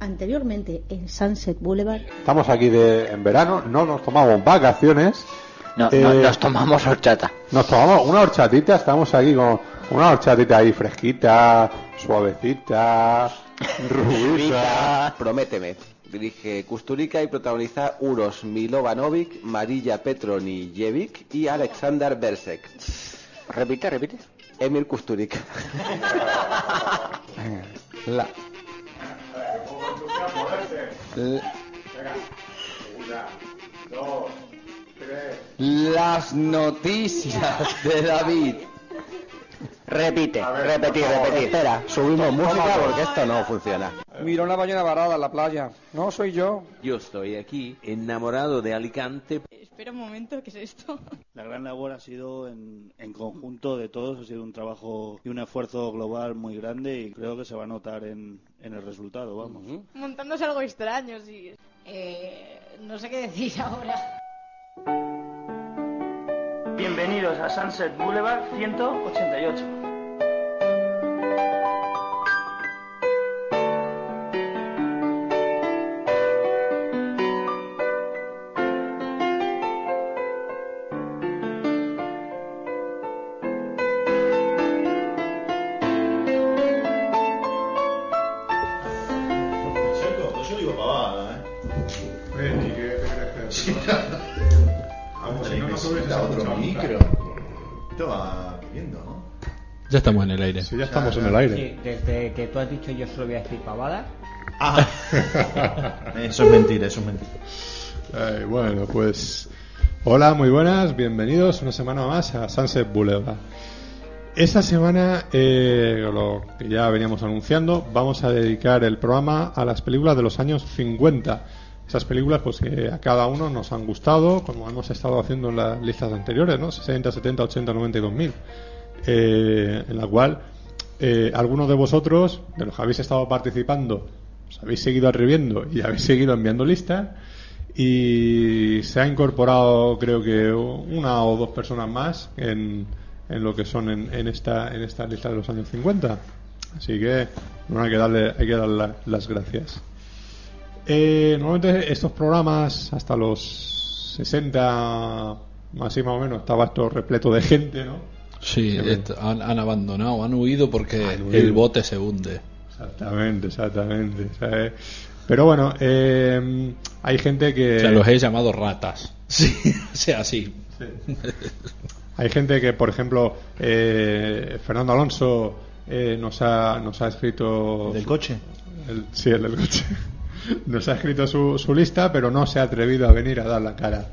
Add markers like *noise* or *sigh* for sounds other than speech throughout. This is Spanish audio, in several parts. Anteriormente en Sunset Boulevard. Estamos aquí de, en verano, no nos tomamos vacaciones. No, Eh, no, nos tomamos horchata. Nos tomamos una horchatita, estamos aquí con una horchatita ahí fresquita, suavecita, rusa. Ah, Prométeme. Dirige Kusturica y protagoniza Uros Milovanovic, Marilla Petronijevic y Alexander Bersek. Repite, repite. Emil *laughs* Kusturica. La. Las noticias de David. Repite, repetir, repetir. Espera, subimos música porque esto no funciona. Mira una ballena varada en la playa. No soy yo. Yo estoy aquí enamorado de Alicante. Espera un momento, ¿qué es esto? *laughs* La gran labor ha sido en, en conjunto de todos, ha sido un trabajo y un esfuerzo global muy grande y creo que se va a notar en, en el resultado, vamos. Montándose algo extraño, sí. Eh, no sé qué decir ahora. Bienvenidos a Sunset Boulevard 188. Checo, yo digo pavada, ¿eh? Sí. *laughs* Vamos, si no nos subes a otro micro. Esto va viendo, ¿no? Ya estamos en el aire. Sí, ya estamos en el aire. Sí, desde que tú has dicho yo solo voy a decir pavada. Ah. eso es mentira, eso es mentira. Ay, Eh, bueno, pues. Hola, muy buenas, bienvenidos una semana más a Sunset Boulevard. Esta semana, eh, lo que ya veníamos anunciando, vamos a dedicar el programa a las películas de los años 50. Esas películas pues que a cada uno nos han gustado, como hemos estado haciendo en las listas anteriores, ¿no? 60, 70, 80, 90 y 2000. Eh, en la cual eh, algunos de vosotros, de los que habéis estado participando, os habéis seguido atreviendo y habéis seguido enviando listas y se ha incorporado creo que una o dos personas más en, en lo que son en, en esta en esta lista de los años 50 así que bueno, hay que darle hay que darle las gracias Eh, normalmente estos programas hasta los 60 así más o menos estaba esto repleto de gente no Sí, est- han, han abandonado, han huido porque huido. el bote se hunde. exactamente exactamente ¿sabes? pero bueno eh, hay gente que O sea, los he llamado ratas. *laughs* Sí, o sea, sí. Hay gente que, por ejemplo, eh, Fernando Alonso eh, nos, ha, nos ha escrito. ¿Del su- coche? el- sí, el del coche. *laughs* nos ha escrito su, su lista, pero no se ha atrevido a venir a dar la cara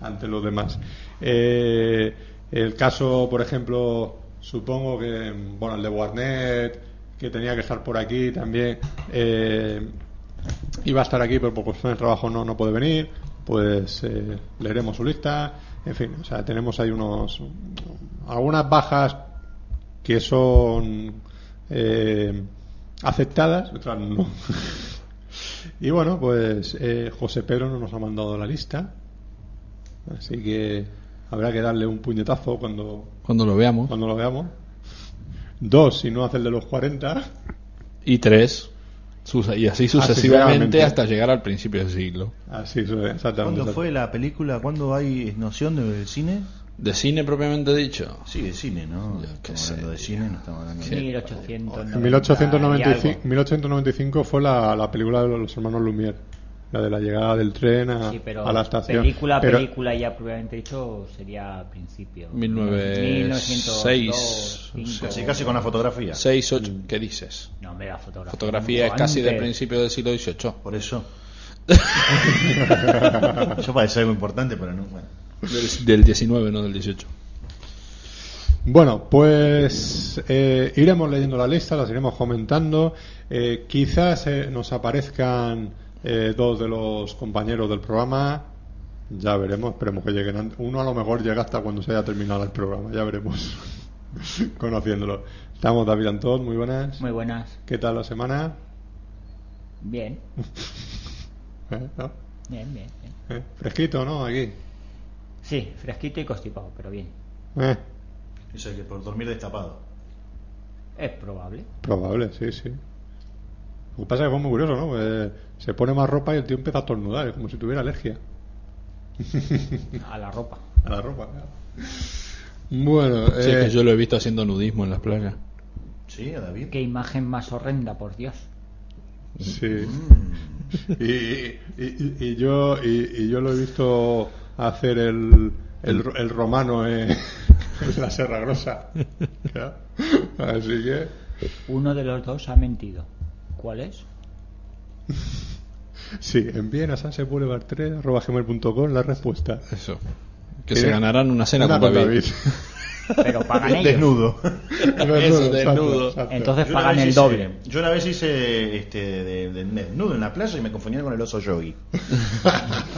ante los demás. Eh, el caso, por ejemplo, supongo que. Bueno, el de Warnet, que tenía que estar por aquí también. eh, iba a estar aquí, pero por cuestiones de trabajo no, no puede venir, pues eh, leeremos su lista. En fin, o sea, tenemos ahí unos. algunas bajas que son eh, aceptadas, otras no. *laughs* y bueno, pues eh, José Pedro no nos ha mandado la lista, así que habrá que darle un puñetazo cuando, Cuando lo veamos. cuando lo veamos. Dos, si no hace el de los 40. Y tres. sus- y así Sucesivamente. sucesivamente hasta llegar al principio del siglo. Así es, exactamente. ¿Cuándo fue la película? ¿Cuándo hay noción de- del cine? ¿De cine propiamente dicho? Sí, de cine, ¿no? Yo qué Estamos sé, hablando de cine, no estamos hablando de... 1890. En y 1895, algo. 1895 fue la, la película de los hermanos Lumière, la de la llegada del tren a, Sí, pero a la estación. película, Pero- película ya probablemente dicho sería al principio. 1906. 1902, cinco. Casi, casi con la fotografía. 6, 8, ¿qué dices? No, hombre, la fotografía. Fotografía es mucho casi del antes. principio del siglo XVIII. Por *laughs* eso. Eso parece algo importante, pero no. Bueno. Del, del 19, no del 18. Bueno, pues eh, iremos leyendo la lista, las iremos comentando. Eh, quizás eh, nos aparezcan eh, dos de los compañeros del programa. Ya veremos, esperemos que lleguen. an- Uno a lo mejor llega hasta cuando se haya terminado el programa, ya veremos. *laughs* Conociéndolo. Estamos David Antón, muy buenas. Muy buenas. ¿Qué tal la semana? Bien, ¿Eh? ¿No? bien, bien. bien. ¿Eh? Fresquito, ¿no? Aquí. Sí, fresquito y constipado, pero bien. Eh, Eso que por dormir destapado. Es probable. probable, sí, sí. Lo que pasa es que fue muy curioso, ¿no? Pues, se pone más ropa y el tío empieza a tornudar, es como si tuviera alergia. A la ropa. A la ropa, claro. Bueno, Sí, eh, que yo lo he visto haciendo nudismo en las playas. Sí, a David. Qué imagen más horrenda, por Dios. Sí. Mm. Y, y- y- y yo, y, y yo lo he visto hacer el, el, el romano eh, en *laughs* la Serra Grosa. Claro. Así que. Uno de los dos ha mentido. ¿Cuál es? Sí, envíen a sanseboulevard3.gmail.com la respuesta. Eso. Que se ganarán una cena con David. Pero *laughs* pagan ellos. Desnudo. Eso, desnudo. Entonces Yo una pagan vez el hice- doble. Yo una vez hice este, de, de desnudo en la playa y me confundieron con el oso yogi.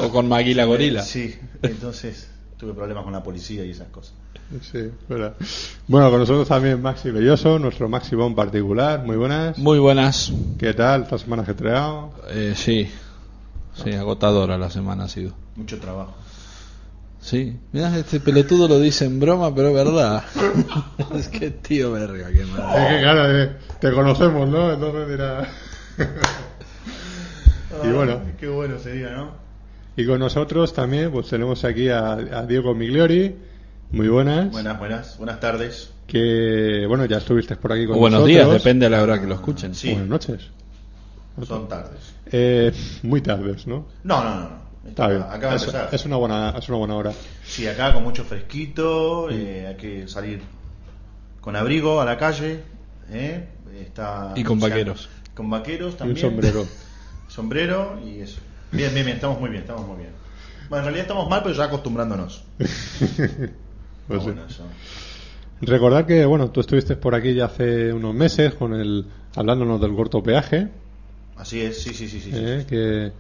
O con Maguila Gorila. Sí, entonces tuve problemas con la policía y esas cosas. Sí, fuera. Bueno, con nosotros también Maxi Belloso, nuestro Maxi Bon particular. Muy buenas. Muy buenas. ¿Qué tal? ¿Esta semana ajetreado? Eh, sí. Sí, agotadora la semana ha sido. Mucho trabajo. Sí. Mirá, este pelotudo lo dice en broma, pero es verdad. *laughs* es que tío verga, qué mal. Es que claro, eh, te conocemos, ¿no? Entonces dirá. y bueno, Ay, Ah, Qué bueno sería, ¿no? y con nosotros también pues tenemos aquí a, a Diego Migliori. Muy buenas. Buenas, buenas, buenas tardes. Que bueno, ya estuviste por aquí con O buenos nosotros. días, depende de la hora que lo escuchen. Sí, Buenas noches. son tardes. Eh, muy tardes, ¿no? No, no, no. no. Está bien. Acaba de es, empezar. es una buena, es una buena hora. Sí, acá con mucho fresquito, Mm. eh, hay que salir con abrigo a la calle. ¿eh? Está, Y con o sea, vaqueros. Con vaqueros Y también. un sombrero. Sombrero y eso. Bien, bien, bien, estamos muy bien, estamos muy bien. Bueno, en realidad estamos mal, pero ya acostumbrándonos. Pues Ah, sí. bueno, eso. Recordar que bueno, tú estuviste por aquí ya hace unos meses con el hablándonos del corto peaje. Así es, sí, sí, sí. sí, sí. ¿Eh? ¿Qué,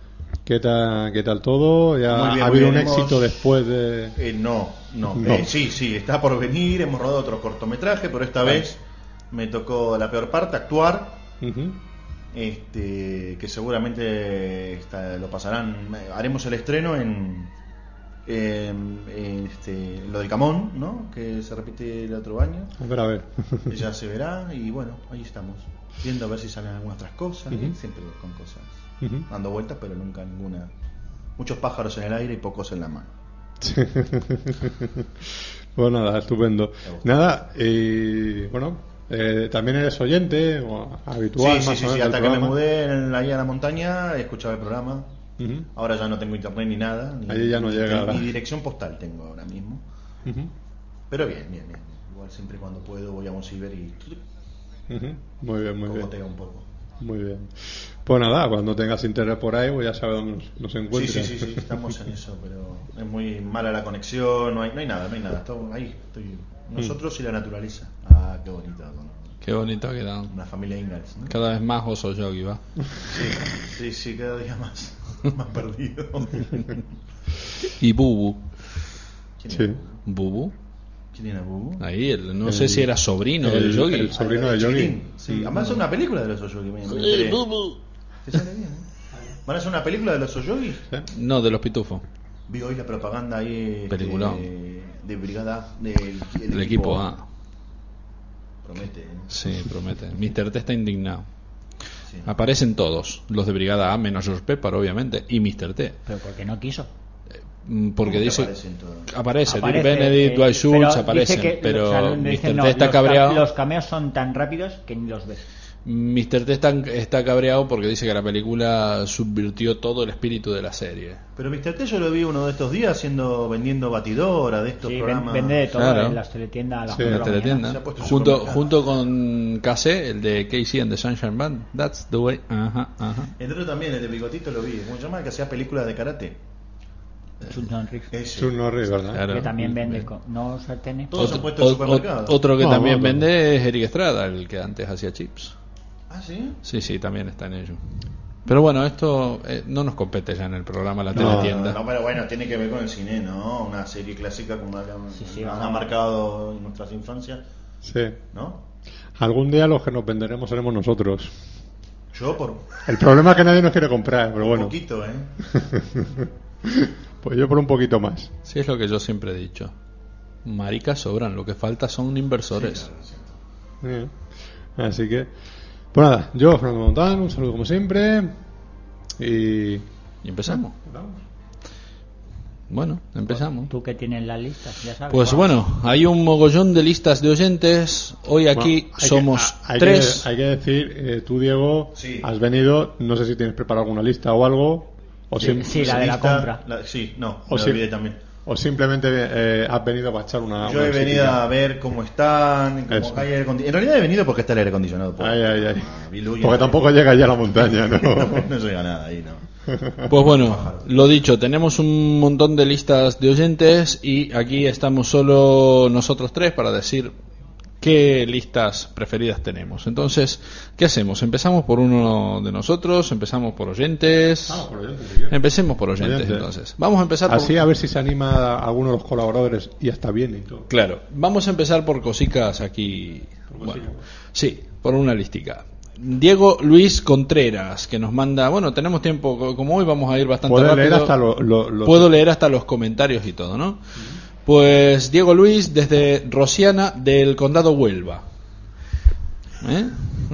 qué, tal, ¿Qué tal todo? ¿Ya Muy bien, ¿Ha muy habido bien, un hemos- éxito después de...? Eh, no, no. No. Eh, sí, sí, está por venir, hemos rodado otro cortometraje, pero Ah. esta vez me tocó la peor parte, actuar. Ujú. este, que seguramente está- lo pasarán. Haremos el estreno en, en- en, este, en lo del Camón, ¿no? Que se repite el otro año. A ver, *laughs* a ver. Pues Ya se verá y bueno, ahí estamos. Viendo a ver si salen algunas otras cosas, Ujú. siempre con cosas Ujú. dando vueltas, pero nunca ninguna. Muchos pájaros en el aire y pocos en la mano. pues nada, estupendo. gusta. Nada, y bueno, eh, también eres oyente o habitual sí, más sí, sí, o menos sí, del hasta que me programa. mudé en- ahí a la montaña, escuchaba el programa. Ujú, Ahora ya no tengo internet ni nada. Ni, Ahí ya no llega ahora. Ni dirección postal tengo ahora mismo. ujú, Pero bien, bien, bien. Igual siempre cuando puedo voy a un ciber y ujú. Muy bien, muy bien. cogoteo un poco. Muy bien. Pues nada, cuando tengas internet por ahí, pues ya sabes dónde nos, nos Sí, encuentras. sí, sí, sí, *laughs* estamos en eso, pero es muy mala la conexión, no hay, no hay nada, no hay nada. Estamos ahí, estoy. Nosotros y la naturaleza. Ah, qué bonito. ¿no? Qué bonito ha quedado. Una familia Ingalls, ¿no? Cada vez más oso yogi, va. Sí, sí, sí, cada día más, *laughs* más *laughs* perdido. Y Bubu. ¿Quién Sí. era? ¿Bubu? ¿Quién era Bubu? Ahí, el- no sé si era sobrino el- del yogi. el sobrino de Yogi. Chiquitín, Sí, además es una película de los Oyogi. me- me enteré. Te sale bien, ¿eh? ¿Van a hacer una película de los Oyogi? No, de los pitufos. Vi hoy la propaganda ahí. este, Peliculón. de Brigada. Del el El equipo A. Promete, ¿eh? Sí, Ah, promete. Mr. T está indignado. Sí. Aparecen todos, los de Brigada A, menos George Pepper, obviamente, y Mr. T. Pero porque no quiso. Mm, ¿Cómo Porque que dice. aparecen todos? Aparece, Dirk Aparece, Benedict, eh, Dwight Schultz, pero aparecen. dice que- pero o sea, Mr. dice, T no, está los ca- cabreado. Los cameos son tan rápidos que ni los ves. Mr. T está, está cabreado porque dice que la película subvirtió todo el espíritu de la serie. Pero Mr. T yo lo vi uno de estos días haciendo, vendiendo batidora de estos Sí, ven- programas. vende de todo Claro. en las teletiendas a las Sí, cuatro de en la la mañana. teletienda. se ha puesto Junto, supermercado. junto con Casé, el de Casey and the Sunshine Band. That's the way. Ajá, ajá. El otro también, el de Bigotito, lo vi. ¿Cómo se llama? El Que hacía películas de karate. Chun Chun Rik, Ese. Tú no ríes, ¿verdad? Claro. Que también vende. con- No se tiene. Todos Otro- han puesto en o- supermercados. o- otro que No, también no, no. vende es Eric Estrada, el que antes hacía chips. Ah, sí. Sí, sí, también está en ello. Pero bueno, esto eh, no nos compete ya en el programa La Teletienda. Ah, no, pero bueno, tiene que ver con el cine, ¿no? Una serie clásica como la que Sí, sí, nos vamos. ha marcado en nuestras infancias, Sí. ¿no? Algún día los que nos venderemos seremos nosotros. Yo por El problema es que nadie nos quiere comprar, pero un bueno. poquito, ¿eh? Pues yo por un poquito más. Sí, es lo que yo siempre he dicho. Maricas sobran, lo que falta son inversores. Eh, Así que, Pues nada, yo, Fernando Montán, un saludo como siempre. Y. Y empezamos. Bueno, empezamos. Tú que tienes las listas, ya sabes. Pues bueno, hay un mogollón de listas de oyentes. Hoy aquí Bueno, hay que- somos a- hay tres. Que, hay que decir, eh, tú, Diego, has venido, no sé si tienes preparado alguna lista o algo. O Sí, sim- sí, la de la Lista, compra. la- sí, no, me sim- olvidé también. O simplemente eh, has venido para echar una. Yo una he venido visitilla. a ver cómo están. cómo Eso. hay aire acondi- En realidad he venido porque está el aire acondicionado. por- Ay, ay, ay. Biluye. Porque tampoco llega ya a la montaña, *laughs* ¿no? no llega nada ahí, no. Pues bueno, lo dicho, tenemos un montón de listas de oyentes y aquí estamos solo nosotros tres para decir qué listas preferidas tenemos. Entonces, ¿qué hacemos? ¿Empezamos por uno de nosotros? ¿Empezamos por oyentes? Empecemos por oyentes, Oyentes. entonces. Vamos a empezar por... Así a ver si se anima a alguno de los colaboradores y hasta viene y todo. Claro, vamos a empezar por cositas aquí. Bueno, sí, por una listica. Diego Luis Contreras, que nos manda. Bueno, tenemos tiempo, co- como hoy vamos a ir bastante Puedes rápido. leer hasta lo- lo- lo- Puedo leer hasta los comentarios y todo, ¿no? Pues Diego Luis, desde Rosiana, del condado Huelva. ¿Eh? *laughs*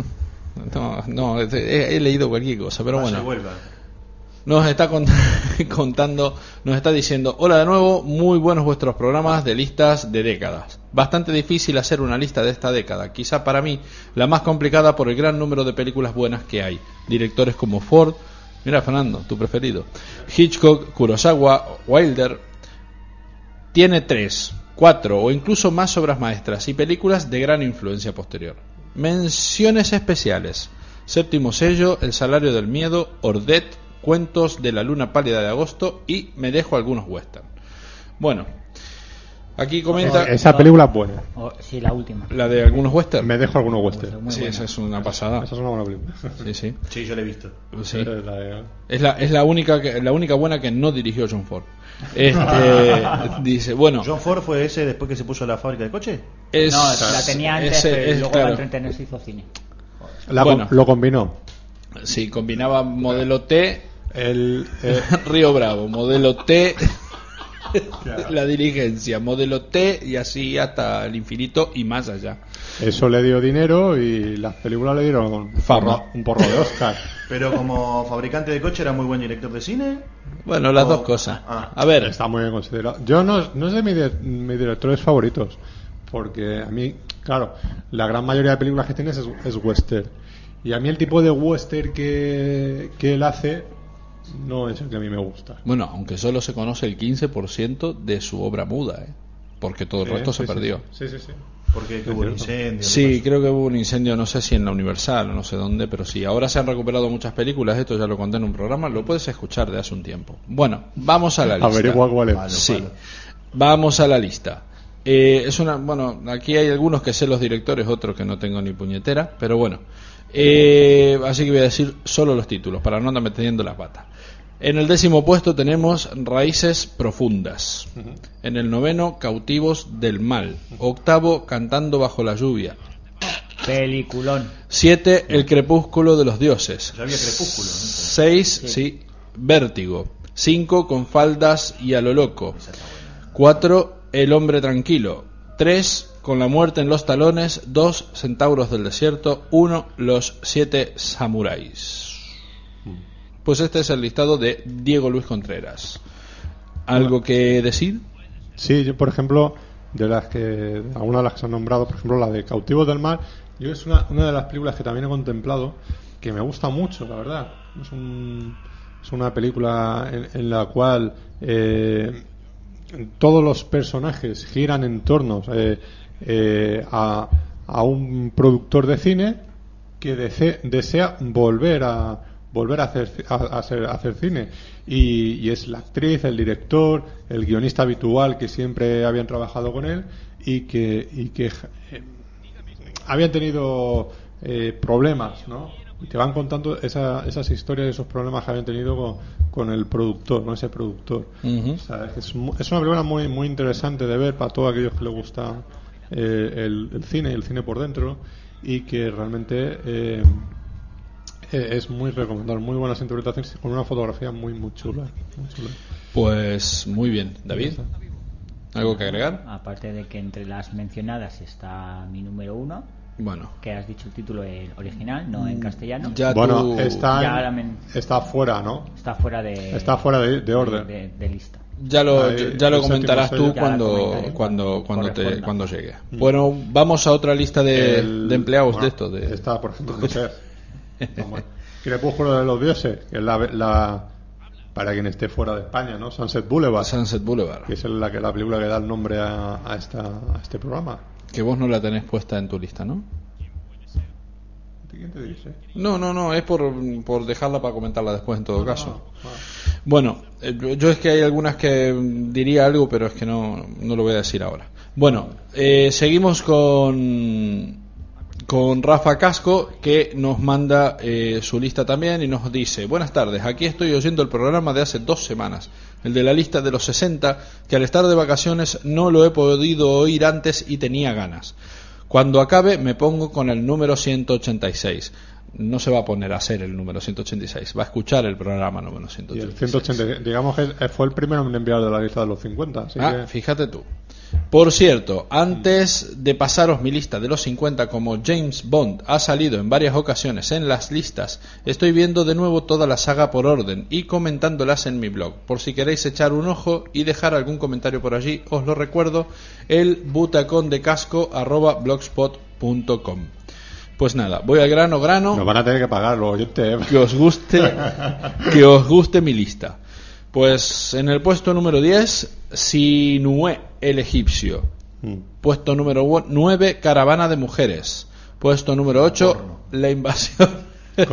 No, no, he, he leído cualquier cosa, pero Vaya bueno Huelva. nos está cont- *laughs* contando, nos está diciendo, hola de nuevo, muy buenos vuestros programas de listas de décadas. Bastante difícil hacer una lista de esta década, quizá para mí la más complicada por el gran número de películas buenas que hay. Directores como Ford, mira Fernando, tu preferido, Hitchcock, Kurosawa, Wilder, tiene tres, cuatro o incluso más obras maestras y películas de gran influencia posterior. Menciones especiales. Séptimo sello, El salario del miedo, Ordet, Cuentos de la luna pálida de agosto y Me dejo algunos western. Bueno, aquí comenta Esa película es buena. O- sí, la última. Pues la de algunos western. Me dejo algunos western. Ah, Muy Sí, buena. esa es una pasada. Esa es Eh, una buena película. Sí, sí. Sí, yo lo he visto. Sí. Esa es *laughs* la de- Es la, es la única que- la única buena que no dirigió John Ford. *laughs* Este, dice, bueno, ¿John Ford fue ese después que se puso a la fábrica de coche? es- no, la tenía antes, ese- pero es- luego claro. para entretenerse hizo cine. La Bueno. com- lo combinó. Sí, combinaba modelo T, El, eh, Río Bravo, modelo T, la dirigencia, modelo T y así hasta el infinito y más allá. eso le dio dinero y las películas le dieron Fama. porro- un porro de *laughs* Oscar. Pero como fabricante de coche era muy buen director de cine. Bueno, las Oh. dos cosas. Ah. A ver, Está muy bien considerado. Yo no, no es de mi de- mis directores favoritos, porque a mí, claro, la gran mayoría de películas que tienes es, es western. Y a mí el tipo de western que, que él hace no es el que a mí me gusta. bueno, aunque solo se conoce el 15% de su obra muda, ¿eh? porque todo el Eh, resto sí, sí, se perdió. Sí, sí, sí. Porque hubo un incendio. Sí, creo que hubo un incendio, no sé si en la Universal o no sé dónde, pero sí, ahora se han recuperado muchas películas, esto ya lo conté en un programa, lo puedes escuchar de hace un tiempo. Bueno, vamos a la lista. Averigua cuál es. Palo, Sí. palo. Vamos a la lista. Eh, es una, bueno, aquí hay algunos que sé los directores, otros que no tengo ni puñetera, pero bueno. Eh, así que voy a decir solo los títulos para no andar metiendo las patas. En el décimo puesto tenemos Raíces Profundas. En el noveno, Cautivos del Mal. Octavo, Cantando bajo la lluvia. Peliculón. Siete, El Crepúsculo de los Dioses. Ya había crepúsculo. ¿no? 6, sí. Vértigo. 5, Con faldas y a lo loco. 4, El hombre tranquilo. 3, Con la muerte en los talones. 2, Centauros del desierto. 1, Los siete samuráis. Pues este es el listado de Diego Luis Contreras. ¿Algo que decir? Sí, yo por ejemplo, de las que, alguna de las que se han nombrado, por ejemplo, la de Cautivos del Mar, yo es una, una de las películas que también he contemplado, que me gusta mucho, la verdad. Es, un- es una película en, en la cual eh, todos los personajes giran en torno eh, eh, a, a un productor de cine que dese- desea volver a volver a hacer ci- a, a hacer, a hacer cine y, y es la actriz, el director, el guionista habitual que siempre habían trabajado con él y que y que eh, habían tenido eh, problemas, ¿no? Y te van contando esa- esas historias, esos problemas que habían tenido con, con el productor, con ese productor. Ujú. O sea, es, mu- es una película muy, muy interesante de ver para todos aquellos que les gusta eh, el, el cine, el cine por dentro, y que realmente eh, eh, es muy recomendable, muy buenas interpretaciones con una fotografía muy, muy chula. muy chula. Pues muy bien, David. ¿Algo que agregar? Aparte de que entre las mencionadas está mi número uno, Bueno. Que has dicho el título en original, no en castellano. Mm, Ya bueno, tú- está, Ya la en- men- está fuera, ¿no? Está fuera de. Está fuera de, de orden. De, de lista. Ya lo, Ahí, ya lo el comentarás séptimo tú sello. cuando, comentaré cuando, cuando, te- corresponda. cuando llegue. Bueno, vamos a otra lista de, El- de empleados bueno, de estos. De... Está, por ejemplo, *laughs* Lucifer. Como el Crepúsculo de los Dioses, que es la, la- Para quien esté fuera de España, ¿no? Sunset Boulevard. Sunset Boulevard. Que es la, que, la película que da el nombre a, a esta, a este programa. Que vos no la tenés puesta en tu lista, ¿no? ¿Quién te dice? No, no, no, es por, por dejarla para comentarla después en todo caso. Ah. Ah, Bueno, eh, yo- yo es que hay algunas que mm, diría algo, pero es que no, no lo voy a decir ahora. Bueno, eh, seguimos con, con Rafa Casco, que nos manda eh, su lista también y nos dice, buenas tardes, aquí estoy oyendo el programa de hace dos semanas, el de la lista de los 60, que al estar de vacaciones no lo he podido oír antes y tenía ganas. Cuando acabe me pongo con el número 186. No se va a poner a hacer el número 186, va a escuchar el programa número Y el 186. 180, digamos que eh, fue el primero en enviar de la lista de los 50. Así Ah, que- fíjate tú. Por cierto, antes de pasaros mi lista de los 50, como James Bond ha salido en varias ocasiones en las listas, estoy viendo de nuevo toda la saga por orden y comentándolas en mi blog. Por si queréis echar un ojo y dejar algún comentario por allí, os lo recuerdo, el butacón de casco blogspot.com. Pues nada, voy al grano grano. Nos van a tener que pagar los oyentes. ¿eh? Que os guste, que os guste mi lista. Pues en el puesto número 10, Sinué el egipcio. Mm. Puesto número 9, Caravana de mujeres. Puesto número 8, la invasión. *laughs*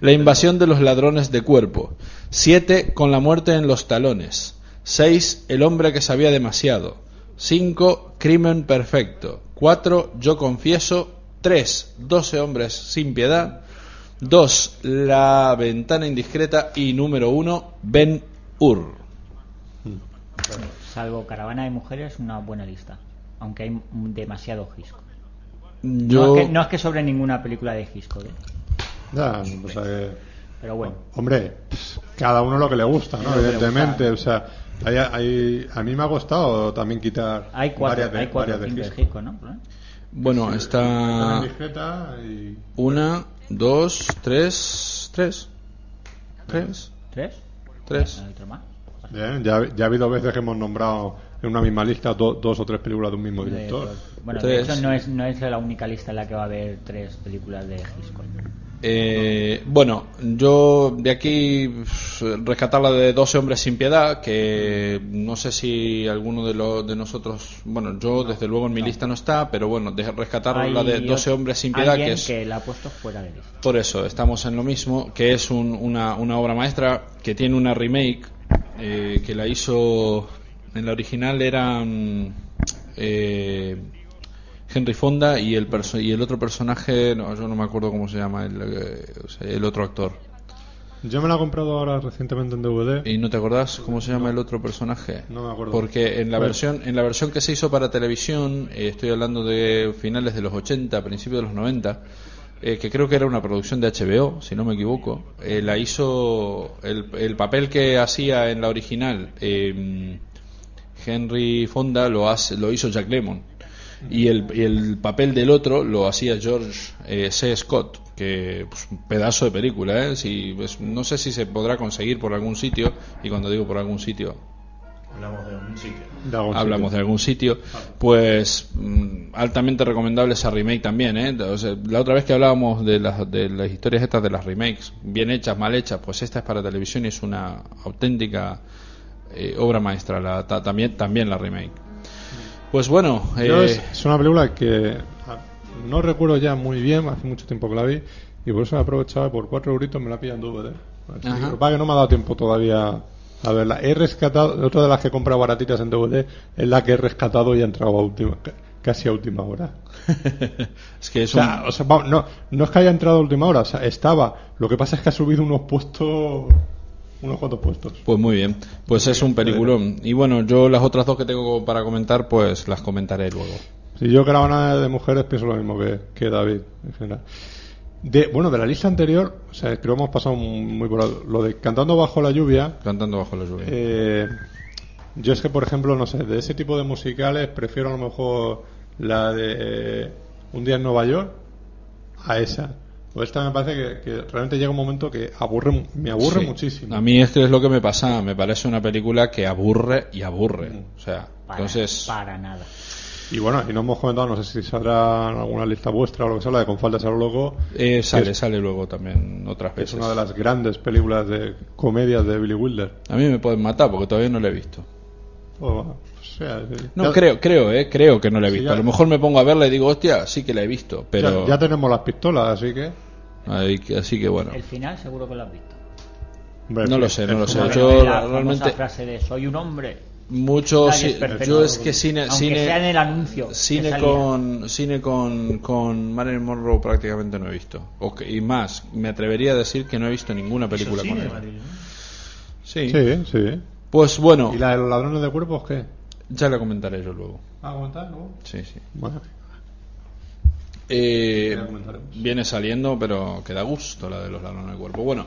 la invasión de los ladrones de cuerpo. 7, con la muerte en los talones. 6, el hombre que sabía demasiado. 5, crimen perfecto. 4, yo confieso. 3, 12 hombres sin piedad. 2, la ventana indiscreta. Y número 1, Ben Ur. Salvo Caravana de Mujeres, una buena lista. Aunque hay m- demasiado Hitchcock. Yo... No, es que, no es que sobre ninguna película de Hitchcock, ¿eh? Ya, o sea que- pero bueno. Hombre, pff, cada uno lo que le gusta, ¿no? Lo que le Evidentemente, o sea, hay- hay- a mí me ha costado también quitar Hay cuatro, varias de, hay cuatro varias cinco de de Hitchcock. Hitchcock, ¿no? Bueno, Una Ah. está... discreta y- Una, dos, tres, tres. Tres. ¿Tres? Tres. ¿Hay otro más? Bien, ya, ya ha habido veces que hemos nombrado en una misma lista do- dos o tres películas de un mismo director. Bueno, Tres. de hecho no es, no es la única lista en la que va a haber tres películas de Hitchcock. Eh, bueno, yo de aquí pf, rescatar la de 12 hombres sin piedad, que no sé si alguno de, los de nosotros, bueno, yo desde luego en mi lista no está, pero bueno, de rescatar Hay la de ot- 12 hombres sin piedad, alguien que es que la ha puesto fuera de lista. Por eso, estamos en lo mismo, que es un- una, una obra maestra que tiene una remake eh, que la hizo. En la original eran eh, Henry Fonda y el, perso- y el otro personaje, no, yo no me acuerdo cómo se llama, el, eh, o sea, el otro actor. Yo me la he comprado ahora recientemente en DVD. ¿Y no te acordás cómo se llama el otro personaje? No me acuerdo. Porque en la Bueno. versión en la versión que se hizo para televisión, eh, estoy hablando de finales de los 80, principios de los 90, eh, que creo que era una producción de HBO, si no me equivoco, eh, la hizo el, el papel que hacía en la original eh, Henry Fonda lo hace, lo hizo Jack Lemmon y el, y el papel del otro lo hacía George eh, C. Scott, que pues, un pedazo de película, ¿eh? Si, pues, no sé si se podrá conseguir por algún sitio, y cuando digo por algún sitio, Hablamos de un sitio. De algún hablamos de sitio. algún sitio, pues mm, altamente recomendable esa remake también. ¿eh? O sea, la otra vez que hablábamos de las, de las historias estas de las remakes, bien hechas, mal hechas, pues esta es para televisión y es una auténtica eh, obra maestra, la, ta- también, también la remake. Pues bueno, Yo eh, es, es una película que ah, no recuerdo ya muy bien, hace mucho tiempo que la vi, y por eso la he aprovechado por cuatro euritos me la pillan en DVD. Así que Ajá. lo que pasa es que no me ha dado tiempo todavía a verla. He rescatado, otra de las que he comprado baratitas en DVD es la que he rescatado y ha entrado a última, ca- casi a última hora. es que es O sea, un- o sea, vamos, no, no es que haya entrado a última hora, o sea, estaba. Lo que pasa es que ha subido unos puestos, unos cuantos puestos. Pues muy bien, pues es un peliculón. Y bueno, yo las otras dos que tengo para comentar, pues las comentaré luego. Si yo caravana de mujeres pienso lo mismo que, que David en general. De, bueno, de la lista anterior, o sea, creo que hemos pasado muy por al- lo de cantando bajo la lluvia. Cantando bajo la lluvia. eh, yo es que, por ejemplo, no sé, de ese tipo de musicales prefiero a lo mejor la de eh, Un día en Nueva York a esa. Pues esta me parece que, que realmente llega un momento que aburre, mu- me aburre Sí. muchísimo. A mí es que es lo que me pasa, me parece una película que aburre y Mm. aburre. O sea, entonces... Para nada. Y bueno, y no hemos comentado, no sé si saldrá en alguna lista vuestra o lo que sea, la de Con Faldas a lo Loco. eh, sale, que es- sale luego también otras que es veces. una de las grandes películas de comedias de Billy Wilder. A mí me pueden matar porque todavía no la he visto. O sea, sí. No, Ya- creo, creo, eh, creo que no la he visto. ya- A lo mejor me pongo a verla y digo, hostia, sí que la he visto, pero... ya, ya tenemos las pistolas, así que. Ay, que- así que bueno. El final seguro que lo has visto. No lo sé, no lo sé. Como Yo la famosa realmente- frase de soy un hombre. Mucho, Nadie sí, es perfecto. yo es que cine, Aunque cine, sea en el anuncio que cine salía. con, cine con, con Marilyn Monroe prácticamente no he visto. O que- y más, me atrevería a decir que no he visto ninguna película con ella. Sí. Sí, sí. Pues bueno, ¿Y la de los ladrones de cuerpos qué? ya la comentaré yo luego. Aguantar, ¿no? Sí, sí. Bueno, Eh, Ya comentaremos. viene saliendo, pero que da gusto la de los ladrones de cuerpo. Bueno,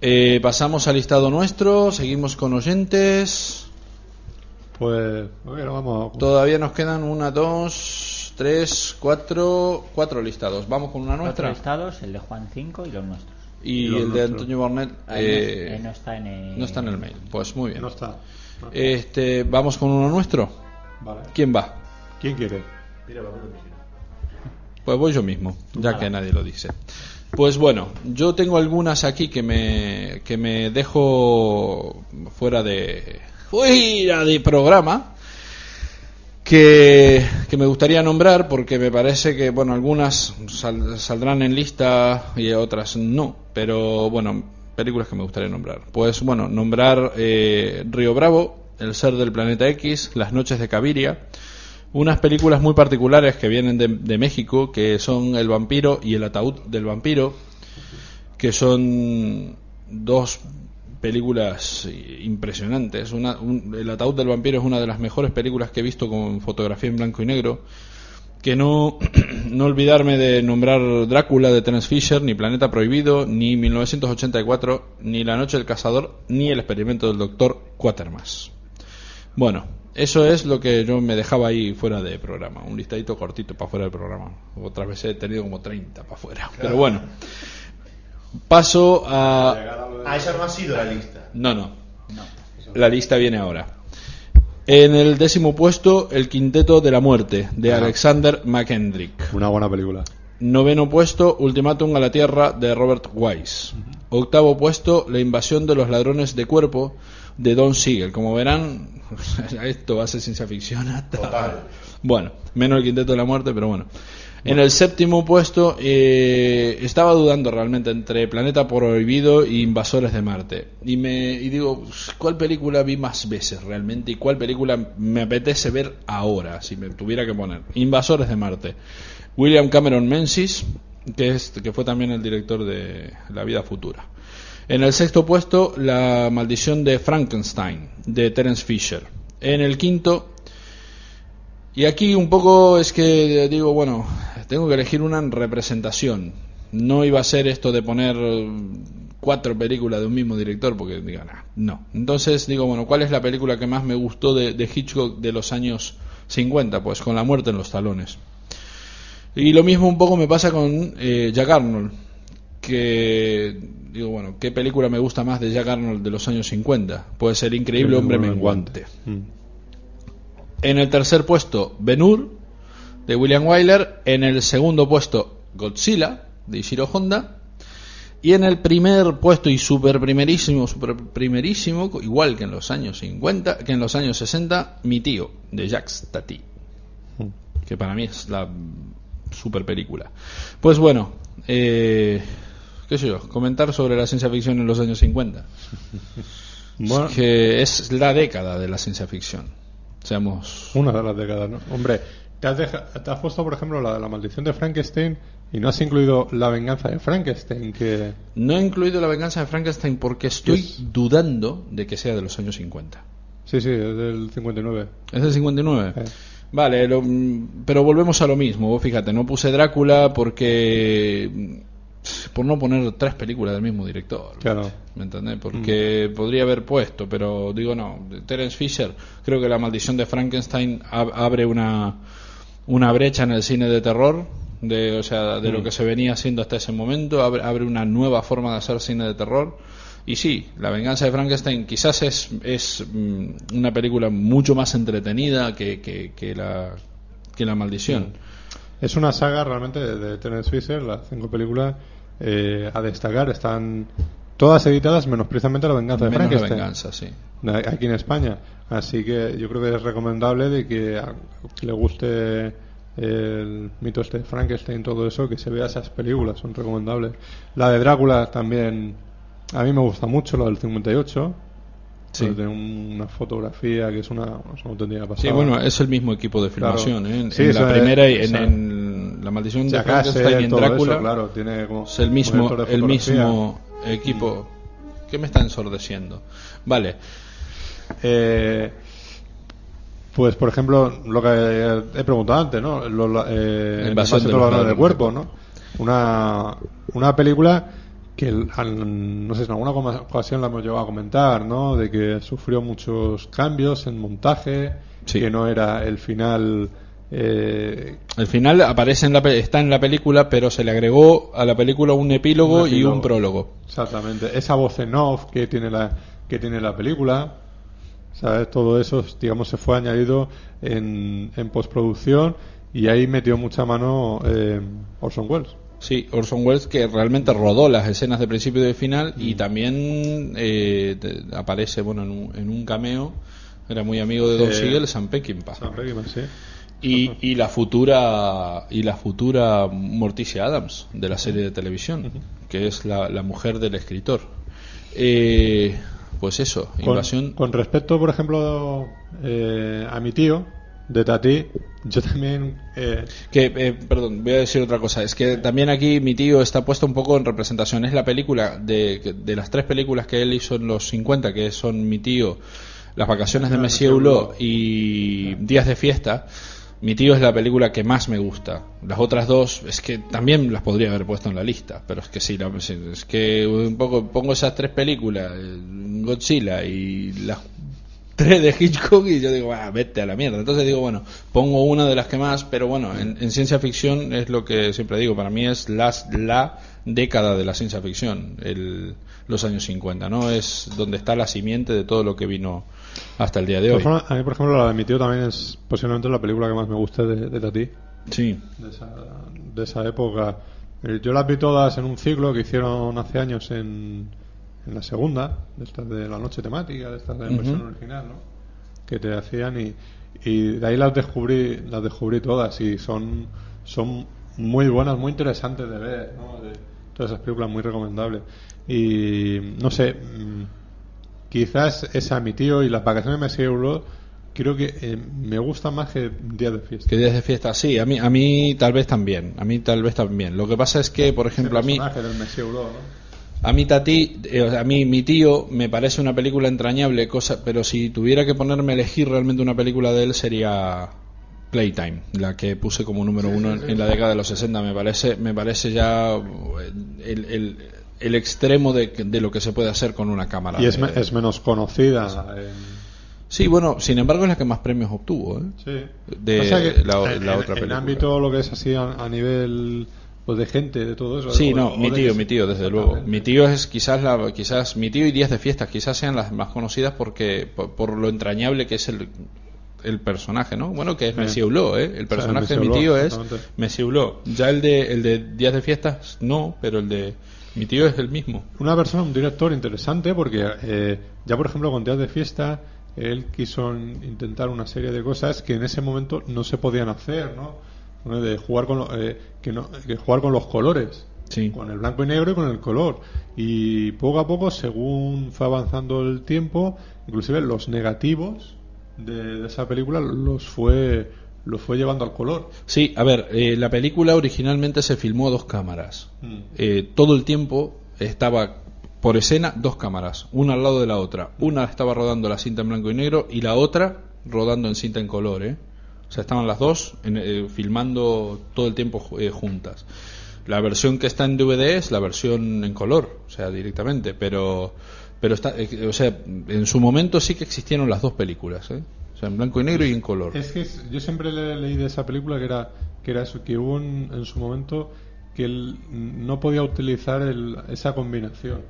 eh, pasamos al listado nuestro, seguimos con oyentes. pues. Bueno, vamos. Todavía nos quedan una, dos, tres, cuatro, cuatro listados. Vamos con una Nuestros nuestra. estados, el de Juan 5 y los nuestros. Y, Y los el de nuestros. Antonio Bornet Ahí no- eh, ahí no está en el- no está en el mail. Pues muy bien. No está. No. Este, vamos con uno nuestro. Vale. ¿Quién va? ¿Quién quiere? Pues voy yo mismo, ya que nadie lo dice. Pues bueno, yo tengo algunas aquí que me, que me dejo fuera de, fuera de programa, que, que me gustaría nombrar porque me parece que, bueno, algunas sal- saldrán en lista y otras no, pero bueno, películas que me gustaría nombrar. Pues bueno, nombrar eh, Río Bravo, El Ser del Planeta X, Las Noches de Caviria, unas películas muy particulares que vienen de, de México, que son El vampiro y El ataúd del vampiro, que son dos películas impresionantes. Una- un- el ataúd del vampiro es una de las mejores películas que he visto con fotografía en blanco y negro. Que no, *clears throat* no olvidarme de nombrar Drácula de Terence Fisher, ni Planeta Prohibido, ni 1984, ni La Noche del Cazador, ni El experimento del Doctor Quatermass. Bueno, eso es lo que yo me dejaba ahí fuera de programa. Un listadito cortito para fuera del programa. Otras veces he tenido como 30 para fuera. Pero bueno. Paso a... Ah, esa no ha sido la lista. No, no. La lista viene ahora. En el décimo puesto, El Quinteto de la Muerte, de Ajá. Alexander McKendrick. Una buena película. Noveno puesto, Ultimátum a la Tierra, de Robert Wise. Octavo puesto, La Invasión de los Ladrones de Cuerpo, de Don Siegel. Como verán, *laughs* esto va a ser ciencia ficción hasta... Total. Bueno, menos el Quinteto de la Muerte, pero bueno. En el séptimo puesto eh, estaba dudando realmente entre Planeta Prohibido y Invasores de Marte. Y me y digo, ¿cuál película vi más veces realmente? ¿Y cuál película me apetece ver ahora, si me tuviera que poner? Invasores de Marte. William Cameron Menzies, que, es, que fue también el director de La Vida Futura. En el sexto puesto, La Maldición de Frankenstein, de Terence Fisher. En el quinto, y aquí un poco es que digo, bueno, tengo que elegir una en representación. No iba a ser esto de poner eh, cuatro películas de un mismo director, porque diga, "Nah, no. Entonces digo, bueno, ¿cuál es la película que más me gustó de, de Hitchcock de los años 50? Pues con la muerte en los talones. Y lo mismo un poco me pasa con eh, Jack Arnold, que digo, bueno, ¿qué película me gusta más de Jack Arnold de los años 50? Pues El increíble hombre menguante. Mm. En el tercer puesto, Benur, de William Wyler. En el segundo puesto, Godzilla, de Ishiro Honda. Y en el primer puesto y super primerísimo, super primerísimo, igual que en los años 50, que en los años 60, Mi tío, de Jacques Tati. Que para mí es la mm, super película. Pues bueno, eh, qué sé yo, comentar sobre la ciencia ficción en los años 50. Bueno, Que es la década de la ciencia ficción. Seamos Una de las décadas, ¿no? Hombre, te has, deja- te has puesto, por ejemplo, la de la maldición de Frankenstein y no has incluido la venganza de Frankenstein, que. No he incluido la venganza de Frankenstein porque estoy Yes. dudando de que sea de los años 50. Sí, sí, es del 59. ¿Es del 59? Eh. Vale, lo- mm, pero volvemos a lo mismo. Vos fíjate, no puse Drácula porque. mm, por no poner tres películas del mismo director. Claro. ¿Me Mm. entendés? Porque podría haber puesto, pero digo no. Terence Fisher, creo que La Maldición de Frankenstein ab- abre una, una brecha en el cine de terror de, o sea, de lo Mm. que se venía haciendo hasta ese momento, abre, abre una nueva forma de hacer cine de terror. Y sí, La venganza de Frankenstein quizás es, es mm, una película mucho más entretenida que, que, que la, que La maldición. Es una saga realmente de, de Terence Fisher, las cinco películas eh, a destacar. Están todas editadas menos precisamente La venganza de Menos La Frankenstein. venganza, sí. a- aquí en España. Así que yo creo que es recomendable de que a- le guste el mito este de Frankenstein, todo eso, que se vea esas películas, son recomendables. La de Drácula también, a mí me gusta mucho, la del 58. Sí. donde Tiene un- una fotografía que es una, es una auténtica pasada. Sí, bueno, es el mismo equipo de Claro. filmación. ¿eh? En, Sí, en eso la es- primera y en, exacto. en La maldición de Jack Russell, Frankenstein y en todo eso, Drácula claro, tiene como es el mismo, director de el fotografía. Mm. mismo equipo. ¿Qué me está ensordeciendo? Vale. Eh, pues, por ejemplo, lo que he preguntado antes, ¿no? Lo- la- eh, La invasión el masacre de los del ladrones. cuerpo, ¿no? Una, una película que, el- al- no sé, en alguna coma- ocasión la hemos llegado a comentar, ¿no? De que sufrió muchos cambios en montaje, que no era el final... eh, El final aparece en la, pe- está en la película, pero se le agregó a la película un epílogo, Un y epílogo. un prólogo. Exactamente. Esa voz en off que tiene la, que tiene la película. ¿Sabes? Todo eso, digamos, se fue añadido en, en postproducción y ahí metió mucha mano eh, Orson Welles. Sí, Orson Welles que realmente rodó las escenas de principio y de final y Mm. también eh, te- aparece bueno en un, en un cameo. Era muy amigo de Don Eh, Siegel, Sam Peckinpah. Sam Peckinpah, sí. Y, y la futura y la futura Morticia Adams de la serie de televisión, que es la, la mujer del escritor. Eh, pues eso, Con, invasión. con respecto, por ejemplo, eh, a mi tío, de Tati, yo también... eh, Que, eh, perdón, voy a decir otra cosa. Es que también aquí mi tío está puesto un poco en representación. Es la película de, de las tres películas que él hizo en los 50, que son mi tío, Las vacaciones de Monsieur Hulot y Días de fiesta. Mi tío es la película que más me gusta. Las otras dos es que también las podría haber puesto en la lista, pero es que sí, la- es que un poco pongo esas tres películas, eh, Godzilla y las tres de Hitchcock y yo digo, "Ah, vete a la mierda. Entonces digo, bueno, pongo una de las que más, pero bueno, en, en ciencia ficción es lo que siempre digo, para mí es las, la década de la ciencia ficción, el- los años 50, ¿no? Es donde está la simiente de todo lo que vino hasta el día de de hoy. todas formas, a mí, por ejemplo, la de mi tío también es posiblemente la película que más me gusta de, de Tati. Sí. De esa, de esa época. Eh, Yo las vi todas en un ciclo que hicieron hace años en, en la segunda, de estas de la noche temática, de estas de la Ujú. versión original, ¿no? Que te hacían y, y de ahí las descubrí, las descubrí todas y son, son muy buenas, muy interesantes de ver, ¿no? De- todas esas películas muy recomendables. Y no sé, mm, quizás esa mi tío y las vacaciones de Messi Euro, creo que eh, me gusta más que Día de Fiesta. Que días de fiesta, sí, a mí, a mí tal vez también, a mí tal vez también. Lo que pasa es que, por ejemplo, a mí... personaje del Messi Euro, ¿no? A mí Tati, eh, o sea, a mí mi tío me parece una película entrañable, cosa, pero si tuviera que ponerme a elegir realmente una película de él sería Playtime, la que puse como número uno en, en la década de los 60. Me parece, me parece ya eh, el, el- el extremo de, de lo que se puede hacer con una cámara. Y es, me- de- es menos conocida. eh, Sí, bueno, sin embargo es la que más premios obtuvo. ¿eh? sí. De O sea que la, la en, en- otra En película. ámbito lo que es así a, a nivel pues, de gente, de todo eso. Sí, o- no, o mi de Ah, tío, que- mi tío, desde luego. Mi tío es quizás la, quizás mi tío y días de fiestas quizás sean las más conocidas porque por, por lo entrañable que es el, el personaje, ¿no? Bueno, que es Sí. Monsieur Hulot, ¿eh? El O sea, personaje Monsieur de mi Hulot, tío es exactamente. Monsieur Hulot. Ya el de el de días de fiestas no, pero el de mi tío es el mismo. Una persona, un director interesante, porque eh, ya por ejemplo con Días de Fiesta, él quiso in- intentar una serie de cosas que en ese momento no se podían hacer, ¿no? Bueno, De jugar con, lo- eh, que no, que jugar con los colores. Con el blanco y negro y con el color. Y poco a poco, según fue avanzando el tiempo, inclusive los negativos de, de esa película los fue, los fue llevando al color. Sí, a ver, eh, la película originalmente se filmó a dos cámaras. Mm. Eh, todo el tiempo estaba por escena dos cámaras, una al lado de la otra. Una estaba rodando la cinta en blanco y negro y la otra rodando en cinta en color. ¿eh? O sea, estaban las dos en, eh, filmando todo el tiempo ju- eh, juntas. La versión que está en DVD es la versión en color, o sea, directamente, pero pero está, eh, o sea, en su momento sí que existieron las dos películas, ¿eh? O sea, en blanco y negro y en color. Es que es- yo siempre le, leí de esa película que era que era eso, que hubo un- en su momento que él no podía utilizar el- esa combinación.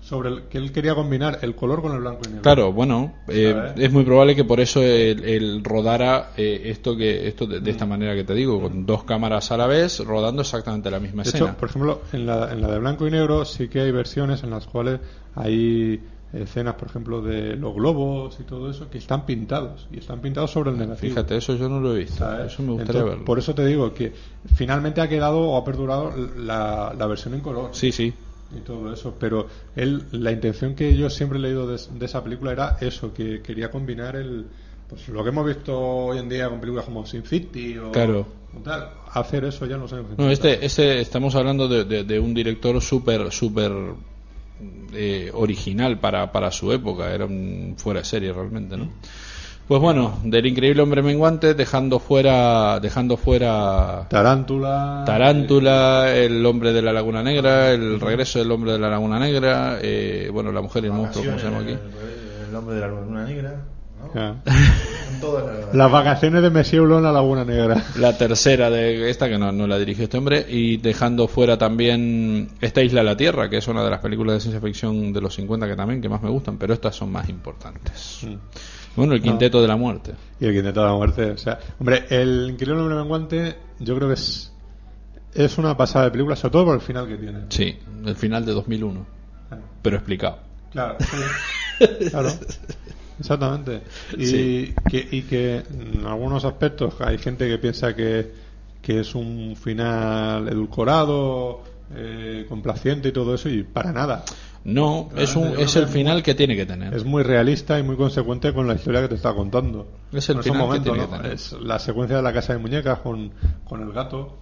Sobre el, que él quería combinar el color con el blanco y negro. Claro, bueno, eh, ¿Sabes? es muy probable que por eso el, el rodara eh, esto que esto de, de Mm. esta manera que te digo, con dos cámaras a la vez rodando exactamente la misma De escena. hecho, por ejemplo, en la, en la de blanco y negro sí que hay versiones en las cuales hay escenas, por ejemplo, de los globos y todo eso que están pintados y están pintados sobre el negativo. Ah, Fíjate, eso yo no lo he visto. ¿sabes? Eso me gustaría Entonces, verlo. Por eso te digo que finalmente ha quedado o ha perdurado la, la versión en color. Sí, sí. Y todo eso. Pero él, la intención que yo siempre he leído de, de esa película era eso, que quería combinar el... Pues lo que hemos visto hoy en día con películas como Sin City o, Claro. o tal, hacer eso ya no sé. No, este, este estamos hablando de, de- de un director súper, súper eh, original para, para su época. Era un fuera de serie realmente, Mm. ¿no? Pues bueno, del increíble hombre menguante, dejando fuera, dejando fuera Tarántula. Tarántula, el hombre de la Laguna Negra, el regreso del hombre de la Laguna Negra, eh, bueno, la mujer y el monstruo, como se llama aquí. El nombre de la luna negra. Ah. Con todas las- Las vacaciones de Monsieur Hulot en la Laguna Negra. La tercera de esta que no, no la dirigió este hombre y dejando fuera también esta Isla de la Tierra, que es una de las películas de ciencia ficción de los 50 que también que más me gustan, pero estas son más importantes. Bueno, el No. Quinteto de la Muerte. Y el Quinteto de la Muerte. O sea, hombre, el Increíble Hombre Menguante, yo creo que es, es una pasada de película, sobre todo por el final que tiene. Ah, Sí, el final de 2001. Pero explicado. Claro, *laughs* sí. claro. Exactamente. Y, Sí. que, y que en algunos aspectos hay gente que piensa que, que es un final edulcorado, eh, complaciente y todo eso, y para nada. No, es, un, es el final que tiene que tener. Es muy realista y muy consecuente con la historia que te está contando. Es el En final que momento, tiene que ¿no? tener. Es la secuencia de la casa de muñecas con, con el gato.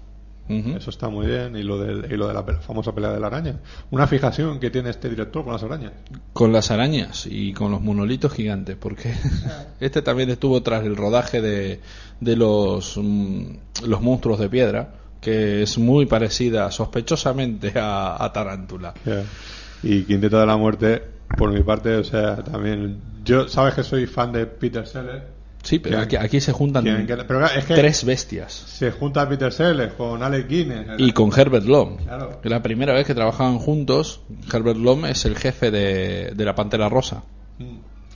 Ujú. Eso está muy bien. Y lo, del, y lo de la pe- famosa pelea de la araña. Una fijación que tiene este director con las arañas. Con las arañas y con los monolitos gigantes, porque *laughs* este también estuvo tras el rodaje de, de los, mm, los monstruos de piedra, que es muy parecida sospechosamente a, a Tarántula. Ya. Y Quinteto de la Muerte, por mi parte, o sea, también. Yo, sabes que soy fan de Peter Sellers. Sí, pero Que- aquí, aquí se juntan que- que- pero claro, es que- tres bestias. Se junta Peter Sellers con Alex Guinness. Y con Herbert Lom. Claro. La primera vez que trabajaban juntos, Herbert Lom es el jefe de, de la Pantera Rosa. ¿eh?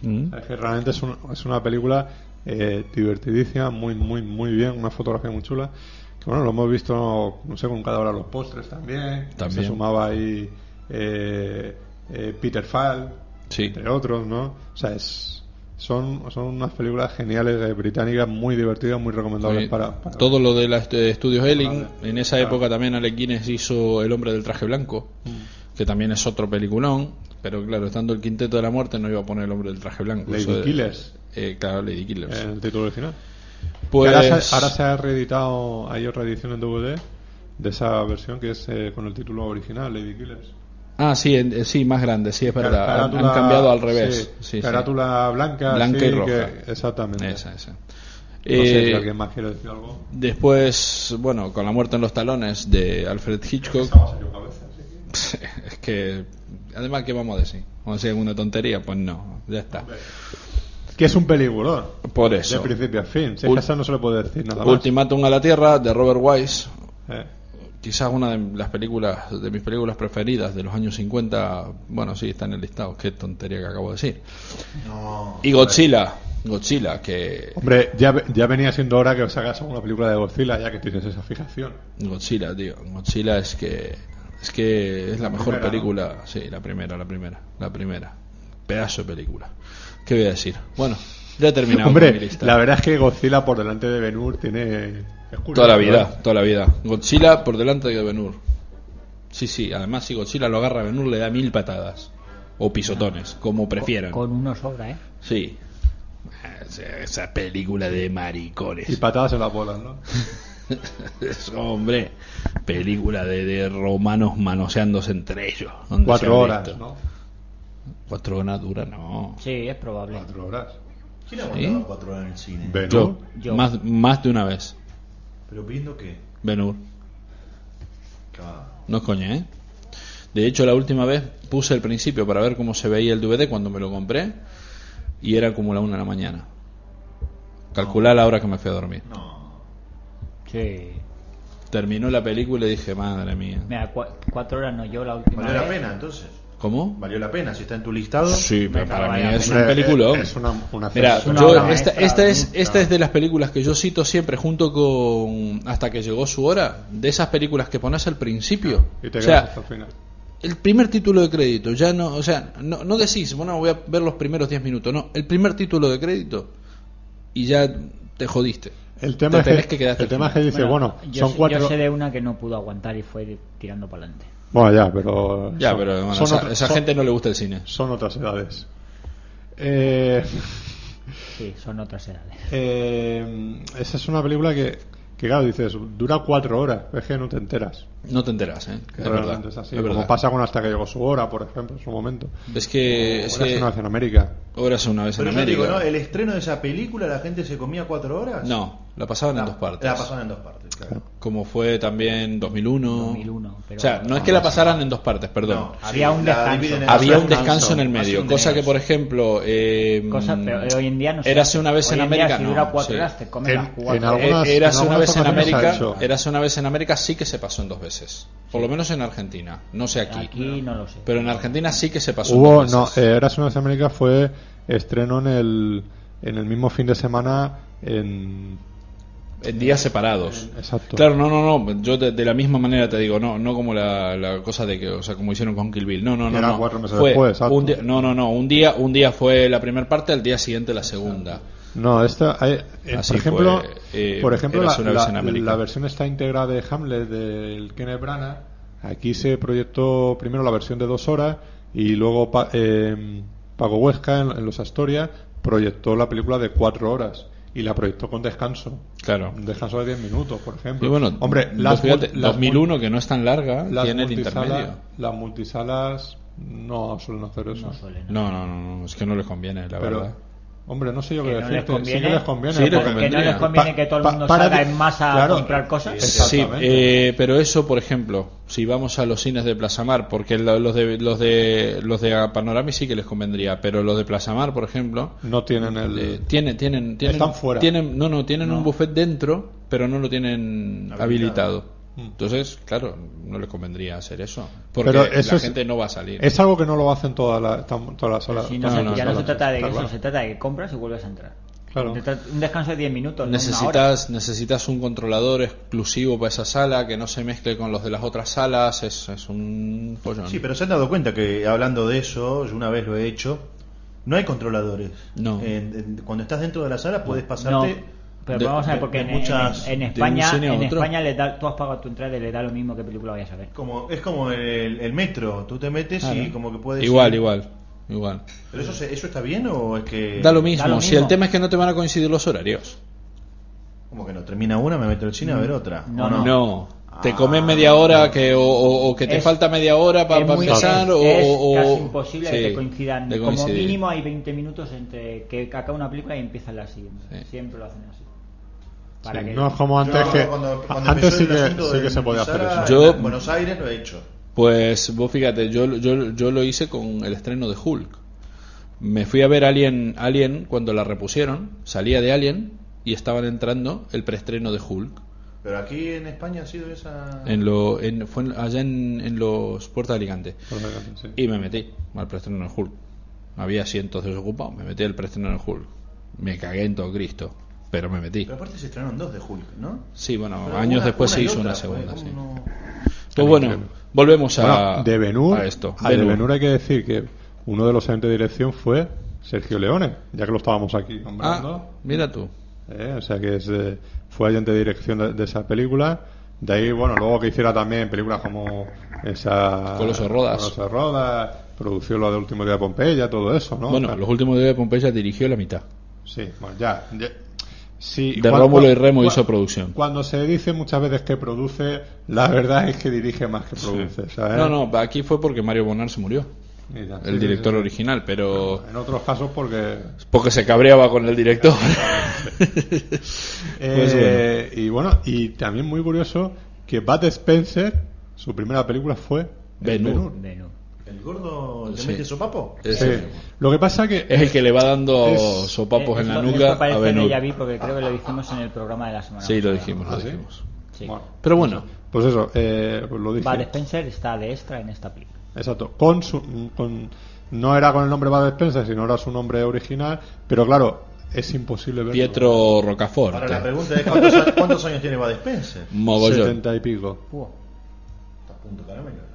Mm. Es que realmente es, un- es una película eh, divertidísima, muy, muy, muy bien, una fotografía muy chula. Que bueno, lo hemos visto, no sé, con cada hora los postres también. También. Se sumaba ahí eh, eh, Peter Fall, entre otros, ¿no? O sea, es, son, son unas películas geniales eh, británicas, muy divertidas, muy recomendables Sí, para, para- Eh, Todo lo de los estudios Elling. En esa época también Alec Guinness hizo El hombre del traje blanco, Mm. que también es otro peliculón. Pero claro, estando el Quinteto de la Muerte no iba a poner El hombre del traje blanco. Lady Eso de- Killers. eh, claro, Lady Killers. el título original. Pues- Que Ahora, se, ahora se ha reeditado, hay otra edición en DVD de esa versión que es eh, con el título original, Lady Killers. Ah, sí, en- eh, sí, más grande, sí, es verdad. Han- Han, Carátula- cambiado al revés. sí, Sí, sí. carátula blanca, Blanca sí, y roja. que- exactamente. Esa, esa. No sé si Eh, alguien más quiere decir algo. Después, bueno, con la muerte en los talones de Alfred Hitchcock. *laughs* es que, además, ¿qué vamos a decir? ¿Vamos a decir alguna tontería? Pues no, ya está. Que es un peliculón. Por eso. De principio a fin. Si es Ul- que eso no se le puede decir nada más. Ultimátum a la Tierra de Robert Wise. Eh. Quizás una de las películas, de mis películas preferidas de los años 50. Bueno, sí, está en el listado. Qué tontería que acabo de decir. No. Y Godzilla. Godzilla, que. Hombre, ya, ve- ya venía siendo hora que os hagas una película de Godzilla, ya que tienes esa fijación. Godzilla, tío. Godzilla es que. Es que es la, mejor primera, ¿no? película. Sí, la primera, la primera. La primera. Pedazo de película. ¿Qué voy a decir? Bueno, ya he terminado Hombre, con mi lista. la verdad es que Godzilla por delante de Benur tiene. es curioso, Toda la ¿eh? vida, toda la vida. Godzilla por delante de Benur. Sí, sí, además si Godzilla lo agarra a Benur le da mil patadas. O pisotones, como prefieran. Con uno sobra, ¿eh? Sí. Esa- Esa película de maricones. Y patadas en las bolas, ¿no? *laughs* Es, hombre, película de, de romanos manoseándose entre ellos. ¿Dónde se Cuatro ha horas, visto? ¿no? Cuatro horas dura, no. Sí, es probable. Cuatro horas. ¿Quién ha ¿Sí? aguantado cuatro horas en el cine? Ben Yo, Yo. Más, más de una vez. ¿Pero viendo qué? Benur. Claro. No es coña, ¿eh? De hecho, la última vez puse el principio para ver cómo se veía el DVD cuando me lo compré y era como la una de la mañana. Calculá la hora que me fui a dormir. Sí. Terminó la película y dije, madre mía. Mira, cua- cuatro horas no, yo la última. Valió la vez- pena, entonces. ¿Cómo? Valió la pena, si está en tu listado. Sí, pero para mí es un Eh, peliculón. eh, es una- una Mira, obra yo- maestra, esta, esta es, nunca. esta es de las películas que yo cito siempre junto con Hasta que llegó su hora, de esas películas que pones al principio. Y te o quedas sea, hasta el final. el primer título de crédito, ya no, o sea, no, no decís, bueno, voy a ver los primeros 10 minutos, no, el primer título de crédito y ya te jodiste. El tema Te es que- tenés quedar hasta el tema es que final. dice, bueno, yo son sé- cuatro- Yo sé de una que no pudo aguantar y fue tirando para adelante. Bueno, ya, pero. Ya, pero, bueno, esa- otra- esa gente no le gusta el cine. Son otras edades. Eh, Sí, son otras edades. eh, esa es una película que, que, claro, dices, dura cuatro horas, es que no te enteras. No te enteras, ¿eh? Que Es realmente verdad, es así, es como verdad. pasa con hasta que llegó su hora, por ejemplo, en su momento. Es que- es Horas que- una vez en América. Ahora es una vez Pero en yo América. digo, ¿no? El estreno de esa película, la gente se comía cuatro horas. No, la pasaban en dos partes. La pasaron en dos partes, claro. Como fue también 2001. 2001, pero- o sea, no es que la pasaran en dos partes, perdón. No, Había un la descanso. dividen en dos. Había un Hace un descanso en el descanso, medio, hace un cosa que descanso. por ejemplo eh, Cosa- pero hoy en día no sé. Érase una vez Hoy en en día América si no, dura cuatro sí. horas, te comes En- las cuatro. en algunas- Eh, Érase en una vez en ocasiones se ha América, hecho. érase una vez en América sí que se pasó en dos veces, por lo menos en Argentina, no sé aquí, Aquí no lo sé. pero en Argentina sí que se pasó. en Hubo, dos no, veces. eh, Eras una vez en América fue estreno en el, en el mismo fin de semana en. en días separados. Exacto. Claro, no, no, no. Yo de, de la misma manera te digo, no, no como la, la cosa de que, o sea, como hicieron con Kill Bill. No, no, Que no. era no. cuatro meses Fue después, exacto. un día- no, no, no. Un día, un día fue la primera parte, al día siguiente la segunda. No, esta, hay- eh, Así por ejemplo, Ah, fue, eh, por ejemplo la, Érase una vez la- en América. la versión está íntegra de Hamlet del Kenneth Branagh. Aquí se proyectó primero la versión de dos horas y luego pa- eh, Paco Huesca en, en los Astoria proyectó la película de cuatro horas y la proyectó con descanso. Claro. Un descanso de 10 minutos, por ejemplo. Y bueno, hombre, pues las, fíjate, mul- las 2001 que no es tan larga, mul- las tiene el multisalas- intermedio. Las multisalas no suelen hacer eso. No suelen. No, no, no, no, es que no les conviene, la Pero, verdad. hombre, no sé yo Que qué no les decirte. Sí conviene. que les conviene. Sí, les porque- Que no les convendría. conviene que todo el Pa- mundo pa- para salga ti- en masa claro. a comprar cosas. Sí, Exactamente. eh, pero eso, por ejemplo, si vamos a los cines de Plazamar, porque lo- los de los de los de Panorami sí que les convendría, pero los de Plazamar, por ejemplo, No tienen el. Eh, tienen, tienen, tienen, Están fuera. tienen- no, no, tienen un buffet dentro, pero no lo tienen habilitado. Habilitado. Mm. Entonces, claro, no les convendría hacer eso, porque Pero eso la es- gente no va a salir. Es algo que no lo hacen todas las tam- todas las salas. Si no, No, se- no, ya no, no se no, trata de está eso, claro. se trata de que compras y vuelves a entrar. Claro. Se trata- Un descanso de 10 minutos. no una hora. Necesitas, necesitas un controlador exclusivo para esa sala que no se mezcle con los de las otras salas. Es, es un follón. Sí, pero se han dado cuenta que hablando de eso, yo una vez lo he hecho, no hay controladores. No. En- en- cuando estás dentro de la sala puedes No, pasarte. pero de- vamos a de- ver, porque de en, muchas- en- en de un España, cine a en otro. España le da, tú has pagado tu entrada y le da lo mismo que película vayas a ver. Como, es como el, el metro, tú te metes y como que puedes. igual, ir- igual, igual. ¿Pero eso, se- eso está bien o es que.? Da lo mismo. Si Eh, mismo. el tema es que no te van a coincidir los horarios. Como que no termina una, me meto al cine a ver otra. No, ¿o no? No. Te Ah, comes media hora que, o, o- o que te Es- falta media hora para es muy- empezar. es- o, es o- casi imposible que sí, te coincidan. de Como coincidir. mínimo hay 20 minutos entre que acaba una película y empieza la siguiente. Sí. Siempre lo hacen así. Sí, que- no es como antes Yo que. cuando- cuando antes empezó sí el que, asunto sí que del se podía hacer Sara, eso. Yo- En Buenos Aires lo he hecho. Pues vos fíjate, yo, yo, yo lo hice con el estreno de Hulk. Me fui a ver Alien, Alien cuando la repusieron, salía de Alien y estaban entrando el preestreno de Hulk. Pero aquí en España ha sido esa. En lo, en, fue en- allá en, en los puertos de Alicante. Pues, sí. Y me metí al preestreno de Hulk. Había asientos desocupados, me metí al preestreno de Hulk. Me cagué en todo Cristo, pero me metí. Pero aparte se estrenaron dos de Hulk, ¿no? Sí, bueno, Pero años una- después una se y hizo otra, una pues, segunda. ¿cómo sí. no? Pues bueno, volvemos a, Bueno, de Benur, a esto. a de Benur. Benur hay que decir que uno de los agentes de dirección fue Sergio Leone, ya que lo estábamos aquí nombrando. Ah, mira tú. Eh, o sea que es, eh, fue agente de dirección de, de esa película. De ahí, bueno, luego que hiciera también películas como esa. Coloso Rodas. Coloso Rodas, produció lo del último día de Pompeya, todo eso, ¿no? Bueno, O sea, los últimos días de Pompeya dirigió la mitad. Sí, bueno, ya. ya. Sí, De cuan- Rómulo cuan- y Remo cuan- hizo producción. Cuando se dice muchas veces que produce, la verdad es que dirige más que produce, ¿sabes? No, no, aquí fue porque Mario Bonar se murió, Mira, sí, el sí, director sí. Ah, original, pero En otros casos porque... porque se cabreaba con el director. *laughs* Pues bueno. Eh, Y bueno, y también muy curioso que Bud Spencer, su primera película fue... Ben Hur. Ben Hur. Bueno, ¿El gordo le Sí. mete sopapo? *laughs* Es Sí. el- Lo que pasa que Es el que le va dando Es- sopapos Eh, en la esto- nuca esto parece a Benur. de Yavi porque creo que lo dijimos en el programa de la semana. Sí, lo pasada. dijimos, lo ¿Ah, sí? dijimos. Sí. Bueno, Pero bueno, pues eso, eh, pues lo dije. Bud Spencer está de extra en esta película. Exacto. Con su- con- no era con el nombre Bud Spencer, sino era su nombre original. Pero claro, es imposible verlo. Pietro Ahora la Rocaforte. pregunta es: ¿cuántos, *laughs* a- cuántos años tiene Bud Spencer? Mm. Mogollón. 70 y pico. Buah. Está a punto caramelo.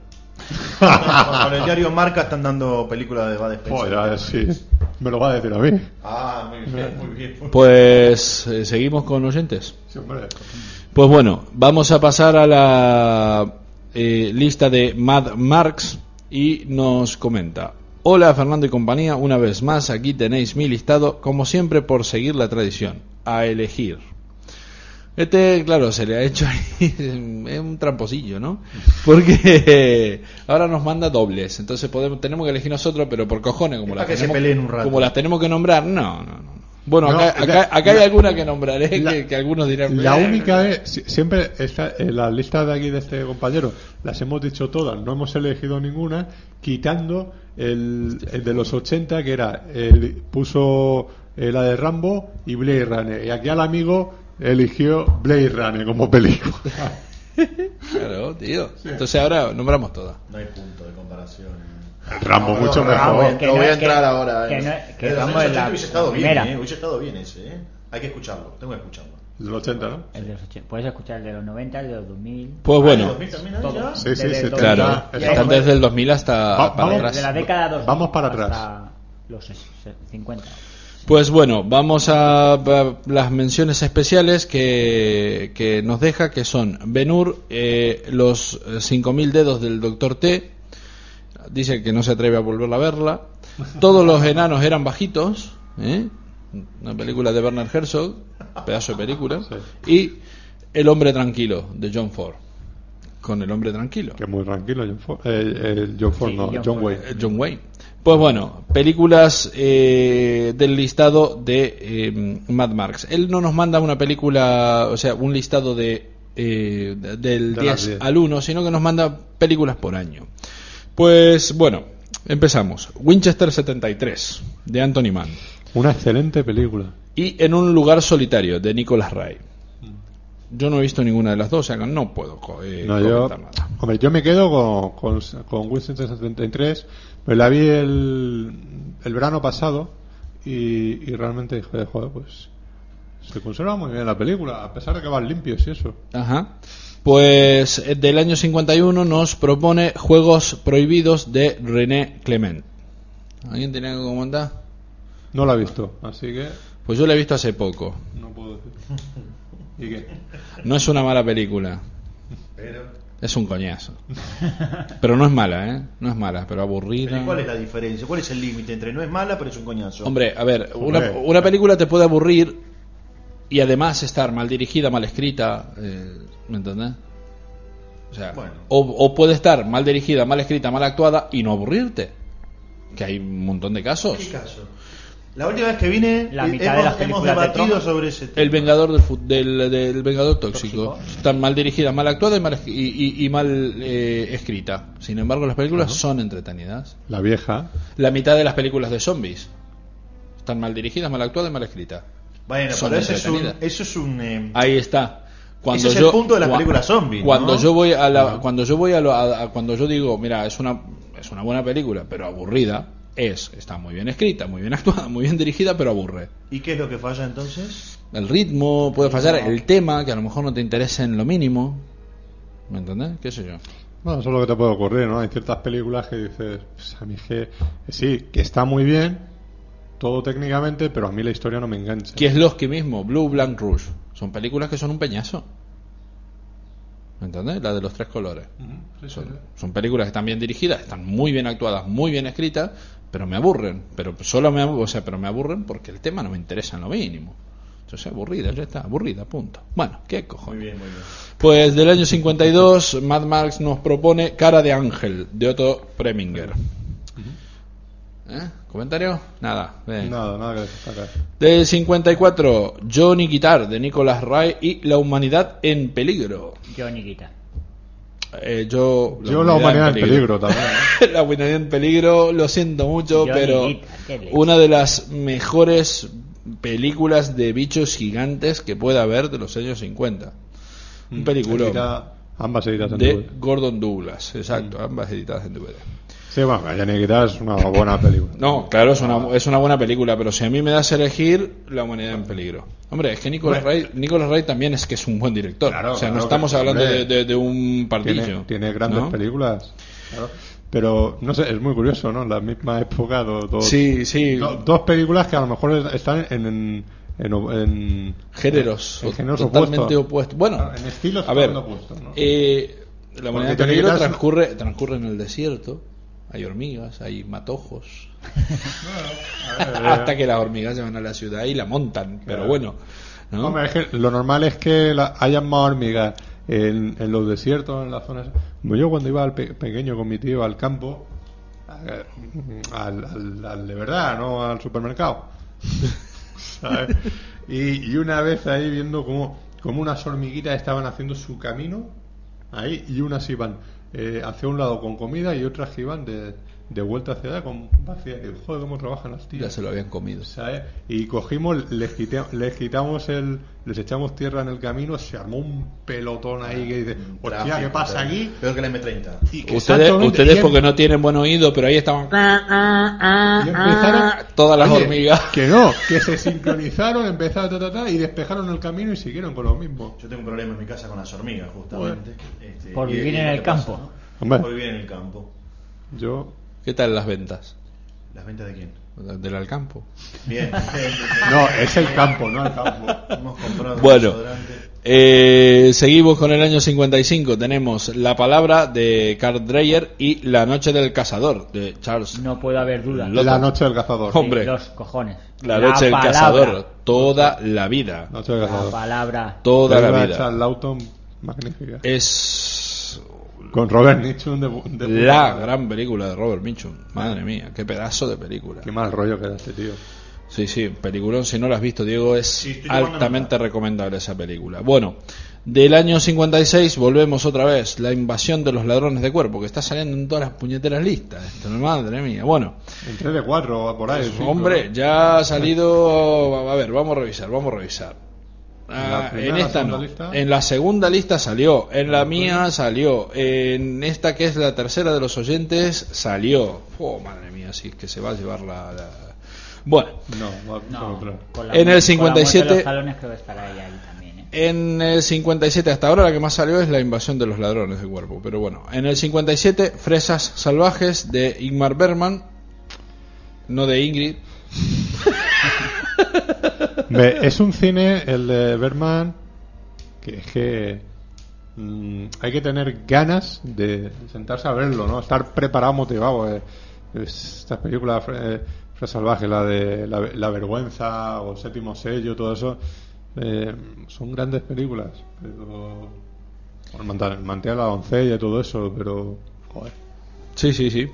Con con el diario Marca están dando películas de Bud Spencer. Joder, a ver si me lo va a decir a mí. Ah, muy bien, muy bien. muy bien. Pues eh, seguimos con oyentes. Sí, hombre. Pues bueno, vamos a pasar a la eh, lista de Mad Marx y nos comenta. Hola Fernando y compañía, una vez más aquí tenéis mi listado, como siempre por seguir la tradición, a elegir. Este, claro, se le ha hecho ahí, *laughs* es un tramposillo, ¿no? Porque *laughs* ahora nos manda dobles, entonces podemos, tenemos que elegir nosotros, pero por cojones, como, Es las para que se tenemos, peleen un rato. como las tenemos que nombrar, no, no, no. Bueno, No, acá, es acá- la- acá hay la- alguna que nombraré la- que, que algunos dirán. La "Eh, única es, si- siempre está, en la lista de aquí de este compañero, las hemos dicho todas, no hemos elegido ninguna, quitando el, el de los 80 que era, el, puso eh, la de Rambo y Blade Runner. Y aquí al amigo eligió Blade Runner como película. Claro, tío. Entonces ahora nombramos todas. No hay punto de comparación. Rambo No, mucho no, Rambo, mejor. eh, Ah, Que lo no, voy a que- entrar ahora. eh. que no- que El de los Rambo es 80 la hubiese estado bien, primera. eh, hubiese estado bien ese. eh. Hay que escucharlo, tengo que escucharlo. El de los 80, ¿no? El de los 80. Puedes escuchar el de los 90, el de los 2000. Pues Ah, ¿el bueno, 2000 también, eh, ya? Sí, sí, Desde el 70. claro. Ya, Están ya. desde el 2000 hasta Va- para vamos- atrás. De la década 2000 Vamos para hasta atrás. Los 50. Pues bueno, vamos a, a las menciones especiales que, que nos deja, que son Benur, eh, los eh, 5.000 dedos del Doctor T, dice que no se atreve a volverla a verla, todos los enanos eran bajitos, ¿eh? una película de Bernard Herzog, pedazo de película, y El hombre tranquilo, de John Ford, con El hombre tranquilo. Que muy tranquilo, John Ford. Eh, eh, John Ford, Sí, no, John John, Ford. Wayne. Eh, John Wayne. Pues bueno, películas eh, del listado de eh, Mad Marx. Él no nos manda una película, o sea, un listado de eh, de- del De las 10 diez. al 1, sino que nos manda películas por año. Pues bueno, empezamos. Winchester 73, de Anthony Mann. Una excelente película. Y En un lugar solitario, de Nicholas Ray. Yo no he visto ninguna de las dos, o sea, que no puedo co- eh, Mm. No, yo, comentar nada. hombre, yo me quedo con, con, con Wilson 73. Me la vi el, el verano pasado y, y realmente dije, joder, pues se conserva muy bien la película, a pesar de que van limpios y eso. Ajá. Pues eh, del año 51 nos propone Juegos Prohibidos de René Clement. ¿Alguien tenía que comentar? No la he visto, así que Pues yo la he visto hace poco. no puedo decir. ¿Y qué? No es una mala película, Pero, es *laughs* un coñazo. Pero no es mala, ¿eh? No es mala, pero aburrida. ¿pero ¿Cuál es la diferencia? ¿Cuál es el límite entre no es mala, pero es un coñazo? Hombre, a ver, una, Hombre. una película te puede aburrir y además estar mal dirigida, mal escrita, eh, ¿me entendés? O sea, Bueno. o, o puede estar mal dirigida, mal escrita, mal actuada y no aburrirte. Que hay un montón de casos. ¿Qué caso? La última vez que vine, La eh, mitad de hemos, las hemos películas de debatido Trump. sobre ese tema. El Vengador del, fu- del, del Vengador Tóxico. Tóxico. Están mal dirigida, mal actuada y mal, es- y, y- y mal eh, escrita. Sin embargo, las películas son entretenidas. La vieja. La mitad de las películas de zombies están mal dirigidas, mal actuadas y mal escritas. Bueno, Son Ah. pero eso es un. entretenidas. Eso es un eh, Ahí está. Cuando Ese es yo, el punto de las cua- películas zombies, ¿no? Cuando yo voy a la, cuando yo voy a, lo- a- a- cuando yo digo, mira, es una es una buena película, pero aburrida, es está muy bien escrita, muy bien *laughs* actuada, muy bien dirigida, pero aburre. ¿Y qué es lo que falla entonces? El ritmo puede fallar, el tema que a lo mejor no te interesa en lo mínimo. ¿Me entendés? ¿Qué sé yo? Bueno, eso es lo que te puede ocurrir, ¿no? Hay ciertas películas que dices, pues, a mí es que que sí, que está muy bien, todo técnicamente, pero a mí la historia no me engancha. Kieslowski mismo, Blue, Blanc, Rouge, son películas que son un peñazo. ¿Me entendés? La de los tres colores. Son, son películas que están bien dirigidas, están muy bien actuadas, muy bien escritas, pero me aburren. Pero solo me, abu- o sea, pero me aburren porque el tema no me interesa en lo mínimo. Entonces, aburrida, ya está, aburrida, punto. Bueno, ¿qué cojones? Muy bien, muy bien. Pues del año 52, Mad Max nos propone Cara de Ángel, de Otto Preminger. ¿Eh? ¿Comentario? Nada. bien. Nada, nada que destacar. Del 54, Johnny Guitar, de Nicholas Ray y La humanidad en peligro. Johnny Guitar. eh, yo. Yo la humanidad en peligro también. ¿eh? la humanidad en peligro, lo siento mucho, Yo pero ni grita, qué leche. una de las mejores películas de bichos gigantes que pueda haber de los años 50. *laughs* Un peliculón Mm, Edita- Mm. ambas editadas en de DVD. Gordon Douglas, exacto, ambas editadas en DVD. Sí, bueno, Galliana y Guitar es una buena película. No, claro, es una, es una buena película, pero si a mí me das a elegir, La humanidad en peligro. Hombre, es que Nicolas Ray, Nicolas Ray también es que es un buen director. Claro, o sea, no claro, estamos pero, hablando hombre, de, de- de *laughs* un Tiene- partido. Tiene, grandes películas. Pero, no sé, es muy curioso, ¿no? La misma época, do- do- Sí, sí. do- dos películas que a lo mejor es- están en... en, en, en- Géneros, en géneros totalmente opuestos. opuestos. Bueno, Ah, en estilos a ver, totalmente opuestos, ¿no? eh, La humanidad en Porque peligro Nicolas- transcurre, transcurre en el desierto. Hay hormigas, hay matojos. *laughs* Hasta que las hormigas se van a la ciudad y la montan, pero Claro. bueno. ¿no? Hombre, es que lo normal es que la- hayan más hormigas en, en los desiertos, en las zonas. Como Yo cuando iba al pe- pequeño con mi tío al campo, eh, al, al- al de verdad, no al supermercado. *laughs* ¿sabes? Y, y una vez ahí viendo como, como unas hormiguitas estaban haciendo su camino, ahí, y unas iban eh, hacia un lado con comida y otras que iban de, de vuelta hacia allá con vacías. Digo, joder, cómo trabajan las tías. Ya se lo habían comido. ¿sabes? Y cogimos, les, quita- les quitamos el. Les echamos tierra en el camino, se armó un pelotón ahí que dice: Hostia, ¿qué ¿eh? pasa aquí? Peor que la M30. Y que Ustedes, exactamente- ustedes y em- porque no tienen buen oído, pero ahí estaban y empezaron- todas las Oye, hormigas. Que no, que se sincronizaron, empezaron ta, ta, ta, y despejaron el camino y siguieron con lo mismo. Yo tengo un problema en mi casa con las hormigas, justamente. Este, Por y- vivir y en lo el que campo. pasa, ¿no? Hombre. Por vivir en el campo. Yo. ¿Qué tal las ventas? ¿Las ventas de quién? Del Alcampo. Bien. No, es el campo, *laughs* no el campo. Hemos comprado Bueno, desodorante. eh, seguimos con el año 55. Tenemos La Palabra de Carl Dreyer y La Noche del Cazador de Charles. No puede haber duda. Loco. La noche del cazador. Jo- hombre. Los cojones. La Noche del palabra. Cazador. Toda la vida. Noche del La cazador. palabra. Toda la Película de vida. Eh, Charles Lawton, magnífica. Es Con Robert Nixon de, de la gran película de Robert Mitchum. Madre mía, qué pedazo de película. Qué mal rollo que da este tío. Sí, sí, peliculón. Si no la has visto, Diego, es Sí, estoy tomando altamente recomendable esa película. Bueno, del año 56 volvemos otra vez. La invasión de los ladrones de cuerpo, que está saliendo en todas las puñeteras listas. Esto, madre mía. Bueno, En 3 de 4, por ahí. cinco, hombre, ¿no? ya ha salido. A ver, vamos a revisar, vamos a revisar. la Ah, primera, en la esta segunda no. lista? En la segunda lista salió. En la mía salió. En esta que es la tercera de los oyentes salió. Oh, madre mía, si es que se va a llevar la. la- Bueno. No, va- No, otra. con la mu- con la En el muerte de 57 los jalones creo que estará ella ahí también. ¿eh? En el 57 hasta ahora la que más salió es la invasión de los ladrones de cuerpo, pero bueno, en el 57 Fresas salvajes de Ingmar Bergman, no de Ingrid. Me- es un cine, el de Berman, que es que mm, hay que tener ganas de, de sentarse a verlo, ¿no? Estar preparado, motivado. eh. Es- Estas películas, eh, Fred Salvaje, la de la, La Vergüenza o Séptimo Sello, todo eso, eh, son grandes películas. Pero, bueno, Mant- Mantea la doncella y todo eso, pero joder, Sí, sí, sí.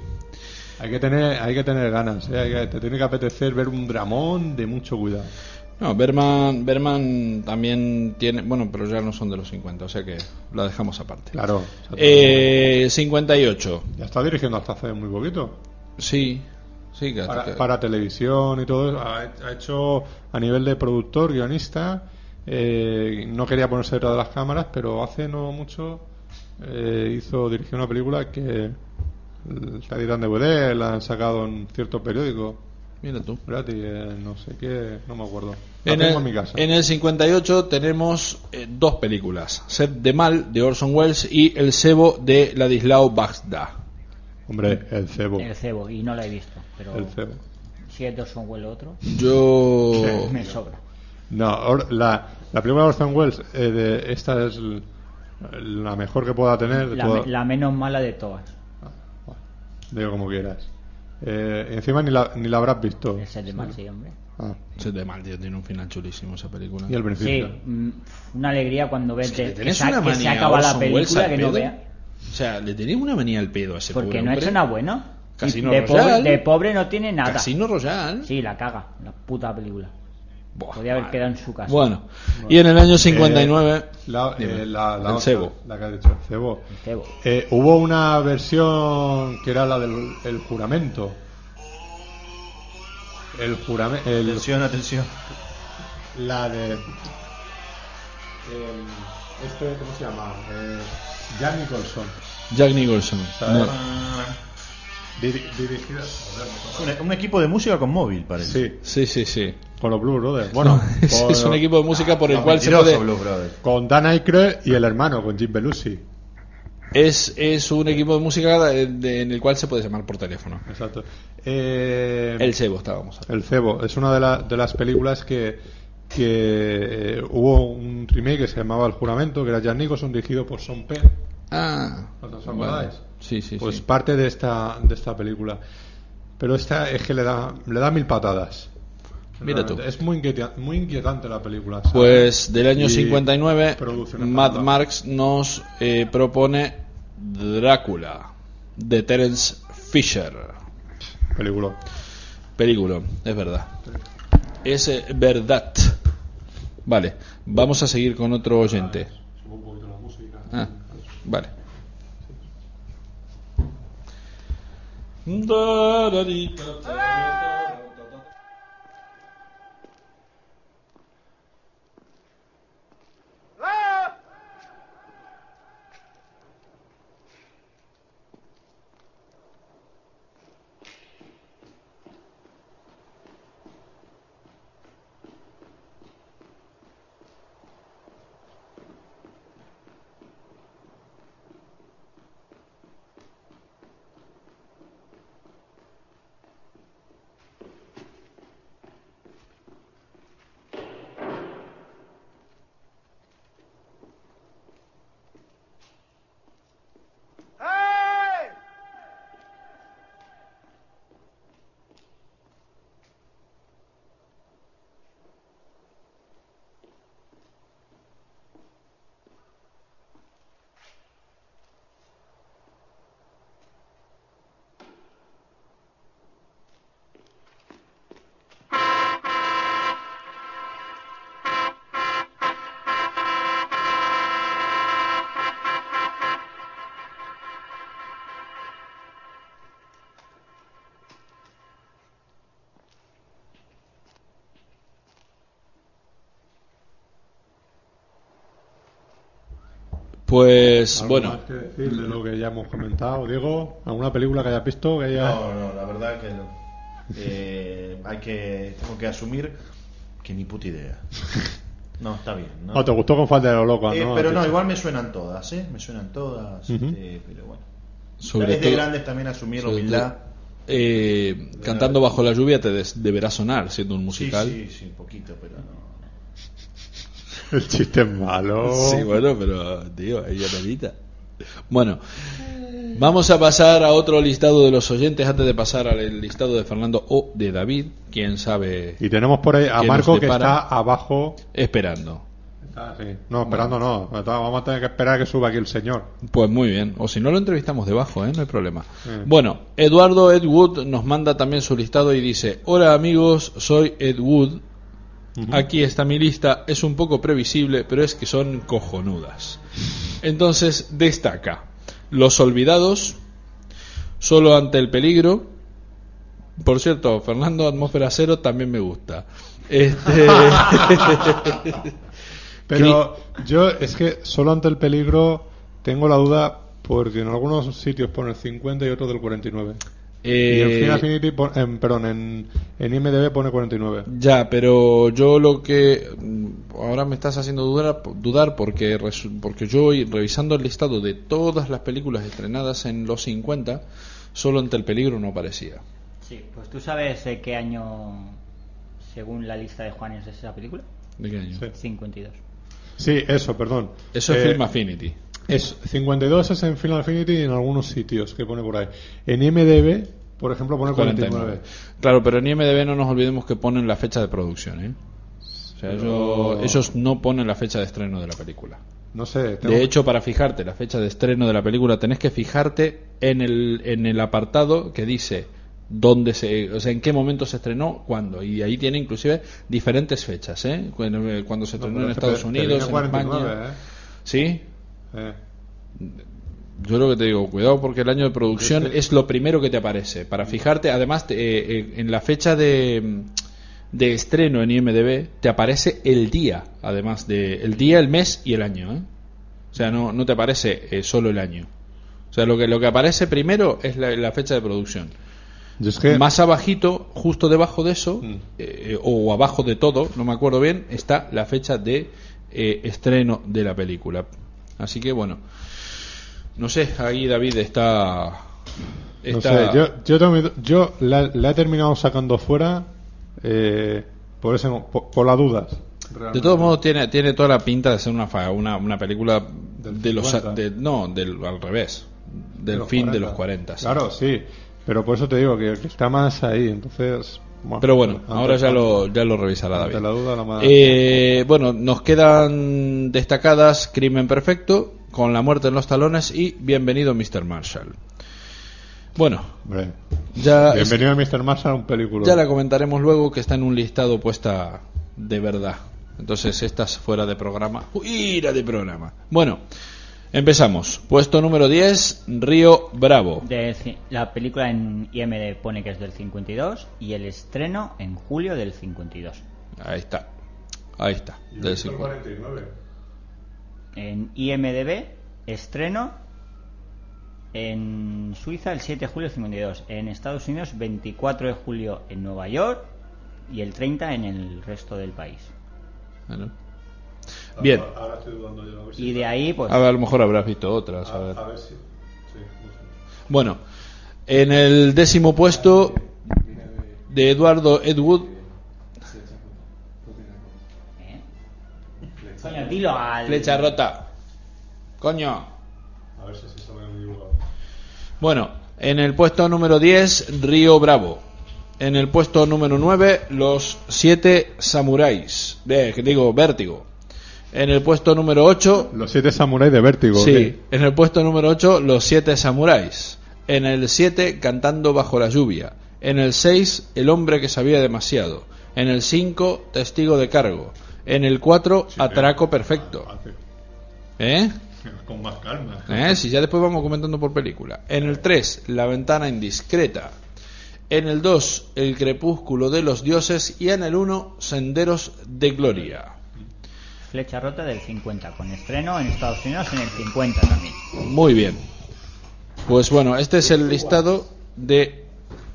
hay que tener, hay que tener ganas. eh, hay que- te tiene que apetecer ver un dramón de mucho cuidado. No, Bergman, Bergman también tiene, bueno, pero ya no son de los 50, o sea que la dejamos aparte. Claro. Eh, 58. Ya está dirigiendo hasta hace muy poquito. Sí. Sí, que- que- Para, para televisión y todo eso. Ha, ha hecho a nivel de productor, guionista. eh, no quería ponerse detrás de las cámaras, pero hace no mucho eh, hizo dirigió una película que está editada en DVD, la han sacado en cierto periódico. mira tú. Gratis, eh, no sé qué, no me acuerdo. La En tengo el, en mi casa. en el 58 tenemos eh, dos películas, Set de Mal de Orson Welles y El Cebo de Ladislao Bagda. Hombre, el Oh. cebo. El cebo, y no la he visto. Pero El cebo. si es dos o el otro, Oh. Yo... me sobra. No, ahora- la, la película de Orson Welles, eh, de- esta es l- la mejor que pueda tener. de La, toda- me- la menos mala de todas. Digo como quieras. Eh, encima ni la, ni la habrás visto. Es el de mal, sí, hombre. Ah, Set de Mal, tío, tiene un final chulísimo esa película. y al Sí, principio. mm, una alegría cuando ves Es que le de- que, tenés se, ha- una que se manía a acaba la Orson Welles película al que no pedo. vea. O sea, le tenía una manía al pedo a ese Porque pobre no ha hombre. hecho nada bueno. Casino de, Royale. pobre, de pobre no tiene nada. Casino Royale. Sí, la caga, la puta película. Podía haber quedado en su casa. Bueno, y en el año 59. Eh, la, Dime. eh, la- la El otra, cebo. la que has dicho, el cebo. Eh, hubo una versión que era la del el juramento. El juramento. Atención, atención. La de. eh, este, ¿Cómo se llama? Eh, Jack Nicholson. Jack Nicholson. ¿sabes? No. Ah. Diri- dirigida. joder, Un, un equipo de música con móvil, Sí. parece. Sí, sí, sí. Con los Blue Brothers. *laughs* Bueno, Ah, es, con- es un equipo de música por el Los cual se mentirosos puede. Blue Con Dan Aykroyd y el hermano, con Jim Belushi. Es, es un equipo de música eh, de- en el cual se puede llamar por teléfono. Exacto. Eh, El cebo estábamos. El Cebo es una de, la- de las películas que, que eh, hubo un remake que se llamaba El Juramento, que era Jack Nicholson, dirigido por Sean Penn. Ah, ¿Os vale. acordáis? Sí, sí, Pues sí. parte de esta, de esta película. Pero esta es que le da, le da mil patadas. Mira tú. Realmente, Es muy, inquieta- muy inquietante la película. ¿sabes? Pues del año ¿eh? Y 59, produce una Matt panda. Marx nos eh, propone Drácula de Terence Fisher. Película. Película, es verdad. Es eh, verdad. Vale, vamos a seguir con otro oyente. Ah, Subo un poquito la música. Ah, vale. Hola, Pues ¿Algo bueno, más que decir de lo que ya hemos comentado, Diego? ¿Alguna película que hayas visto? Que haya... No, no, la verdad que no. Eh, hay que tengo que asumir que ni puta idea. No, está bien. No, Ah, te gustó con falta de lo loco, Eh, ¿no? pero Has no, dicho. igual me suenan todas, ¿eh? Me suenan todas. Ujú. este, pero bueno. Sobre es de todo- grandes también asumir la sobre humildad. todo, eh, cantando bajo la lluvia te des- deberá sonar siendo un Sí, musical. sí, sí, poquito, pero no. El chiste es malo. Sí, bueno, pero, tío, ella medita. Bueno, vamos a pasar a otro listado de los oyentes antes de pasar al listado de Fernando o de David, quién sabe. Y tenemos por ahí a qué nos Marco que depara está abajo. Esperando. Está, sí. No, esperando no. Vamos a tener que esperar a que suba aquí el señor. Pues muy bien, o si no lo entrevistamos debajo, ¿eh? no hay problema. Mm. Bueno, Eduardo Ed Wood nos manda también su listado y dice, hola amigos, soy Ed Wood, aquí está mi lista, es un poco previsible, pero es que son cojonudas. Entonces destaca, Los Olvidados, Solo ante el peligro, por cierto, Fernando Atmósfera Cero también me gusta. *laughs* Este... Pero yo es que solo ante el peligro tengo la duda porque en algunos sitios pone el 50 y otros del 49. Y en Eh, Film Affinity pon- en, perdón, en, en IMDB pone 49. Ya, pero yo lo que mm, ahora me estás haciendo dudar, dudar porque resu- porque yo hoy, revisando el listado de todas las películas estrenadas en los 50, solo ante el peligro no aparecía. Sí, pues tú sabes eh, qué año, según la lista de Juanes, es esa película. ¿De qué año? 52. Sí, eso, perdón. Eso es Eh, Film Affinity. Es 52 es en Final Affinity y en algunos sitios que pone por ahí. En IMDB, por ejemplo, pone 49. Claro, pero en IMDb no nos olvidemos que ponen la fecha de producción, ¿eh? O sea, ellos, Pero- ellos no ponen la fecha de estreno de la película. No sé. tengo- De hecho, para fijarte la fecha de estreno de la película, tenés que fijarte en el, en el apartado que dice dónde se, o sea, en qué momento se estrenó, cuándo. Y ahí tiene inclusive diferentes fechas, ¿eh? Cuando, eh, cuando se No, estrenó pero en es que Estados te- Unidos, termina en España. 49, ¿eh? Sí, Eh, yo lo que te digo, cuidado porque el año de producción Este- es lo primero que te aparece. Para fijarte, además, te- eh, eh, en la fecha de, de estreno en IMDB te aparece el día, además de el día, el mes y el año. ¿eh? O sea, no, no te aparece eh, solo el año. O sea, lo que, lo que aparece primero es la, la fecha de producción. Yo es que Mm. Más abajito, justo debajo de eso, eh, o abajo de todo, no me acuerdo bien, está la fecha de eh, estreno de la película. Así que bueno, no sé, ahí David está... No está- sé, yo, yo, tengo mi- yo la, la he terminado sacando fuera eh, por, ese, mo- por, por las dudas. De todos modos, tiene, tiene toda la pinta de ser una, fa- una, una película de los... 50. de- no, del, al revés, del los fin de los 40. sí. Claro, sí. Pero por eso te digo que, que está más ahí. Entonces. Pero bueno, ante- ahora ya lo, ya lo revisará ante David. la duda, la madre. Eh, bueno, nos quedan destacadas Crimen Perfecto, Con la muerte en los talones y Bienvenido Mr. Marshall. Bueno, Hombre. ya, Bienvenido a Mr. Marshall, un película. ya la comentaremos luego que está en un listado puesta de verdad. Entonces, estas fuera de programa. Fuera de programa. Bueno, empezamos. Puesto número 10, Río Bravo. De ci- la película en IMD pone que es del 52 y el estreno en julio del 52. Ahí está. Ahí está. Del 50. En IMDB, estreno en Suiza el 7 de julio del 52, en Estados Unidos 24 de julio en Nueva York y el 30 en el resto del país. Bueno. Ah, Bien. Ahora estoy dudando yo. A ver Y de ahí, pues... A, ver, a lo mejor habrás visto otras. A ver. A ver si. sí, no sé. Bueno, en el décimo puesto de Eduardo Ed Wood. Coño, dilo al... Flecha rota. Coño. A ver si se sabe un dibujo. Bueno, en el puesto número 10, Río Bravo. En el puesto número 9, Los Siete Samuráis. Eh, que digo, Vértigo. En el puesto número 8, Los siete samuráis de vértigo. Sí, en el puesto número 8, Los Siete Samuráis. En el 7, Cantando Bajo la Lluvia. En el 6, El Hombre que Sabía Demasiado. En el 5, Testigo de Cargo. En el 4, eh. Atraco Perfecto. Ah, ¿Eh? *laughs* Con más calma. *laughs* ¿Eh? Si ya después vamos comentando por película. En el 3, La Ventana Indiscreta. En el 2, El Crepúsculo de los Dioses. Y en el 1, Senderos de Gloria. Flecha rota del 50, con estreno en Estados Unidos en el 50 también. Muy bien. Pues bueno, este es el listado de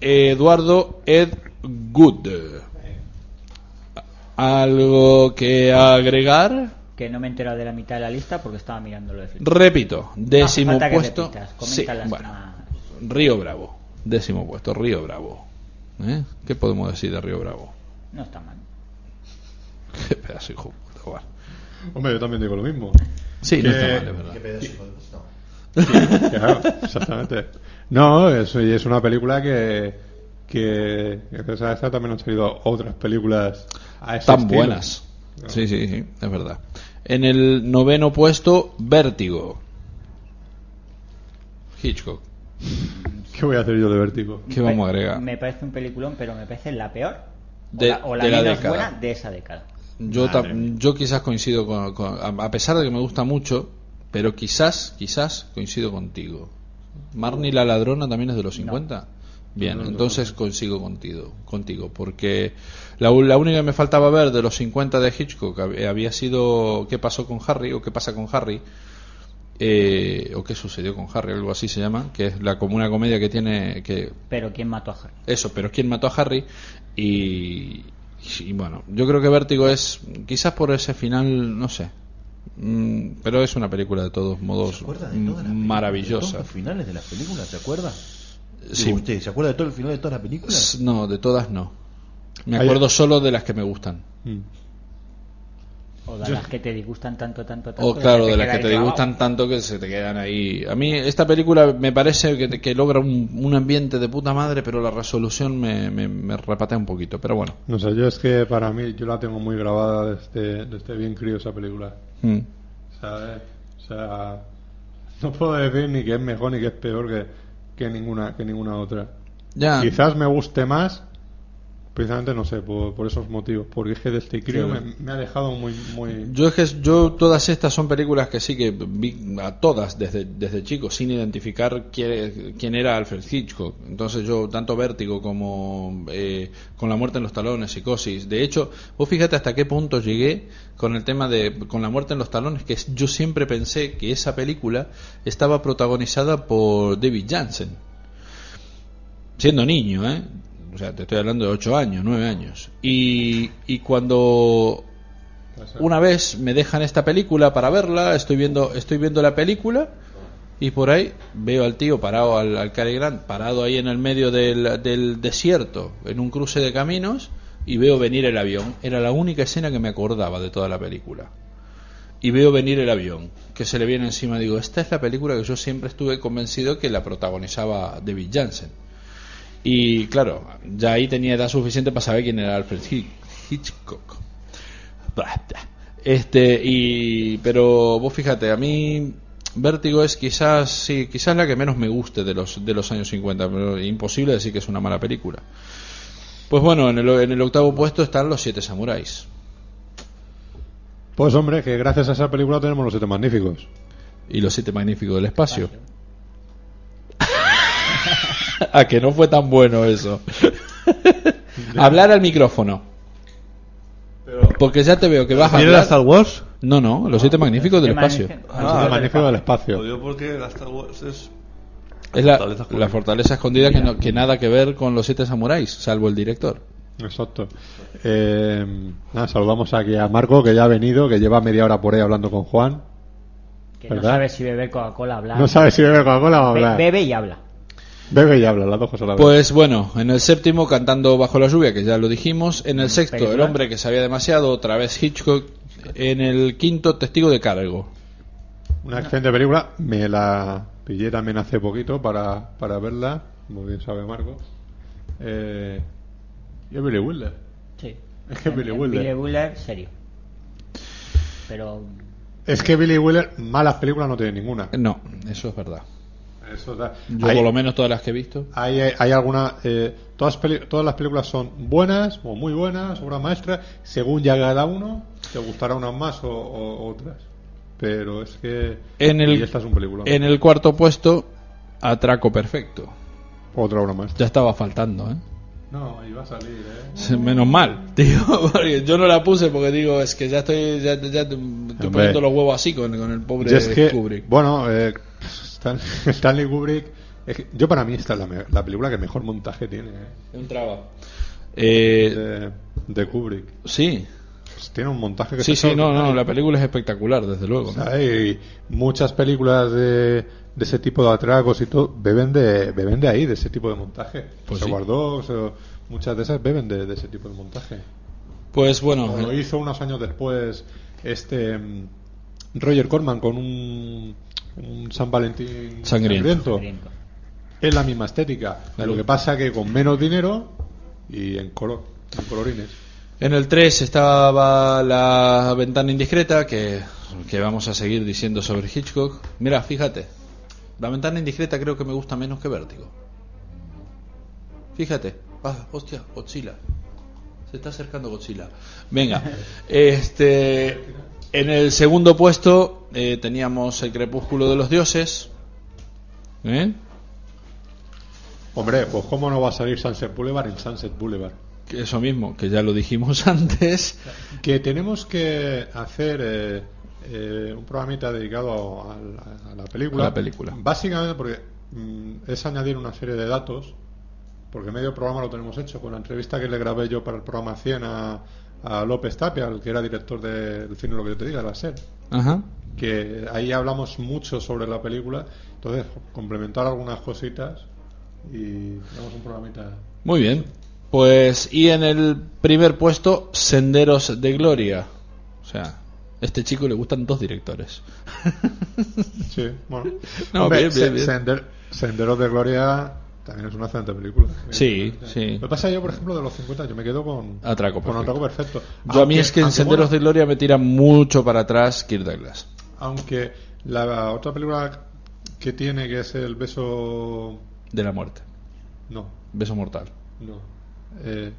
Eduardo Ed Good. ¿Algo que agregar? Que no me he enterado de la mitad de la lista porque estaba mirando lo de Flecha. Repito, décimo No hace falta que puesto. repitas, Sí, comenta las bueno, más. Río Bravo. Décimo puesto, Río Bravo. ¿Eh? ¿Qué podemos decir de Río Bravo? *laughs* No está mal. Qué pedazo, hijo de puta, vale. Hombre, yo también digo lo *laughs* mismo. Sí, no Que- está mal, es verdad. Qué pedazo, hijo de puta. Claro, exactamente. No, es, y es una película que, que gracias a esta también han salido otras películas a ese Tan estilo. buenas. Sí, sí, sí, es verdad. En el noveno puesto, Vértigo. Hitchcock. ¿Qué voy a hacer yo de vértigo? ¿Qué vamos a agregar? Me parece un peliculón, pero me parece la peor o De- la- o la, de la menos década. buena de esa década. Yo, tam- yo quizás coincido con, con- A a pesar de que me gusta mucho, pero quizás, quizás coincido contigo. Marnie la ladrona también es de los 50. Bien, entonces consigo contigo, contigo, porque la, u- la única que me faltaba ver de los 50 de Hitchcock hab- eh, había sido qué pasó con Harry o qué pasa con Harry eh, o qué sucedió con Harry, algo así se llama, que es la como una comedia que tiene que Pero ¿quién mató a Harry? eso, pero quién mató a Harry y, y bueno, yo creo que Vértigo es quizás por ese final, no sé. Mm, Pero es una película de todos modos ¿Se acuerda de mm, todas las películas, De maravillosa. todos los finales de las películas, ¿se acuerda? Sí. Digo, usted, ¿se acuerda de todo el final de todas las películas? S- No, de todas no. Me Hay- acuerdo solo de las que me gustan. Mm. O de Yo- las que te disgustan tanto, tanto, tanto. O claro, que de te las que quedáis te clavado. disgustan tanto que se te quedan ahí. A mí esta película me parece que, que logra un, un ambiente de puta madre, pero la resolución me, me, me repatea un poquito. Pero bueno. No sé, yo es que para mí, yo la tengo muy grabada desde, desde este bien crío esa película. Mm. ¿Sabes? O sea, no puedo decir ni que es mejor ni que es peor que, que ninguna que ninguna otra. Ya. Quizás me guste más, precisamente no sé, por, por esos motivos, porque es que desde este crío Claro. me, me ha dejado muy... muy... Yo es que yo todas estas son películas que sí que vi a todas desde, desde chico sin identificar quién, quién era Alfred Hitchcock. Entonces yo tanto Vértigo como eh, con la muerte en los talones, Psicosis. De hecho, vos fíjate hasta qué punto llegué con el tema de con la muerte en los talones, que es- yo siempre pensé que esa película estaba protagonizada por David Jansen siendo niño, ¿eh? O sea, te estoy hablando de 8 años, 9 años. Y, y cuando una vez me dejan esta película para verla, estoy viendo, estoy viendo la película y por ahí veo al tío parado, al, al Cary Grant, parado ahí en el medio del, del desierto, en un cruce de caminos, y veo venir el avión. Era la única escena que me acordaba de toda la película. Y veo venir el avión, que se le viene encima. Digo, esta es la película que yo siempre estuve convencido que la protagonizaba David Jansen. Y claro, ya ahí tenía edad suficiente para saber quién era Alfred Hitch- Hitchcock. Bla, bla. *laughs* Este, y, pero vos fíjate, a mí Vértigo es quizás, sí, quizás la que menos me guste de los, de los años 50, pero imposible decir que es una mala película. Pues bueno, en el, en el octavo puesto están los siete samuráis. Pues hombre, que gracias a esa película tenemos los siete magníficos. Y los siete magníficos del espacio. *laughs* a que no fue tan bueno eso. *laughs* Hablar al micrófono. Porque ya te veo que vas a ¿Viene hablar. la Star Wars? Ah, No, no, los siete magníficos del Siete espacio. magníficos. Ah, los siete magníficos del espacio. Lo digo porque la Star Wars es. Es la, la fortaleza escondida que, no- que nada que ver con los siete samuráis, salvo el director. Exacto. Eh, nada, saludamos aquí a Marco, que ya ha venido, que lleva media hora por ahí hablando con Juan. Que no ¿Verdad? sabes si beber Coca-Cola habla. No sabe si bebe Coca-Cola o Be- hablar. Bebe y habla. Bebe y habla, las dos cosas a la vez. Pues bueno, en el séptimo, Cantando bajo la lluvia, que ya lo dijimos. En el sexto, El Película. hombre que sabía demasiado, otra vez Hitchcock. En el quinto, Testigo de cargo. Una excelente película. Me la pillé también hace poquito para, para verla, como bien sabe Marco. Eh, y es Billy Wilder. Sí. Es que *laughs* Billy Wilder. Billy Wilder, serio. Pero Es que Billy Wilder, malas películas no tiene ninguna. No, eso es verdad. Eso da- Yo, Hay- por lo menos, todas las que he visto. Hay, hay alguna. eh, todas, peli- todas las películas son buenas o muy buenas, obras maestras. Según ya cada uno, te gustará unas más o, o otras. Pero es que. En el, y esta es un película. en el cuarto puesto, Atraco Perfecto. Otra obra más. Ya estaba faltando, ¿eh? No, iba a salir, ¿eh? Sí, Menos mal, *laughs* tío. porque yo no la puse porque digo, es que ya estoy, ya, ya te- estoy poniendo los huevos así con, con el pobre Yo es que, Kubrick. Bueno, eh, Stan- *laughs* Stanley Kubrick. es que yo para mí esta es la, me- la película que mejor montaje tiene. ¿eh? Un traba. Eh, de, de Kubrick. Pues Sí. Tiene un montaje que Sí, está sí, no, extraordinario. no, la película es espectacular, desde luego. O ¿no? sea, Pues hay muchas películas de, de ese tipo de atracos y todo beben de, beben de ahí, de ese tipo de montaje. Pues se sí. guardó, o sea, muchas de esas beben de, de ese tipo de montaje. Pues bueno, Como lo hizo unos años después este mm, Roger Corman con un, un San Valentín Sangriento. Es la misma estética. Lo que pasa que con menos dinero y en color, en colorines. En el 3 estaba la ventana indiscreta, que, que vamos a seguir diciendo sobre Hitchcock. Mira, fíjate, la ventana indiscreta creo que me gusta menos que Vértigo. Fíjate, ah, hostia, Godzilla. Se está acercando Godzilla. Venga, este, en el segundo puesto eh, teníamos el crepúsculo de los dioses. ¿Eh? Hombre, pues cómo no va a salir Sunset Boulevard en Sunset Boulevard. Que Eso mismo, que ya lo dijimos *laughs* antes. Que tenemos que hacer eh, eh, un programita dedicado a la, a la película. A la película. Básicamente porque mm, es añadir una serie de datos, porque medio programa lo tenemos hecho con la entrevista que le grabé yo para el programa 100 a, a López Tapia, el que era director de- del cine, lo que yo te diga, de la SER. Ajá. Que ahí hablamos mucho sobre la película, entonces complementar algunas cositas y tenemos un programita. Muy bien. Pues, y en el primer puesto, Senderos de Gloria. O sea, a este chico le gustan dos directores. Sí, bueno. *laughs* No, Hombre, bien, bien, Sen- bien. Sender- Senderos de Gloria también es una excelente película. Sí, sí. Lo que pasa yo, por ejemplo, de los 50, yo me quedo con Atraco con Perfecto. Atraco Perfecto. Yo a mí es que en aunque, Senderos bueno, de Gloria me tira mucho para atrás Kirk Douglas. Aunque la otra película que tiene, que es El beso De la muerte. No. Beso mortal. No. Eh,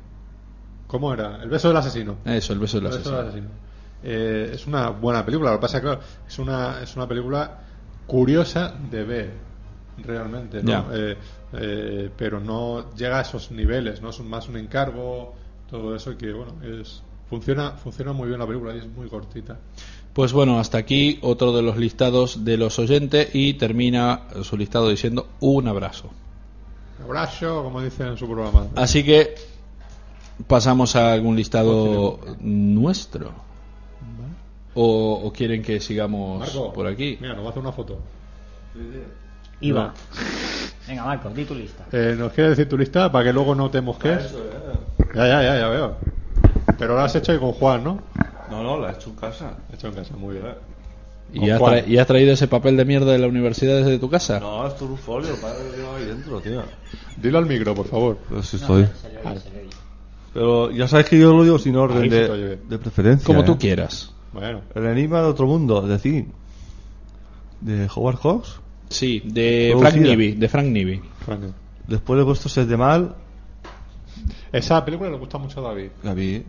¿Cómo era? El beso del asesino. Eso, el beso del El beso asesino. del asesino. Eh, es una buena película. Lo que pasa es que claro, es una, es una película curiosa de ver, realmente. ¿no? Ya. Eh, eh, pero no llega a esos niveles, ¿no? Es un- más un encargo, todo eso que, bueno, es, funciona, funciona muy bien la película y es muy cortita. Pues bueno, hasta aquí otro de los listados de los oyentes y termina su listado diciendo un abrazo. Abrazo, como dicen en su programa. Así que pasamos a algún listado nuestro. O, o quieren que sigamos Marco, pues, por aquí? Mira, nos va a hacer una foto. Iba. Venga, Marco, di tu lista. Eh, ¿Nos quieres decir tu lista para que luego no te mosques? Ya, ya, ya, ya veo. Pero lo has hecho ahí con Juan, ¿no? No, no, la he hecho en casa. Lo has hecho en casa, muy bien. ¿Y Con has, Juan. tra- y has traído ese papel de mierda de la universidad desde tu casa? No, esto es un folio, padre, yo ahí dentro, tío. Dilo al micro, por favor. Pero si estoy. Pero ya sabes que yo lo digo sin Ahí se orden de, te oye. de preferencia. Como tú ¿eh? quieras. Bueno, El enigma de otro mundo, de Zin. De Howard Hawks. Sí, de Producida. Frank Nivi, de Frank Nivi. Frank. Después de vuestro set de mal, Esa película le gusta mucho a David. la vi.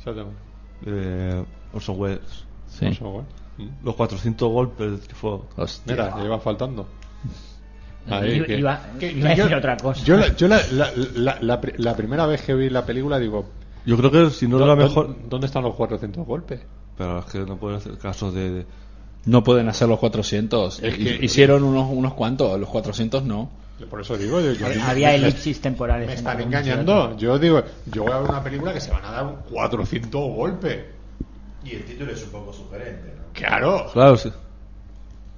Esa tema. Eh, Orson Welles. Sí. Por favor. Mm. Los 400 golpes del trifo. Hostia. Mira, le iba faltando. Iba- que- iba- que- iba a yo- decir otra cosa. Yo, la, yo la, la, la- la pri- la primera vez que vi la película digo, Yo creo que si no es "¿Dó- la dó- mejor. ¿dónde están los 400 golpes? Pero es que no pueden hacer casos de. de- No pueden hacer los 400. Es Hi- que- Hicieron unos, unos cuantos, los 400 no. Por eso digo, yo, yo- Había me- elipsis temporales. Me entre están unos y engañando. otros. Yo digo, yo voy a ver una película que se van a dar un 400 golpes. Y el título es un poco sugerente, ¿no? Claro. Claro, sí.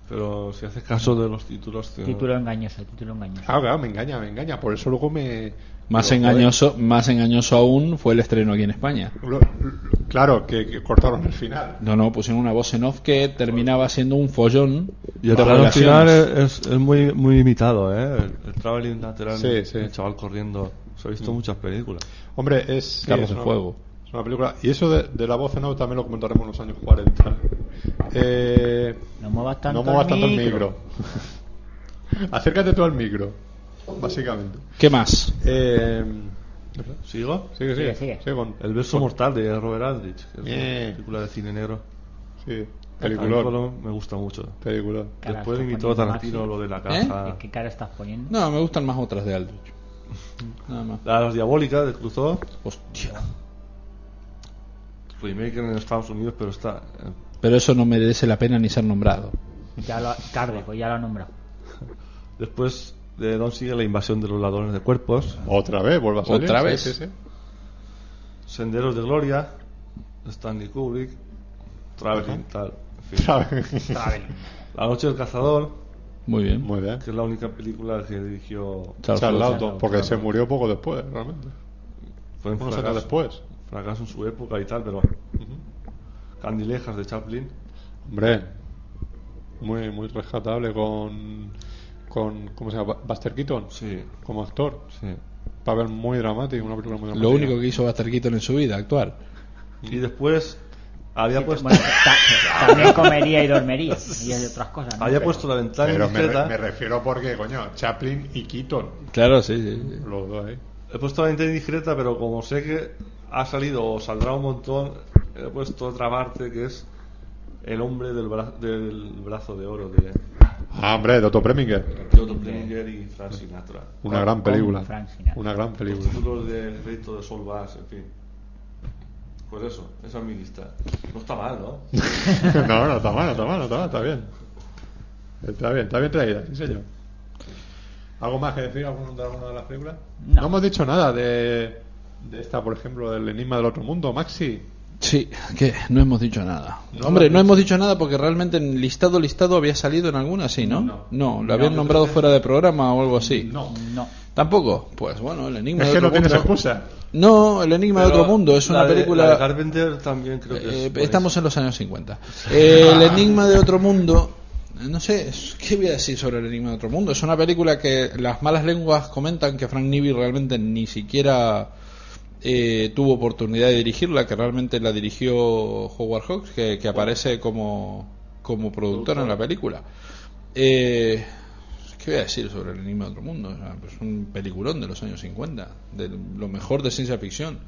Pero si haces caso de los títulos. tío. Título engañoso, título engañoso. Ah. Ah, Claro, claro, me engaña, me engaña. Por eso luego me. Más digo, engañoso, más engañoso aún fue el estreno aquí en España. joder, lo- lo- claro, que, que cortaron el final. No, no, pusieron una voz en off que terminaba siendo un follón. Y el de plano final eh, relaciones. es, es- es muy, muy limitado, ¿eh? El, el traveling lateral. Sí, sí. El chaval corriendo. Se ha visto muchas películas. Hombre, es. sí, Carros es de una- fuego. Es una película. Y eso de, de la voz en off también lo comentaremos en los años 40. Eh, No muevas tanto, no muevas el tanto el micro. micro. *laughs* Acércate tú al micro, básicamente. ¿Qué más? Eh, ¿Sigo? sigue, sigue. Sigue, sigue. sigue con- El verso mortal de Robert Aldrich. Que es Bien. una película de cine negro. sí, A mí por peliculón. lo- Me gusta mucho. Película. Cara, Después estás imitó a poniendo Tarantino máximo. lo de la ¿Eh? caja. ¿Qué cara estás poniendo? No, me gustan más otras de *laughs* Aldrich. Nada más. La de las diabólicas de Clouseau. Hostia. Remake en Estados Unidos, pero está. eh, Pero eso no merece la pena ni ser nombrado. Ya lo, tarde, pues ya lo *laughs* ha nombrado. Después de Don sigue la invasión de los ladrones de cuerpos. Otra vez, vuelva a salir. Otra Sí, vez. sí, sí. Senderos de Gloria. de Stanley Kubrick. Traveling, tal. en fin. Otra vez. *laughs* La Noche del Cazador, Muy bien. Muy bien. que es la única película que dirigió. Charles Charles Dawson. Lawton, porque se murió poco después, realmente. Fue un Unos años fracaso, después. fracaso en su época y tal, pero. Candilejas de Chaplin. Hombre, muy, muy rescatable con, con. ¿Cómo se llama? Buster Keaton Sí, como actor. sí. Papel muy dramático, una película muy dramática. Lo único que hizo Buster Keaton en su vida, actuar. Y después había puesto. Bueno, ta- también comería y dormiría y otras cosas. ¿no? Había puesto la ventana Pero me, re- indiscreta. me refiero porque, coño, Chaplin y Keaton. Claro, sí, sí. sí. Los dos ahí. He puesto la ventana indiscreta, pero como sé que ha salido o saldrá un montón, he puesto otra parte que es el hombre del, bra- del brazo de oro de Ah, hombre, de Otto Preminger. Otto Preminger y Frank Sinatra. Una gran película. Frank Sinatra. Una gran Los película. títulos de Rito de Sol Bass, en fin. Pues eso, esa es mi lista. No está mal, ¿no? *laughs* no, no, está mal, no está mal, no está mal, está bien. Está bien, está bien traída, sí señor. ¿Algo más que decir alguno de alguna de las películas? No. hemos dicho nada de, de esta, por ejemplo, del Enigma del Otro Mundo, Maxi. Sí, que no hemos dicho nada. No Hombre, hemos no hemos dicho nada porque realmente en listado listado había salido en alguna, sí, ¿no? No, lo habían nombrado fuera de programa o algo así. No. No. Tampoco. Pues bueno, el enigma Es de que otro no tienes mundo. excusa. No, el enigma de Pero otro mundo es la una de- la de película. Carpenter también creo que eh, es buenísima. estamos en los años 50. Ah. Eh, el enigma de otro mundo. No sé, es- ¿qué voy a decir sobre el enigma de otro mundo? Es una película que las malas lenguas comentan que Frank Nivi realmente ni siquiera eh, tuvo oportunidad de dirigirla, que realmente la dirigió Howard Hawks, que, que aparece como, como productor en la película. Eh, ¿Qué voy a decir sobre el enigma de otro mundo? O sea, pues un peliculón de los años 50, de lo mejor de ciencia ficción.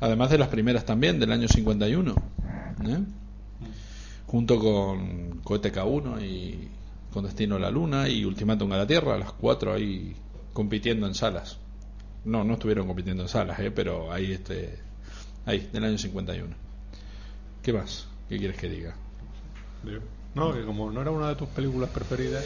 Además de las primeras también, del año 51. ¿eh? Junto con Cohete K1 y Con Destino a la Luna y Ultimátum a la Tierra, las cuatro ahí compitiendo en salas. No, no estuvieron compitiendo en salas, ¿eh? pero ahí, este, ahí, del año 51. ¿Qué más? ¿Qué quieres que diga? No, que como no era una de tus películas preferidas.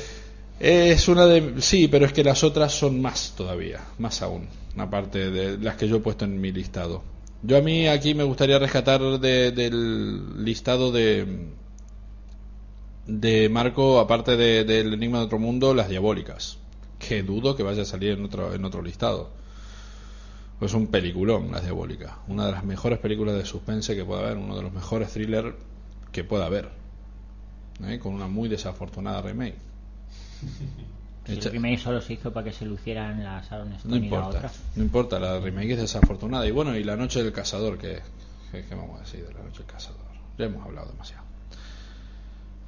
Es una de. Sí, pero es que las otras son más todavía, más aún, aparte de las que yo he puesto en mi listado. Yo a mí aquí me gustaría rescatar de- del listado de. de Marco, aparte de- del Enigma de Otro Mundo, las diabólicas. Que dudo que vaya a salir en otro, en otro listado. Pues un peliculón, las diabólicas. Una de las mejores películas de suspense que pueda haber, uno de los mejores thrillers que pueda haber. ¿eh? Con una muy desafortunada remake. Si el Echa- remake solo se hizo para que se lucieran las Aaron Stone no y la importa, otra. no importa, la remake es desafortunada. Y bueno, y La Noche del Cazador, que que- que vamos a decir de La Noche del Cazador? Ya hemos hablado demasiado.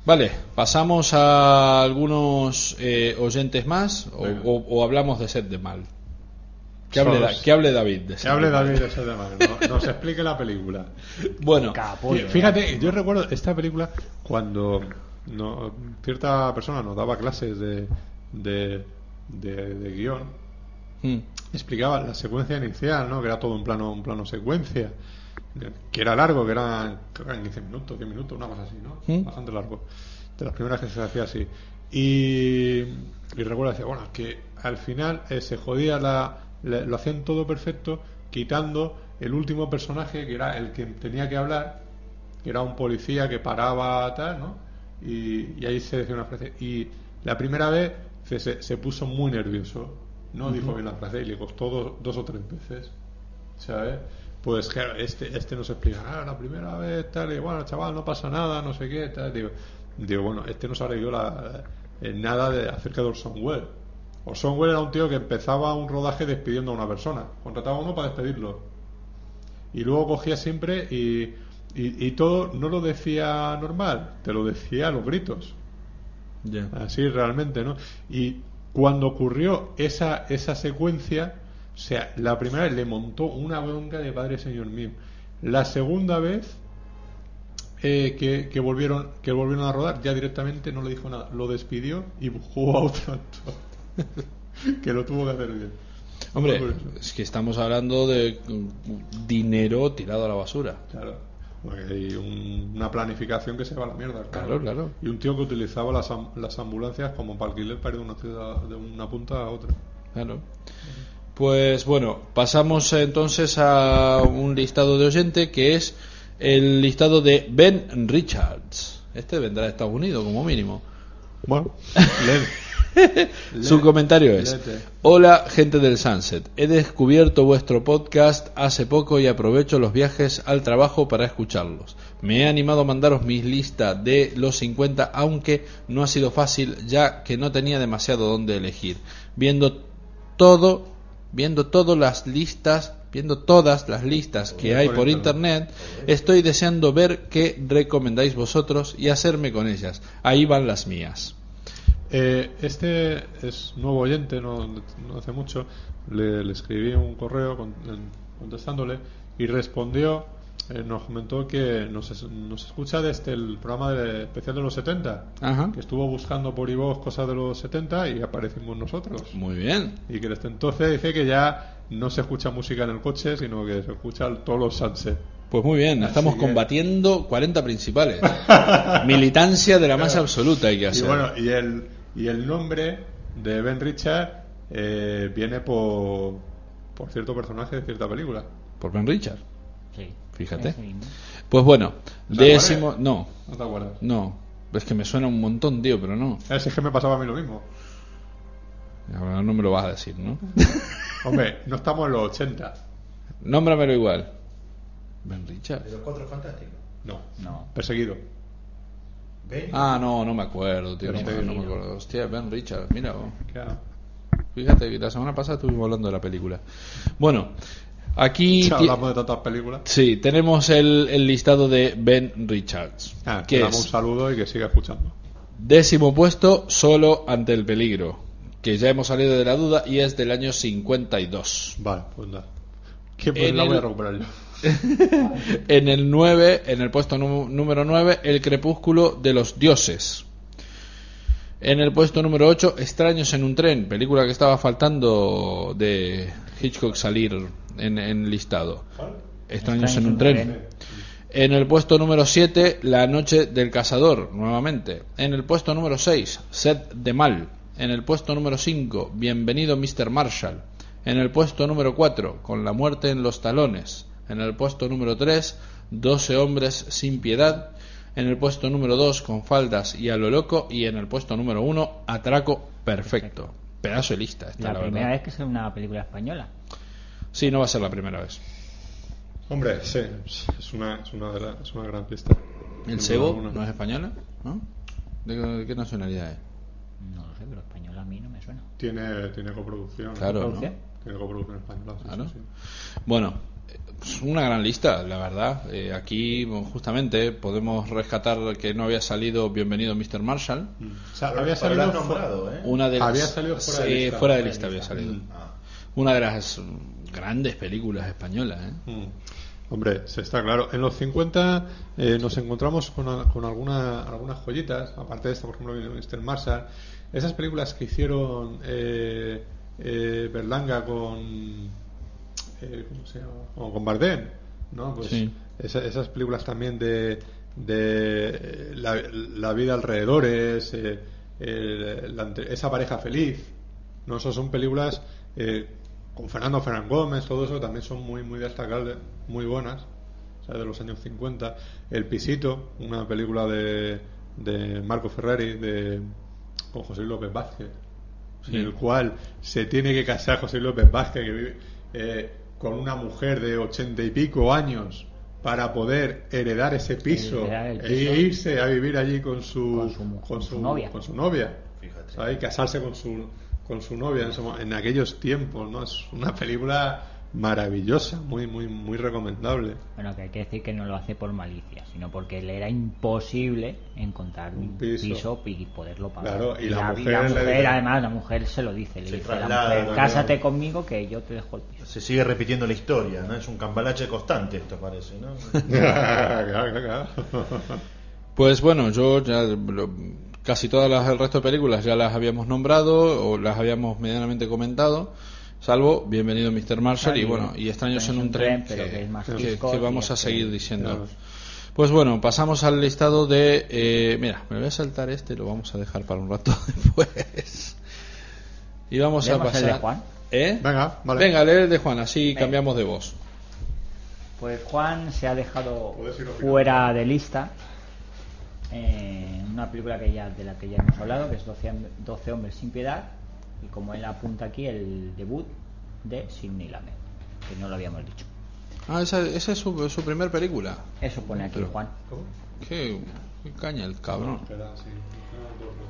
Vale, pasamos a algunos eh, oyentes más o, o- o hablamos de Set de Mal. Que hable, Solo- Da- que hable David. de Que Sed hable de Mal. David de ese tema, que no- nos explique la película. Bueno, Fí- fíjate, yo recuerdo esta película cuando no- cierta persona nos daba clases de, de, de- de guión, Mm. explicaba la secuencia inicial, ¿no? que era todo un plano, un plano secuencia, eh, que era largo, que eran, creo que eran 15 minutos, 10 minutos, una cosa así, ¿no? Mm. bastante largo, de las primeras que se hacía así. Y, y recuerdo decía, bueno, que al final eh, se jodía la, la- lo hacían todo perfecto, quitando el último personaje que era el que tenía que hablar, que era un policía que paraba tal, ¿no? Y, y ahí se decía una frase. Y la primera vez se, se- se puso muy nervioso, no dijo Ujú. bien la frase y le costó dos, dos o tres veces, ¿sabes? Pues claro, este, este nos explica, ah, la primera vez tal, y bueno, chaval, no pasa nada, no sé qué, tal. Digo, digo bueno, este no sabe yo la, eh, nada de, acerca de Orson Welles. Orson Welles era un tío que empezaba un rodaje despidiendo a una persona, contrataba a uno para despedirlo y luego cogía siempre y, y- y todo no lo decía normal, te lo decía a los gritos. Ya. Así realmente, ¿no? Y cuando ocurrió esa, esa secuencia, o sea, la primera vez le montó una bronca de padre señor mío. La segunda vez eh, que, que volvieron que volvieron a rodar, ya directamente no le dijo nada, lo despidió y buscó a otro actor *laughs* que lo tuvo que hacer bien. Hombre, es que estamos hablando de mm, dinero tirado a la basura. Claro. Porque hay un- una planificación que se va a la mierda. Claro, claro. Y un tío que utilizaba las, am- las ambulancias como para alquiler para ir de una, ciudad, de una punta a otra. Claro. Pues bueno, pasamos eh, entonces a un listado de oyente que es el listado de Ben Richards. Este vendrá de Estados Unidos como mínimo. Bueno, *laughs* Su comentario es: Lete. Hola, gente del Sunset. He descubierto vuestro podcast hace poco y aprovecho los viajes al trabajo para escucharlos. Me he animado a mandaros mi lista de los 50, aunque no ha sido fácil, ya que no tenía demasiado donde elegir. Viendo todo, viendo todas las listas, viendo todas las listas que hay por internet, estoy deseando ver qué recomendáis vosotros y hacerme con ellas. Ahí van las mías. Eh, este es nuevo oyente, no, no hace mucho. Le, le escribí un correo con- en- contestándole y respondió. eh, nos comentó que nos, es- nos escucha desde el programa de, especial de los 70. Ajá. Que estuvo buscando por iVoox cosas de los 70 y aparecimos nosotros. Muy bien. Y que desde entonces dice que ya no se escucha música en el coche, sino que se escucha el- todos los sunset. Pues muy bien, Así estamos que- combatiendo *laughs* 40 principales. Militancia de la más absoluta hay que Y hacer. bueno, y el, y el nombre de Ben Richard eh, viene por, por cierto personaje de cierta película. Por Ben Richard, Sí. fíjate. Ese mismo. Pues bueno, ¿No te décimo... acuerdas? No, ¿No te acuerdas? no. Es que me suena un montón, tío, pero no. Es que me pasaba a mí lo mismo. Ahora no me lo vas a decir, ¿no? *laughs* Hombre, no estamos en los 80. Nómbramelo igual. Ben Richard. De los cuatro fantásticos. No. No. Perseguido. ¿Ven? Ah, no, no me acuerdo, tío. No, Pero me- sí. no me acuerdo. Hostia, Ben Richard, mira. vos. Claro. Fíjate que la semana pasada estuvimos hablando de la película. Bueno, aquí... Ya ti- hablamos de tantas películas. Sí, tenemos el, el listado de Ben Richards. Ah, que que damos un es saludo y que siga escuchando. décimo puesto solo ante el peligro. que ya hemos salido de la duda y es del año 52. Vale, pues nada. Que pues la voy a recuperar yo. en el 9, en el puesto nu- número 9, El crepúsculo de los dioses. En el puesto número 8, Extraños en un tren, película que estaba faltando de Hitchcock salir en, en listado. Extraños, en un tren. En el puesto número 7, La noche del cazador, nuevamente. En el puesto número 6, Sed de mal. En el puesto número 5, Bienvenido Mr. Marshall. En el puesto número 4, Con la muerte en los talones. En el puesto número 3, 12 hombres sin piedad. En el puesto número 2, Con faldas y a lo loco. Y en el puesto número 1, Atraco perfecto. Pedazo de lista, esta, La, la primera verdad. vez que sale una película española. Sí, no va a ser la primera vez. Hombre, sí, es una, es una, de la- es una gran pista. ¿El Sin cebo duda alguna. no es española? ¿No? ¿De de qué nacionalidad es? No lo sé, pero española a mí no me suena. Tiene, tiene coproducción. Claro, ¿no? Tiene coproducción española. sí, Ah, sí, ¿no? sí. Bueno, eh, pues una gran lista, la verdad. Eh, aquí, bueno, justamente, podemos rescatar que no había salido Bienvenido Mr. Marshall. O sea, Pero- había pero lo salido. has nombrado, ¿eh? Ah, Una de las, Había salido fuera de sí, lista. Mm. fuera de lista había salido. Una de las mm, grandes películas españolas, ¿eh? Mm. Hombre, se está claro. En los 50 eh, nos encontramos con, al- con alguna, algunas joyitas, aparte de esta, por ejemplo, Mr. Marshall. Esas películas que hicieron eh, eh, Berlanga con. eh, ¿Cómo se llama? Con- con Bardem, ¿no? Pues Sí. esa- esas películas también de, de eh, la, la vida alrededores, eh, el- la ante- esa pareja feliz. No, esas son películas eh, con Fernando Fernández Gómez, todo eso también son muy, muy destacables, muy buenas, o sea, de los años 50. El Pisito, una película de, de Marco Ferrari, de, con José López Vázquez, Sí. en el cual se tiene que casar José López Vázquez que vive, eh, con una mujer de ochenta y pico años para poder heredar ese piso, Heredar el e piso. irse a vivir allí con su, con su, su novia. con su novia. O sea, y casarse con su, con su novia en, ese mo- en aquellos tiempos, ¿no? Es una película maravillosa, muy, muy, muy recomendable. Bueno, que hay que decir que no lo hace por malicia, sino porque le era imposible encontrar un, piso. piso. y poderlo pagar. Claro, y la mujer le mujer, dice- además, la mujer se lo dice, le Se dice, a la traslada, mujer, ¿no? cásate conmigo que yo te dejo el piso. Se sigue repitiendo la historia, ¿no? Es un cambalache constante esto parece, ¿no? Claro, claro, claro. Pues bueno, yo ya lo- casi todas las el resto de películas ya las habíamos nombrado o las habíamos medianamente comentado, salvo Bienvenido Mr. Marshall y Claro, bueno, y Extraños en un tren, pero que es más que- Hitchcock que y este, vamos a es seguir que- diciendo. Pues bueno, pasamos al listado de eh, mira, me voy a saltar este, lo vamos a dejar para un rato *laughs* después. Y vamos a ¿Leemos el pasar de Juan? ¿Eh? Venga, vale. Venga, lee el de Juan, así cambiamos de voz. Pues Juan se ha dejado Puedes ir opinando. fuera de lista eh, una película que ya, de la que ya hemos hablado, que es 12, hom- 12 hombres sin piedad, y como él apunta aquí, el debut de Sidney Lumet, que no lo habíamos dicho. Ah, esa, esa es su, su primer película. Eso pone aquí Pero- Juan. Qué, qué caña el cabrón.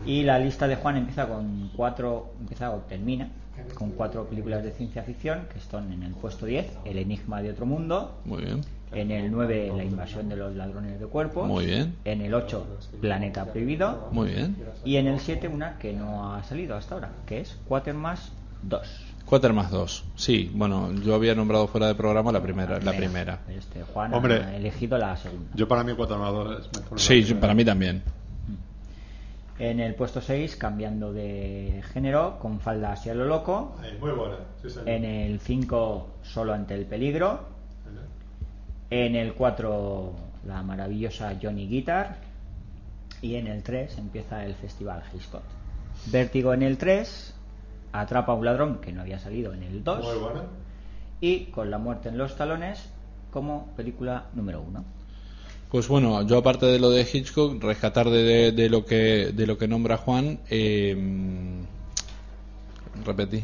Y la lista de Juan empieza con cuatro, empieza o termina con cuatro películas de ciencia ficción que están en el puesto 10, El enigma de otro mundo, Muy bien. en el 9, La invasión de los ladrones de cuerpos, Muy bien. en el 8, Planeta prohibido, Muy bien. y en el 7 una que no ha salido hasta ahora, que es Quatermass 2. Cuatro más dos. Sí, bueno, yo había nombrado fuera de programa la primera. La primera. Este, Juan Hombre. ha elegido la segunda. *laughs* Yo para mí cuatro amadores es mejor. Sí, yo- para mí también. En el puesto 6, cambiando de género, con falda hacia lo loco, Ahí, Muy buena. sí, señor. En el 5, solo ante el peligro. En el 4, la maravillosa Johnny Guitar. Y en el 3 empieza el Festival Hitchcock. Vértigo en el 3, Atrapa a un ladrón que no había salido en el Muy 2. buena. Y Con la muerte en los talones como película número 1. Pues bueno, yo aparte de lo de Hitchcock, rescatar de, de- de lo que de lo que nombra Juan, eh, repetí.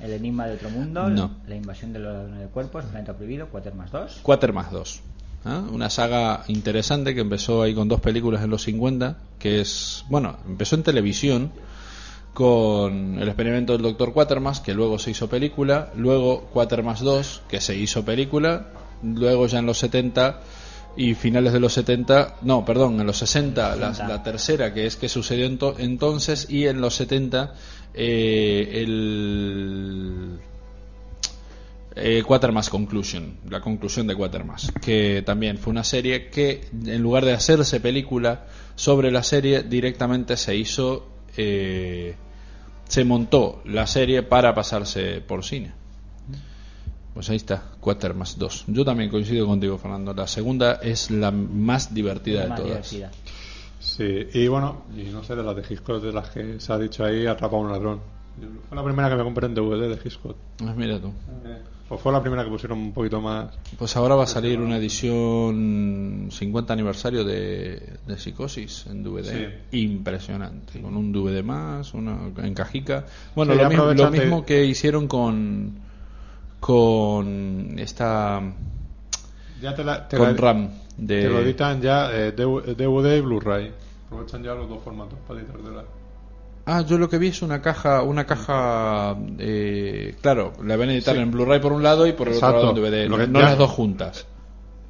El enigma de otro mundo, No. la invasión de los ladrones de cuerpos, Planeta Prohibido, 4 más 2. Cuatro más dos. ¿ah? Una saga interesante que empezó ahí con dos películas en los 50, que es, bueno, empezó en televisión con el experimento del Dr. Quatermass, que luego se hizo película, luego Quatermass 2, que se hizo película, luego ya en los 70 y finales de los 70, no, perdón, en los 60, la- La, tercera, que es que sucedió ento- entonces, y en los 70, eh, el eh, Quatermass Conclusion, la conclusión de Quatermass, que también fue una serie que en lugar de hacerse película sobre la serie, directamente se hizo, eh, se montó la serie para pasarse por cine. Pues ahí está, Quatermass 2. Yo también coincido contigo, Fernando. La segunda es la más divertida de todas. Ah, Sí, y bueno, y no sé, de las de Hitchcock, de las que se ha dicho ahí, atrapa a un ladrón. Yo- Fue la primera que me compré en DVD de Hitchcock. Ah, mira tú. O fue la primera que pusieron un poquito más. Pues ahora va a salir una edición 50 aniversario de, de Psicosis en DVD. Impresionante. Con un DVD más, una en cajica. Bueno, Sí, lo, mismo, lo aprovechate. mismo que hicieron con con esta Ya te la- te con la- RAM de Te lo editan ya eh, DV- DVD y Blu-ray. Aprovechan ya los dos formatos para editar de la. Ah, yo lo que vi es una caja, una caja, eh, claro, la van a editar Sí. en Blu-ray por un lado y por el Exacto. otro lado en DVD, Lo no, que- no ya- las dos juntas,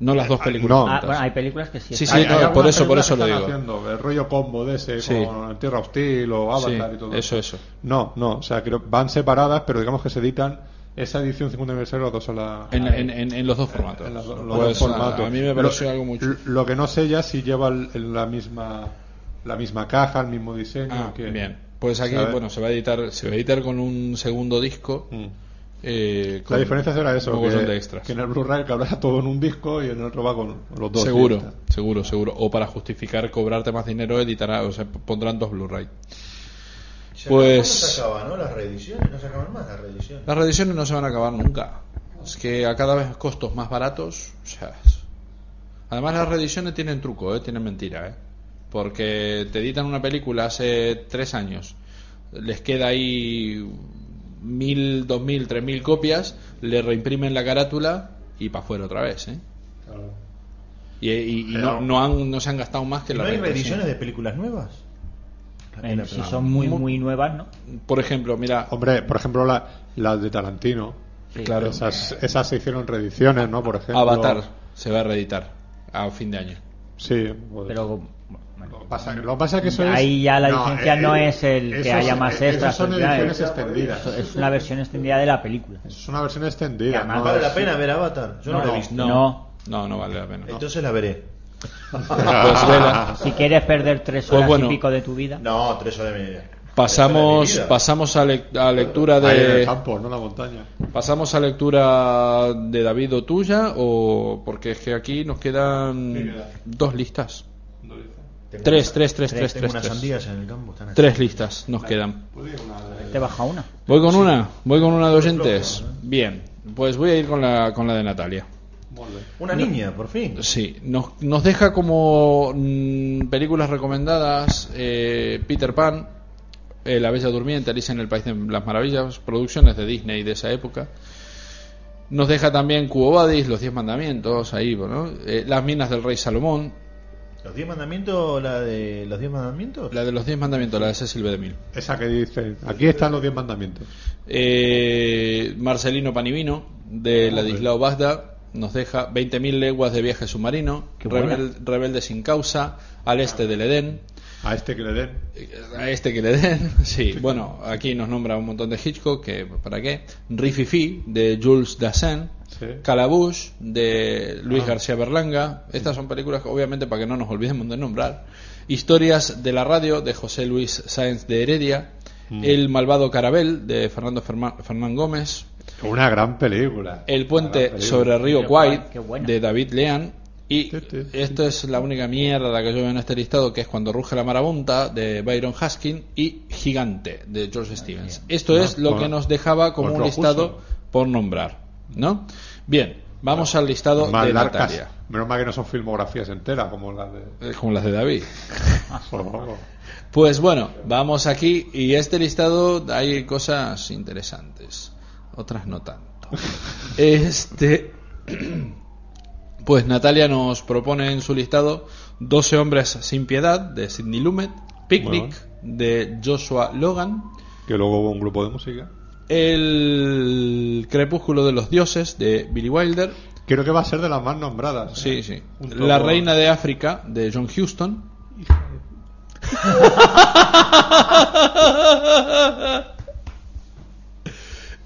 no las dos películas no. juntas. Ah, bueno, hay películas que sí. Sí, sí, están- no, hay por algunas eso, por películas eso que lo están digo. Haciendo el rollo combo de ese Sí. con Tierra Hostil o Avatar Sí, y todo. eso, eso. No, no, o sea, creo- van separadas, pero digamos que se editan esa edición 50 aniversario las dos a la. En, en- en- en los dos formatos. en los do- los Pues, dos formatos. A, a mí me pareció algo muy chulo. lo, lo que no sé ya si lleva el- el- la misma la misma caja, el mismo diseño. Ah, que- bien. Pues aquí, ¿sabes? bueno, se va a editar, se va a editar con un segundo disco. eh, Mm. La con diferencia será un eso, mogollón que, de extras. que en el Blu-ray cabrá todo en un disco y en el otro va con los dos. seguro, y ya está. seguro, seguro. O para justificar cobrarte más dinero, editará, o sea, pondrán dos Blu-ray. Se Pues acaban, ¿no? Las reediciones, no se acaban más las reediciones. las reediciones no se van a acabar nunca. Es que a cada vez costos más baratos, o sea, es- Además las reediciones tienen truco, ¿eh? tienen mentira, ¿eh? porque te editan una película hace tres años, les queda ahí mil, dos mil, tres mil copias, le reimprimen la carátula y para afuera otra vez, ¿eh? Y, y- y no, Pero- no han, no se han gastado más que ¿Y la ¿No hay reimpresión. reediciones de películas nuevas? En- si son muy, muy nuevas, ¿no? Por ejemplo, mira. Hombre, por ejemplo, la- las de Tarantino. Claro. Esas, esas se hicieron reediciones, ¿no? Por ejemplo. Avatar se va a reeditar a fin de año. Sí. Pero Lo que pasa, lo que pasa es que Pues eso es- Ahí ya la licencia eh, no es el que esos- haya más eh, extras. esos son pues ya ediciones es- extendidas. Es una versión extendida de la película. Es una versión extendida. *laughs* Además, ¿no? vale la Es- pena ver Avatar. Yo no, la he visto. No, no, no, vale la pena. Entonces la veré. Pues vela. Si quieres perder tres Pues horas bueno. y pico de tu vida. No, tres horas y media. Está Pasamos, de mi vida. pasamos a, lec- a lectura Ahí en el de. campo, no en la montaña. Pasamos a lectura de David o tuya, o porque es que aquí nos quedan dos listas. Tengo Tres, una- tres, tres, tres, Tengo tres. unas tres. sandías en el campo. están así. Tres listas nos quedan. Te baja una. Voy con una, voy con una de oyentes. Bien, pues voy a ir con la, con la de Natalia. Una niña, por fin. Sí, nos, nos deja como mm, películas recomendadas eh, Peter Pan, eh, La Bella Durmiente, Alicia en el País de las Maravillas, producciones de Disney de esa época. Nos deja también Cuobadis, Los Diez Mandamientos, ahí, bueno, eh, Las Minas del Rey Salomón, ¿Los diez mandamientos? ¿La de los diez mandamientos? la de Los Diez Mandamientos, la de Cecil B. DeMille. Esa que dice, aquí están los diez mandamientos. Eh, Marcelino Panivino, de Ladislao Bagda, nos deja 20.000 leguas de viaje submarino, Qué buena. Rebel- Rebelde sin causa, Al este del Edén. A este que le den. A este que le den, sí. Bueno, aquí nos nombra un montón de Hitchcock, que ¿para qué? Rififi, de Jules Dassin. Sí. Calabush, de Luis Ah. García Berlanga. Estas son películas, que, obviamente, para que no nos olvidemos de nombrar. Historias de la radio, de José Luis Sáenz de Heredia. El malvado Carabel, de Fernando Ferma- Fernán Gómez. Una gran película. El puente película. sobre el río Qué Kwai guay, qué buena. de David Lean y esto es la única mierda que yo veo en este listado que es cuando ruge la marabunta de Byron Haskin y Gigante de George Stevens. Esto No, es lo bueno, que nos dejaba como otro un listado justo. por nombrar, ¿no? Bien, vamos al listado Más de largas. Natalia, Menos mal que no son filmografías enteras como las *laughs* de. eh, como las de David. Ah. Por favor. Pues bueno, vamos aquí y este listado hay cosas interesantes, otras no tanto. Este, pues Natalia nos propone en su listado 12 hombres sin piedad de Sidney Lumet, Picnic de Joshua Logan, Que luego hubo un grupo de música. El crepúsculo de los dioses de Billy Wilder, Creo que va a ser de las más nombradas. ¿eh? Sí, sí. Junto- La reina de África, de John Huston. *laughs*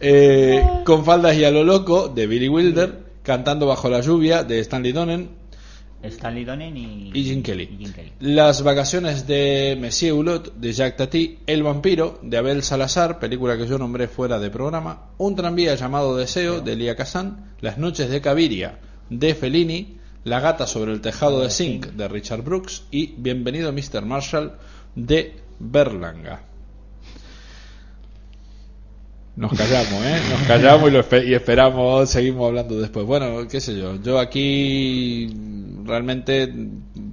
Eh, con faldas y a lo loco, de Billy Wilder. Cantando bajo la lluvia, de Stanley Donen. Stanley Donen y, Y Jim Kelly. y Jim Kelly. Las vacaciones de Monsieur Hulot, de Jacques Tati, El vampiro, de Abel Salazar, película que yo nombré fuera de programa, Un tranvía llamado Deseo, de Elia Kazan, Las noches de Caviria, de Fellini, La gata sobre el tejado de Zinc, de Richard Brooks, y Bienvenido Mr. Marshall, de Berlanga. Nos callamos, ¿eh? Nos callamos y, lo espe- y esperamos, seguimos hablando después. Bueno, qué sé yo. Yo aquí realmente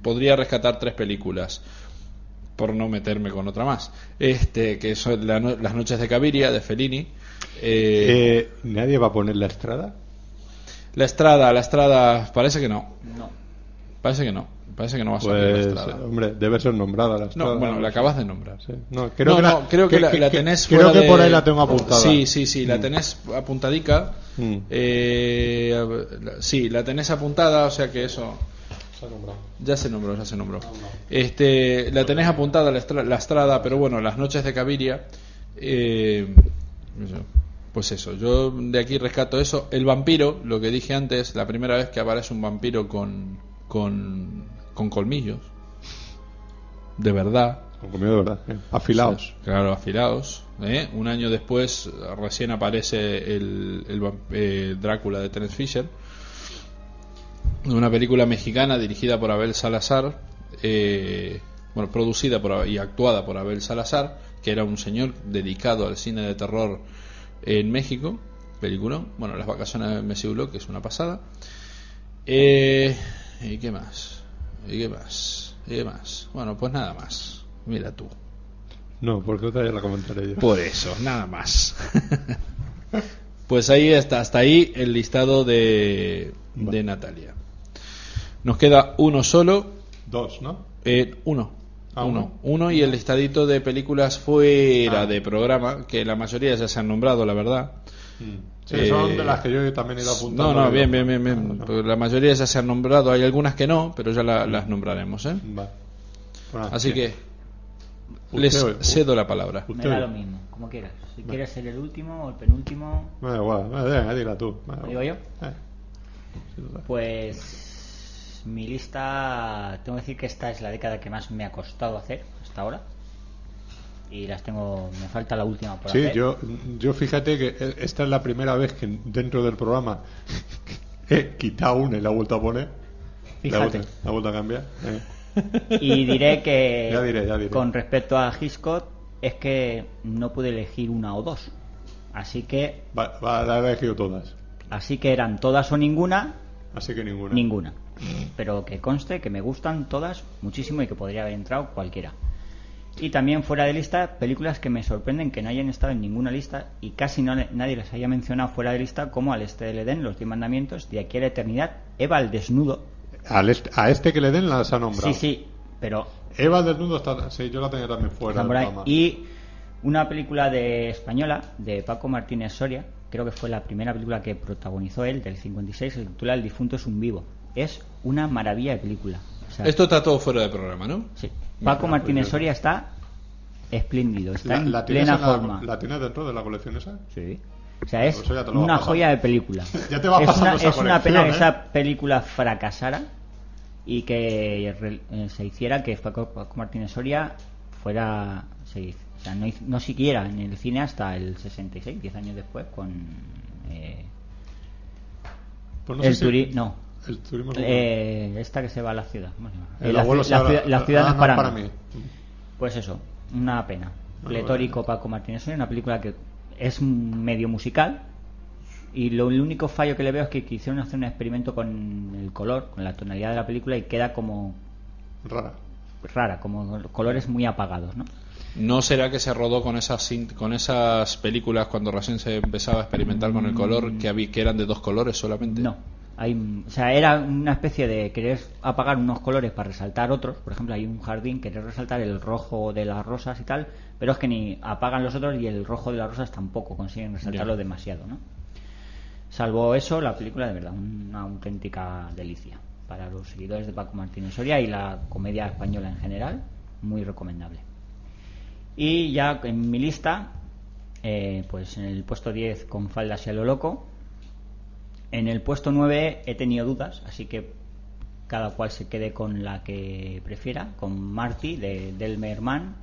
podría rescatar tres películas por no meterme con otra más. Este, que son la no- Las noches de Caviria de Fellini. Eh, Eh, ¿Nadie va a poner la estrada? la Estrada, La Estrada, parece que no. No. Parece que no. Parece que no va a salir La Pues, Estrada. hombre, debe ser nombrada la estrada. No, bueno, la acabas de nombrar. Sí. No, creo que, la, creo que, la, la que- tenés creo fuera que de- por ahí la tengo apuntada. Sí, sí, sí, la Mm. tenés apuntadica. Mm. Eh, a ver, la- sí, la tenés apuntada, o sea que eso. Ya se nombró, ya se nombró. Este, la tenés apuntada la, estra- la estrada, pero bueno, las noches de Caviria. eh, eso, pues eso, yo de aquí rescato eso. El vampiro, lo que dije antes, la primera vez que aparece un vampiro con, con, con colmillos. De verdad. Con comida de verdad. eh. Afilados. Claro, afilados. ¿eh? Un año después recién aparece el, el vam- eh, Drácula de Terence Fisher. Una película mexicana dirigida por Abel Salazar, eh, bueno, producida por, y actuada por Abel Salazar, que era un señor dedicado al cine de terror en México. Película, bueno, Las vacaciones de Messi Hulot, que es una pasada. Eh, ¿Y qué más? ¿Y qué más? ¿Y qué más? Bueno, pues nada más. Mira tú. No, porque otra ya la comentaré yo. Por eso, nada más. Pues ahí está, hasta ahí el listado de, de Natalia. Nos queda uno solo, Dos, ¿no? eh, uno. Ah, uno. Uno y el listadito de películas fuera de programa, que la mayoría ya se han nombrado, la verdad. Mm. Sí, Eh, son de las que yo también he ido apuntando. No, no, bien, bien, bien. bien. Porque La mayoría ya se han nombrado, hay algunas que no, pero ya la- las nombraremos. ¿eh? Bueno, Así Ah, sí. que Usted- les u- cedo la palabra. Me Usted. da lo mismo, como quieras. Si quieres ser el último o el penúltimo, Me da igual, me da igual, dila tú. me da ¿lo igual. digo yo. Eh. Pues mi lista, tengo que decir que esta es la década que más me ha costado hacer hasta ahora. Y las tengo, me falta la última por Sí, hacer. yo, yo fíjate que eh, esta es la primera vez que dentro del programa *laughs* he quitado una y la he vuelto a poner. La he Fíjate. vuelto- la he vuelto a cambiar. eh. Y diré que *laughs* Ya diré, ya diré. con respecto a Hitchcock es que no pude elegir una o dos. Así que Va, va, la he elegido todas. así que eran todas o ninguna, Así que ninguna. ninguna. Pero que conste que me gustan todas muchísimo y que podría haber entrado cualquiera. Y también fuera de lista, películas que me sorprenden que no hayan estado en ninguna lista y casi no le- nadie las haya mencionado fuera de lista, como Al Este del Edén, Los Diez Mandamientos, De aquí a la Eternidad, Eva al Desnudo. Al este- a este que le den las ha nombrado. Sí, sí, pero Eva del Nudo está. Sí, yo la tenía también fuera. del Samurai. programa. Y una película de española de Paco Martínez Soria, creo que fue la primera película que protagonizó él, del 56, se titula El difunto es un vivo. Es una maravilla de película. O sea, Esto está todo fuera de programa, ¿no? sí. Paco Bueno, Martínez pues, Soria está espléndido, está ¿La, en la tienes plena en la- forma. la tienes dentro de la colección esa? Sí. O sea, es Pues eso ya te lo va una pasando. joya de película. *laughs* Ya te va es pasando una, esa es una pena colección, que ¿eh? esa película fracasara y que re- eh, se hiciera que Paco, Paco Martínez Soria fuera. se hiz- o sea, no, hiz- no siquiera en el cine hasta el 66, 10 años después, con. eh, Pues no sé el si- turi- No. El turismo. Eh, esta que se va a la ciudad. ¿cómo se llama? El Eh, la, abuelo ci- la Sara- ciudad- la ciudad ah, no es para, mí. mí. Pues eso, una pena. Bueno, Pletórico Paco Martínez Soria, una película que es medio musical y lo el único fallo que le veo es que quisieron hacer un experimento con el color, con la tonalidad de la película y queda como Rara. rara, como colores muy apagados, ¿no? ¿No será que se rodó con esas cin- con esas películas cuando recién se empezaba a experimentar con el color que había, que eran de dos colores solamente? Mm. No. Hay, un- o sea, era una especie de querer apagar unos colores para resaltar otros. Por ejemplo, hay un jardín, querer resaltar el rojo de las rosas y tal, pero es que ni apagan los otros y el rojo de las rosas tampoco consiguen resaltarlo Ya. demasiado, ¿no? Salvo eso, la película de verdad, una auténtica delicia para los seguidores de Paco Martínez Soria y la comedia española en general, muy recomendable. Y ya en mi lista, eh, pues en el puesto 10 con faldas y a lo loco. En el puesto 9 he tenido dudas, así que cada cual se quede con la que prefiera, con Marty de Delmer Mann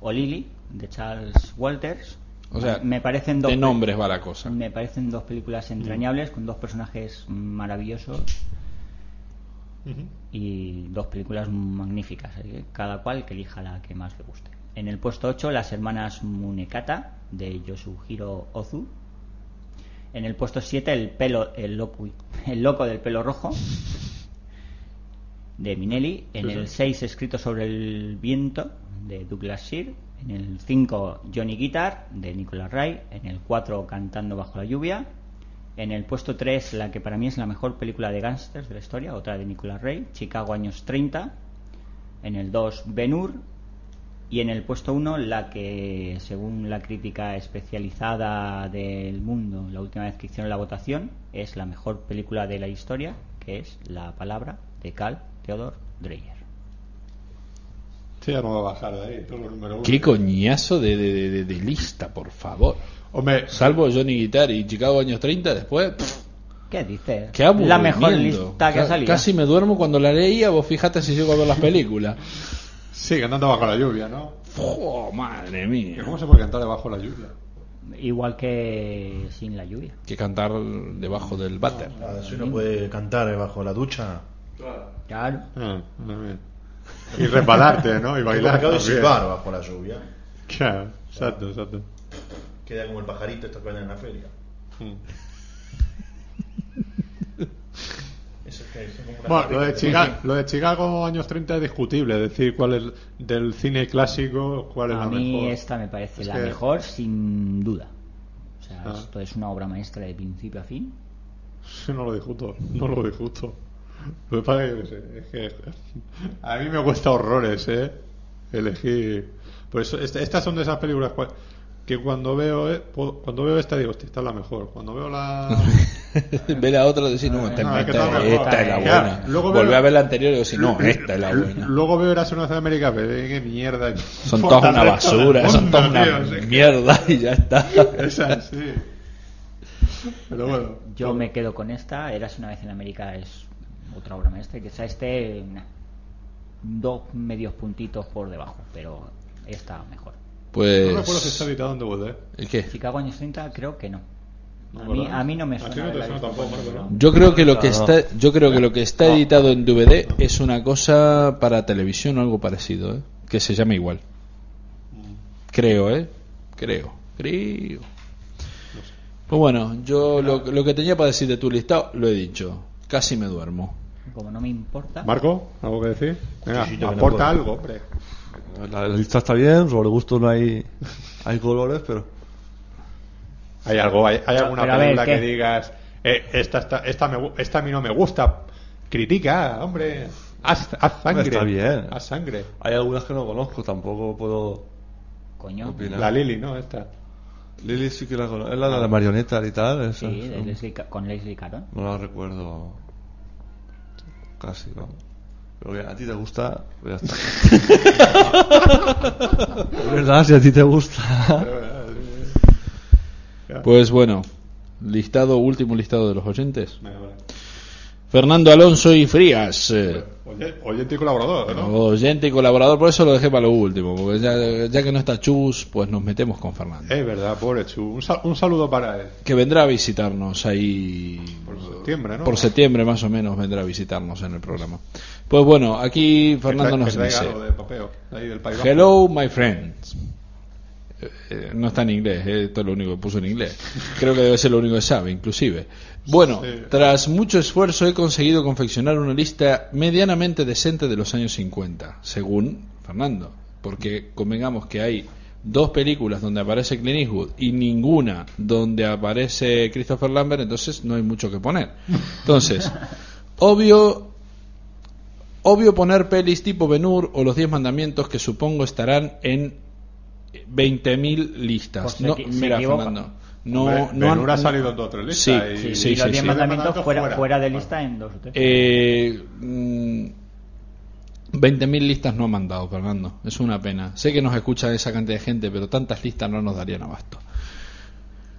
o Lily de Charles Walters. O sea, me parecen dos de nombres ¿eh? Mm. va la cosa. Me parecen dos películas entrañables con dos personajes maravillosos y dos películas magníficas, así que cada cual que elija la que más le guste. En el puesto 8, Las hermanas Munekata, de Yosuhiro Ozu. En el puesto 7, El pelo el, locu- el loco del pelo rojo, de Minelli. En Sí, sí. el 6, Escrito sobre el viento, de Douglas Shear. En el 5, Johnny Guitar, de Nicolas Ray. En el 4, Cantando bajo la lluvia. En el puesto 3, la que para mí es la mejor película de gángsters de la historia, otra de Nicolas Ray, Chicago años 30. En el 2, Ben-Hur. Y en el puesto 1, la que, según la crítica especializada del mundo, la última vez que hicieron la votación, es la mejor película de la historia, que es La Palabra de Carl Theodor Dreyer. Sí, ya no va a bajar de ahí. Todo el número uno. Qué coñazo de, de- de- de- de lista, por favor. Hombre, salvo Johnny Guitar y Chicago años 30, después. pff, ¿Qué dices? qué aburrimiento. La mejor lista que Ca- ha salido. Casi me duermo cuando la leía. Vos fijate si llego a ver las películas. *laughs* Sí, cantando bajo la lluvia, ¿no? ¡Oh, madre mía! ¿Cómo se puede cantar debajo de la lluvia? Igual que sin la lluvia. Que cantar debajo del váter. Ah, Si uno puede cantar bajo la ducha. Claro. Ah, Y resbalarte, *laughs* ¿no? Y bailar Acabo de también. silbar bajo la lluvia. Claro, exacto, exacto. Queda como el pajarito esto que venden en la feria. Hmm. *laughs* Eso es que son como unas Bueno, lo de, barritas Chica- lo de Chicago años 30 es discutible, es decir, cuál es del cine clásico, cuál es A la mí mejor. esta me parece Es la que- mejor sin duda. O sea, Ah. esto es una obra maestra de principio a fin. Sí, no lo discuto, no lo discuto. Lo que pasa es que, yo qué sé, es que a mí me cuesta horrores, ¿eh? Elegir. Pues est- estas son de esas películas cua- que cuando veo eh, puedo- cuando veo esta digo, hostia, esta es la mejor. Cuando veo la *laughs* Ver a otra y decir, no, esta, no, es que esta- está mejor. esta es la Claro, buena. luego Volver veo- a ver la anterior y decir, no, esta es la buena. luego veo las zonas de América, pero eh, qué mierda. Son todas una basura, son todas una mierda y *laughs* ya está. Esa sí. Pero bueno. Yo me quedo con esta. Eras una vez en América es otra obra maestra. Y quizá esté nah, dos medios puntitos por debajo, pero esta mejor. Pues. No recuerdo si está editada en DVD. ¿El qué? Chicago años 30 creo que no. No, a, mí, ¿verdad? a mí no me A ti suena. no te haberla suena visto tampoco, por Marco, ningún ¿no? Yo creo que lo que No, no. está, yo creo que lo que está editado en DVD es una cosa para televisión o algo parecido, ¿eh? que se llama igual. Creo, ¿eh? Creo, creo. Pues bueno, yo lo, lo que tenía para decir de tu listado lo he dicho. Casi me duermo. lado. Como no me importa. Marco, ¿algo que decir? Venga, Sí, sí, yo me aporta enamoro. algo, hombre. La, la lista está bien, sobre gusto no hay, hay colores, pero. Hay algo, hay, hay alguna Pero a ver, película ¿qué? que digas, eh, esta, esta, esta, me gu- esta a mí no me gusta. Critica, hombre. Haz, haz sangre. Está bien. Haz sangre. Hay algunas que no conozco, tampoco puedo. Coño. opinar. La Lili, ¿no? Esta. Lili sí que la conozco. Es la de la marioneta y tal. esa, Ah, Sí, de son- Leslie Ca- con Leslie Caron. No la recuerdo. Casi, vamos. Pero que a ti te gusta, pues ya está. Es verdad, si a ti te gusta. eh, Pues bueno, listado, último listado de los oyentes. Fernando Alonso y Frías. eh, Oye, oyente y colaborador, ¿no? Oyente y colaborador, por eso lo dejé para lo último, porque ya, ya que no está Chus, pues nos metemos con Fernando. Es verdad, pobre Chu. Un, sal- un saludo para él. que vendrá a visitarnos ahí por septiembre, ¿no? Por septiembre más o menos vendrá a visitarnos en el programa. Pues bueno, aquí Que Fernando tra- nos que traiga dice algo de papeo, de ahí del País Vasco. Hello my friends. Eh, eh, No está en inglés, eh, esto es lo único que puso en inglés. Creo que debe ser lo único que sabe, inclusive. Bueno, tras mucho esfuerzo he conseguido confeccionar una lista medianamente decente de los años 50, según Fernando. Porque convengamos que hay dos películas donde aparece Clint Eastwood y ninguna donde aparece Christopher Lambert, entonces no hay mucho que poner. Entonces, obvio Obvio poner pelis tipo Benur o los Diez Mandamientos que supongo estarán en 20.000 listas. Pues se no, equi- se mira, equivoca. Fernando, No, Hombre, no Ben-Hur ha salido en dos o tres listas Sí, y- sí, y sí, los sí, diez mandamientos sí. mandamientos fuera, fuera. fuera de lista en dos o tres. Eh, mm, 20.000 listas no ha mandado, Fernando. Es una pena. Sé que nos escucha esa cantidad de gente, pero tantas listas no nos darían abasto.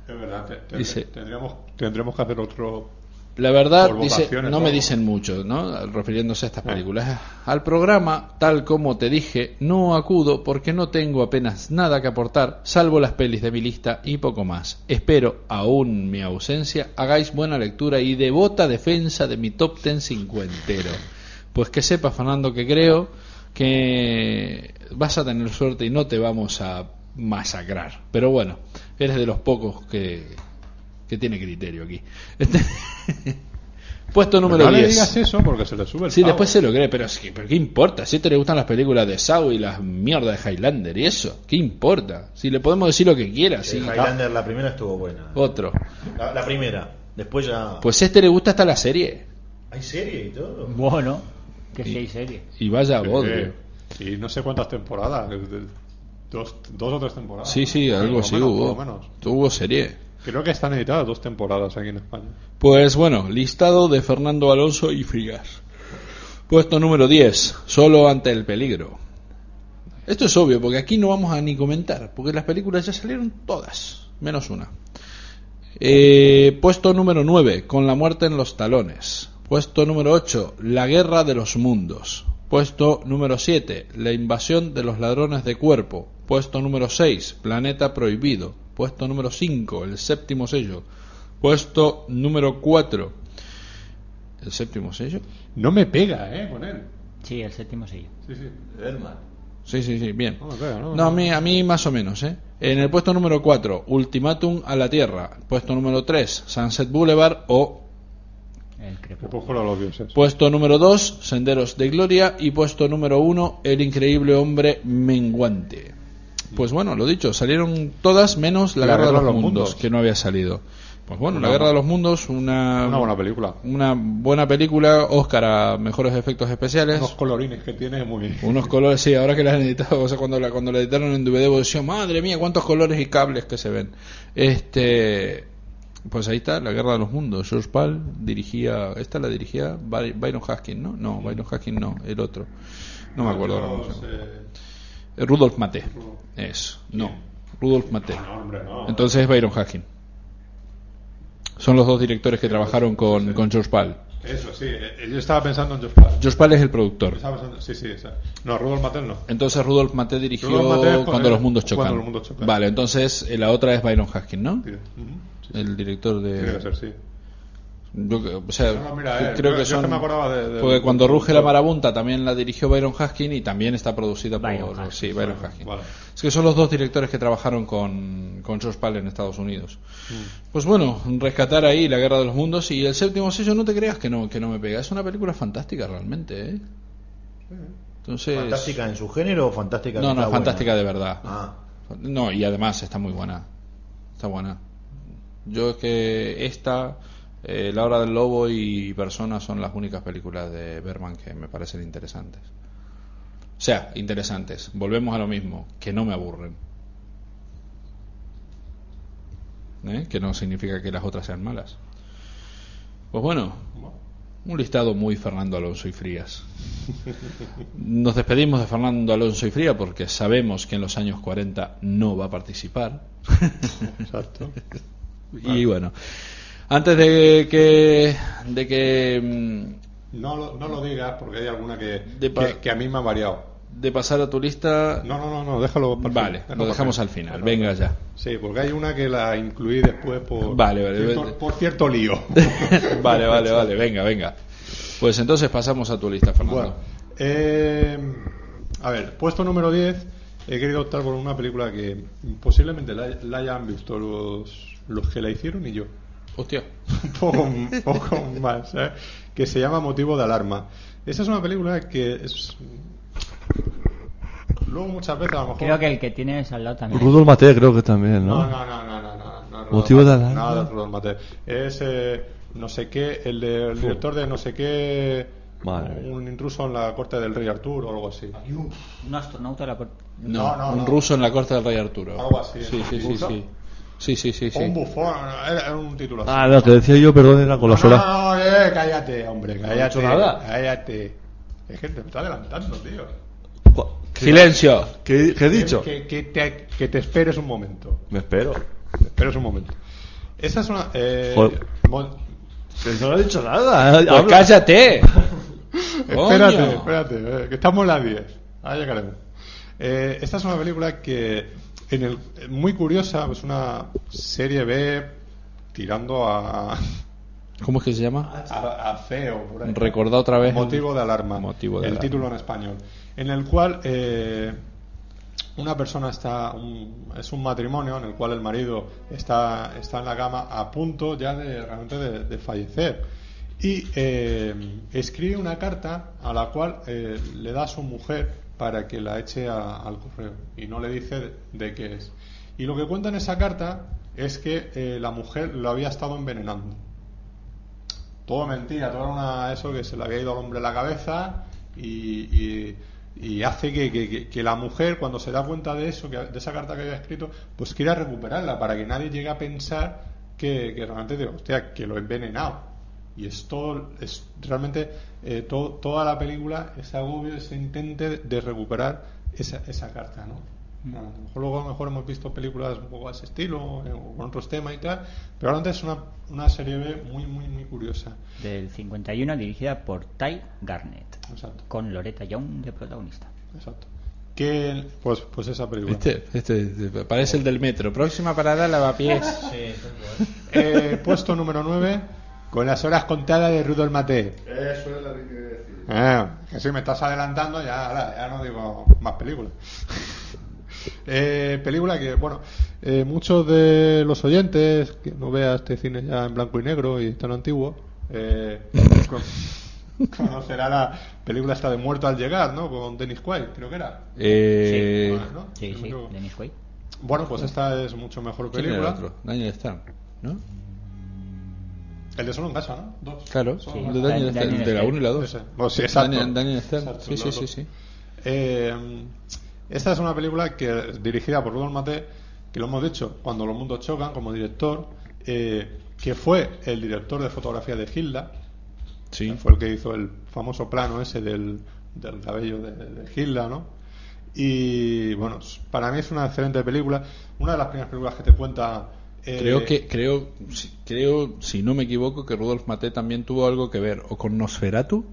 Es verdad, te- te- Dice- tendríamos, tendremos que hacer otro. La verdad, Por dice, votaciones, no me ¿no? dicen mucho, ¿no? Refiriéndose a estas películas. eh, Al programa, tal como te dije, no acudo porque no tengo apenas nada que aportar, salvo las pelis de mi lista y poco más. Espero, aún mi ausencia, hagáis buena lectura y devota defensa de mi top ten cincuentero. Pues que sepa, Fernando, que creo que vas a tener suerte y no te vamos a masacrar. Pero bueno, eres de los pocos que, que tiene criterio aquí. Este- Puesto número no 10. le digas eso porque se le sube el Sí, pavo. después se lo cree, pero, es que, pero ¿qué importa? Si te le gustan las películas de Saw y las mierdas de Highlander y eso, ¿qué importa? Si le podemos decir lo que quiera, si- Sí, Highlander, la primera estuvo buena. otro. La, la primera. Después ya. Pues a este le gusta hasta la serie. Hay serie y todo. Bueno, que seis series. Y vaya bodrio. Eh, y no sé cuántas temporadas. de- de- Dos, dos o tres temporadas. Sí, sí, Por algo lo así menos, por hubo. lo menos. Hubo serie. Creo que están editadas dos temporadas aquí en España. Pues bueno, listado de Fernando Alonso y Figas. Puesto número 10, solo ante el peligro. Esto es obvio, porque aquí no vamos a ni comentar, porque las películas ya salieron todas, menos una. Eh, puesto número 9, con la muerte en los talones. Puesto número 8, la guerra de los mundos. Puesto número 7, la invasión de los ladrones de cuerpo. Puesto número 6, planeta prohibido. Puesto número 5, el séptimo sello. Puesto número 4, el séptimo sello. No me pega, ¿eh? Con él. Sí, el séptimo sello. Sí, sí. Sí, sí, sí, bien. No me pega, no, No, a no. mí, a mí más o menos, ¿eh? En el puesto número 4, Ultimátum a la Tierra. Puesto número 3, Sunset Boulevard o... El crepúsculo. Crepúsculo a los dioses. Puesto número 2, Senderos de Gloria. Y puesto número 1, El increíble hombre menguante. Pues bueno, lo dicho, salieron todas menos La, Guerra, de los, mundos, que no había salido. Pues bueno, La Una Guerra de buena- los Mundos, una... Una buena película. una buena película, Oscar a mejores efectos especiales. Unos colorines que tiene muy. Unos colores, sí, ahora que la han editado, o sea, cuando la, cuando la editaron en DVD, vos decías, madre mía, cuántos colores y cables que se ven. Este, pues ahí está, La Guerra de los Mundos. George Pal dirigía, esta la dirigía By- Byron Haskin, ¿no? No, Byron Haskin no, el otro. No me acuerdo. ahora cómo se Los, llama. eh, Eh, Rudolf Mate. Eso, no, Rudolf Mate. no, hombre, no. Entonces Byron Haskin. Son los dos directores que trabajaron con, con George Pal. Eso, sí. eh, Yo estaba pensando en Josh Pal. George Pal es el productor. Estaba pensando- Sí, sí, esa. No, Rudolf Matel no. Entonces Rudolf Maté dirigió Rudolf Maté es cuando- cuando, los mundos cuando chocan. los mundos chocan. Vale, entonces eh, la otra es Byron Haskin, ¿no? Sí, ujú, sí, El director de... Tiene que ser, sí. Yo que- o sea, No, no, mira, eh, creo yo- que yo son... es que me acordaba de- de- porque del- cuando del- ruge la marabunta también la dirigió Byron Haskin y también está producida Byron por... Haskin. Sí, Byron Haskin. Vale. Es que son los dos directores que trabajaron con, con George Pal en Estados Unidos. Pues bueno, rescatar ahí la guerra de los mundos y el séptimo sello, no te creas que no, que no me pega. Es una película fantástica realmente, ¿eh? Entonces... ¿Fantástica en su género o fantástica Pues, No, que no, está fantástica buena? de verdad. Ah, No, y además está muy buena. Está buena. Yo es que esta, eh, La Hora del Lobo y Persona son las únicas películas de Berman que me parecen interesantes. O sea, interesantes. Volvemos a lo mismo, que no me aburren. ¿Eh? Que no significa que las otras sean malas. Pues bueno, Mm, un listado muy Fernando Alonso y Frías. Nos despedimos de Fernando Alonso y Fría porque sabemos que en los años 40 no va *laughs* a participar. Exacto. Y bueno, antes de que, de que mm, No lo, no lo digas porque hay alguna que, De pa- que, que a mí me ha variado. de pasar a tu lista, No, no, no, no déjalo para el vale, final, déjalo lo dejamos para al el final. Déjalo Venga ya. Sí, porque hay una que la incluí después por, Vale, vale, cierto, vale. por cierto lío. *laughs* *laughs* vale, vale, vale, venga, venga. Pues entonces pasamos a tu lista, Fernando. Bueno, eh, a ver, puesto número 10, he querido optar por una película que posiblemente la, la hayan visto los, los que la hicieron y yo. *laughs* Hostia. Un poco, un poco más, ¿eh? que se llama Motivo de Alarma. Esa es una película que es... Luego muchas veces a lo mejor... Creo que el que tienes al lado también. Rudolf Mate creo que también, ¿no? No, no, no, no, no, no, no, no, ¿Motivo Rodolfo de Mate, No, alarma? de Rodolfo Mate. Es eh, no sé qué, el, de- el director de no sé qué, Madre Ah, un intruso en la corte del rey Arturo o algo así. Un astronauta de la cor- No, no, un no. ruso en la corte del rey Arturo. Algo así. Sí, ¿no? sí, sí, ¿Ruso? sí. Sí, sí, sí. O un sí. bufón, era, era un título así. Ah, lo que decía yo, perdón, era con No, las no, horas. no, eh, cállate, hombre, No cállate. he hecho nada. Cállate. Es que te está adelantando, tío. Silencio. ¿Qué, qué he dicho? Que, que te, que te esperes un momento. Me espero. Te esperes un momento. Esa es una. Eh, Joder. mon- no he dicho ¿eh? nada. Pues *laughs* cállate. Espérate, Coño. espérate, eh, que estamos a las 10. Ahí llegaremos. Eh, esta es una película que en el, muy curiosa, es una serie B tirando a, ¿Cómo es que se Ah, llama? a, a feo. por ahí. Recordá otra vez. Motivo de alarma. Motivo de el alarma. título en español. En el cual eh, una persona está. un- es un matrimonio en el cual el marido está, está en la cama a punto ya de realmente de, de fallecer. Y eh, escribe una carta a la cual eh, le da a su mujer para que la eche a- al correo. Y no le dice de, de qué es. Y lo que cuenta en esa carta es que eh, la mujer lo había estado envenenando todo mentira, todo era una, eso que se le había ido al hombre la cabeza y, y- y hace que, que- que- que la mujer cuando se da cuenta de eso, que, de esa carta que había escrito, pues quiera recuperarla para que nadie llegue a pensar que, que realmente digo, hostia, que lo he envenenado. Y es todo, es realmente eh, to- toda la película, ese agobio, ese intento de recuperar esa, esa carta, ¿no? A lo mejor luego a lo mejor hemos visto películas un poco a ese estilo, eh, o con otros temas y tal, pero realmente es una, una serie B muy, muy, muy curiosa. Del 51, dirigida por Ty Garnett. Exacto. Con Loretta Young de protagonista. Exacto. Que, pues, pues esa película. Este, este, este, parece el del metro. Próxima parada, lavapiés. Eh, puesto número 9, con las horas contadas de Rudolf Mate. Eso es lo que quería decir. Ah, que si me estás adelantando, ya, ahora, ya no digo más películas. *laughs* Eh, película que, bueno, eh, muchos de los oyentes que no vea este cine ya en blanco y negro y tan antiguo, eh, con- conocerá la película esta de Muerto al llegar, ¿no? Con Dennis Quaid, creo que era. Eh, Ah, ¿no? Sí, sí, Creo- Dennis Quaid. Bueno, pues esta es mucho mejor ¿Quién era el película. otro? Daniel Stan, ¿no? El de Solo en Casa, ¿no? Dos. Claro, Solo en el Casa. de Daniel Daniel Stern, de la Stern. 1 y la 2. Ese. Bueno, sí, exacto. Daniel, Daniel Stern, Exacto, sí, sí, los sí, dos. sí. Eh, esta es una película que dirigida por Rudolf Mate, que lo hemos dicho, cuando los mundos chocan como director, eh, que fue el director de fotografía de Hilda, Sí. fue el que hizo el famoso plano ese del, del cabello de, de Hilda, ¿no? Y bueno, s- para mí es una excelente película, una de las primeras películas que te cuenta... eh, Creo que, creo, si- creo, si no me equivoco, que Rudolf Maté también tuvo algo que ver o con Nosferatu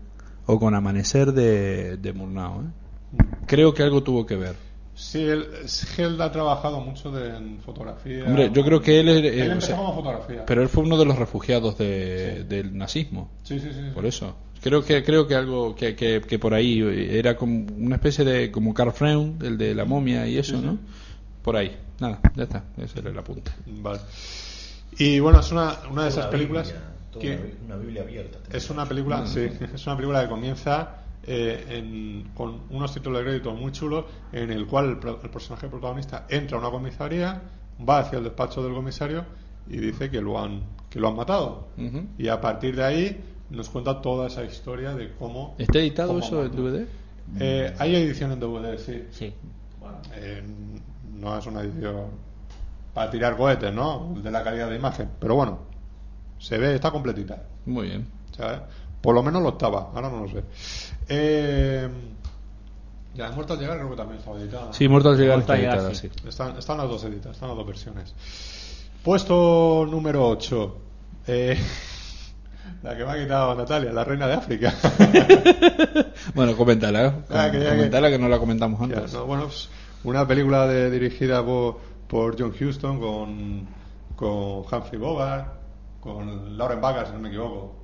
o con Amanecer de, de Murnau. ¿eh? mm. Creo que algo tuvo que ver. Sí, él, es- Hilda ha trabajado mucho de, en fotografía. Hombre, yo creo que él, es- eh, Él o empezó sea, como fotografía. Pero él fue uno de los refugiados de- del nazismo. Sí, sí, sí. sí. Por eso. Creo que creo que algo que, que, que por ahí era como una especie de como Carl Freund, el de la momia y eso, ¿no? Por ahí. Nada, ya está. Ese era el apunte. Vale. Y bueno, es una, una de esas Toda películas Biblia, toda una que bi- Una Biblia abierta. es una película, Mm. sí, *laughs* es una película que comienza eh, en- con unos títulos de crédito muy chulos en el cual el, pro- el personaje protagonista entra a una comisaría, va hacia el despacho del comisario y dice que lo han que lo han matado. Ujú. Y a partir de ahí nos cuenta toda esa historia de cómo ¿Está editado cómo eso en mató. DVD? Eh, hay edición en DVD, sí. Sí. Eh, no es una edición para tirar cohetes, ¿no? De la calidad de imagen. Pero bueno, se ve, está completita. Muy bien. ¿sabes? Por lo menos lo estaba, ahora no lo sé. Eh, ya, Muerto al llegar creo que también estaba editada. Sí, Muerto al llegar Muerto está al llegar, editado, sí. sí. Están, están las dos editas, están las dos versiones. Puesto número 8. *laughs* la que me ha quitado Natalia, la reina de África. Bueno, coméntala. ¿eh? Ah, que ya que- coméntala que no la comentamos Ya, antes. no, bueno, pues, una película de- dirigida por, por John Huston con, con Humphrey Bogart, con Lauren Bacall, si no me equivoco.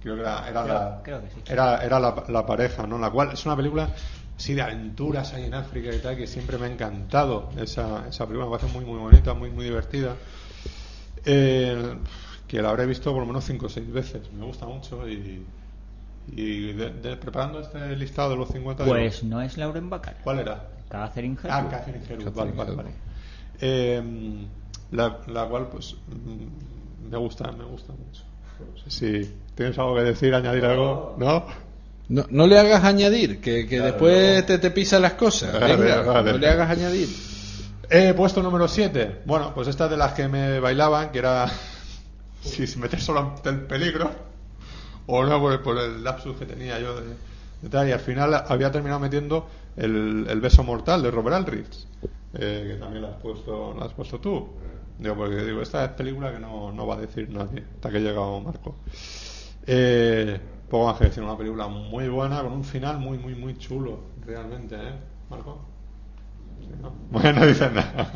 Creo que era, era Creo- la, creo que sí. era, era la, la pareja, ¿no? La cual es una película sí de aventuras ahí en África y tal, que siempre me ha encantado esa, esa película, me parece muy, muy bonita, muy, muy divertida. Eh, que la habré visto por lo menos cinco o seis veces, me gusta mucho y, y de- de- preparando este listado de los 50 digo, Pues no es Lauren Bacall. ¿cuál era? Catherine Hepburn. Ah, Catherine Hepburn, vale, vale, vale. Eh, la, la cual, pues, mm, me gusta, me gusta mucho. No sé si tienes algo que decir, añadir algo, ¿no? No, no le hagas añadir, que, que después te, te pisa las cosas. Ah, Vale, Venga, vale. No le hagas añadir. Eh, puesto número 7. Bueno, pues esta es de las que me bailaban, que era *laughs* si se meter solo ante el peligro, o no por el, por el lapsus que tenía yo de, de tal. Y al final había terminado metiendo el, el beso mortal de Robert Aldrich, eh, que también la has puesto, la has puesto tú. Digo, porque digo, esta es película que no, no va a decir nadie, hasta que ha llegado Marco. Eh, poco más que decir, una película muy buena, con un final muy, muy, muy chulo, realmente, ¿eh? Marco. Sí, ¿no? *laughs* Bueno, no dicen nada.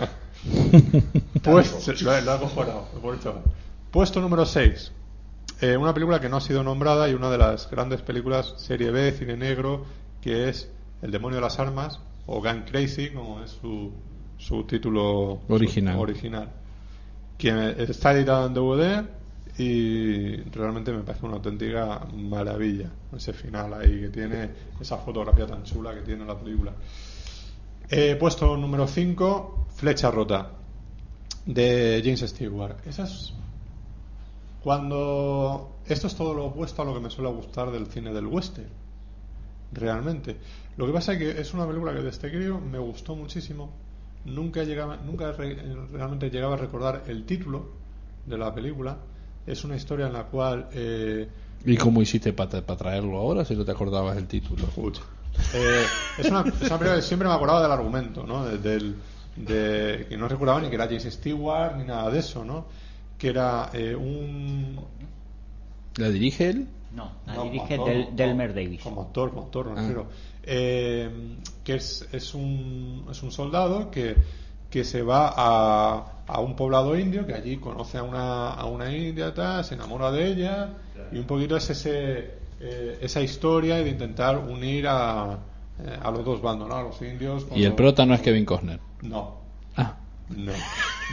pues, lo, he- lo he mejorado, lo he corchado. Puesto número 6. Eh, una película que no ha sido nombrada y una de las grandes películas serie B, cine negro, que es El demonio de las armas, o Gun Crazy, como es su, su título Original. su- original. Que está editado en DVD y realmente me parece una auténtica maravilla. Ese final ahí que tiene, esa fotografía tan chula que tiene la película. Eh, puesto número 5, Flecha Rota, de James Stewart. Esa es cuando. Esto es todo lo opuesto a lo que me suele gustar del cine del western. Realmente. Lo que pasa es que es una película que desde crío me gustó muchísimo. Nunca, llegaba, nunca re- realmente llegaba a recordar el título de la película. Es una historia en la cual. eh, ¿Y cómo hiciste para traerlo ahora si no te acordabas el título? Eh, es una, es una película que siempre me acordaba del argumento, ¿no? De- del- de- que no recordaba ni que era James Stewart ni nada de eso, ¿no? Que era eh, un. ¿La dirige él? No, la No, Ah, dirige como Del- actor, Delmer Davis. Como actor, como actor, me Ah. refiero. Eh, que es, es, un, es un soldado que, que se va a, a un poblado indio, que allí conoce a una, a una india, tal, se enamora de ella, y un poquito es ese, eh, esa historia de intentar unir a, eh, a los dos bandos, ¿no? Ah. A los indios. con Y el los- prota no es Kevin Costner. no. No.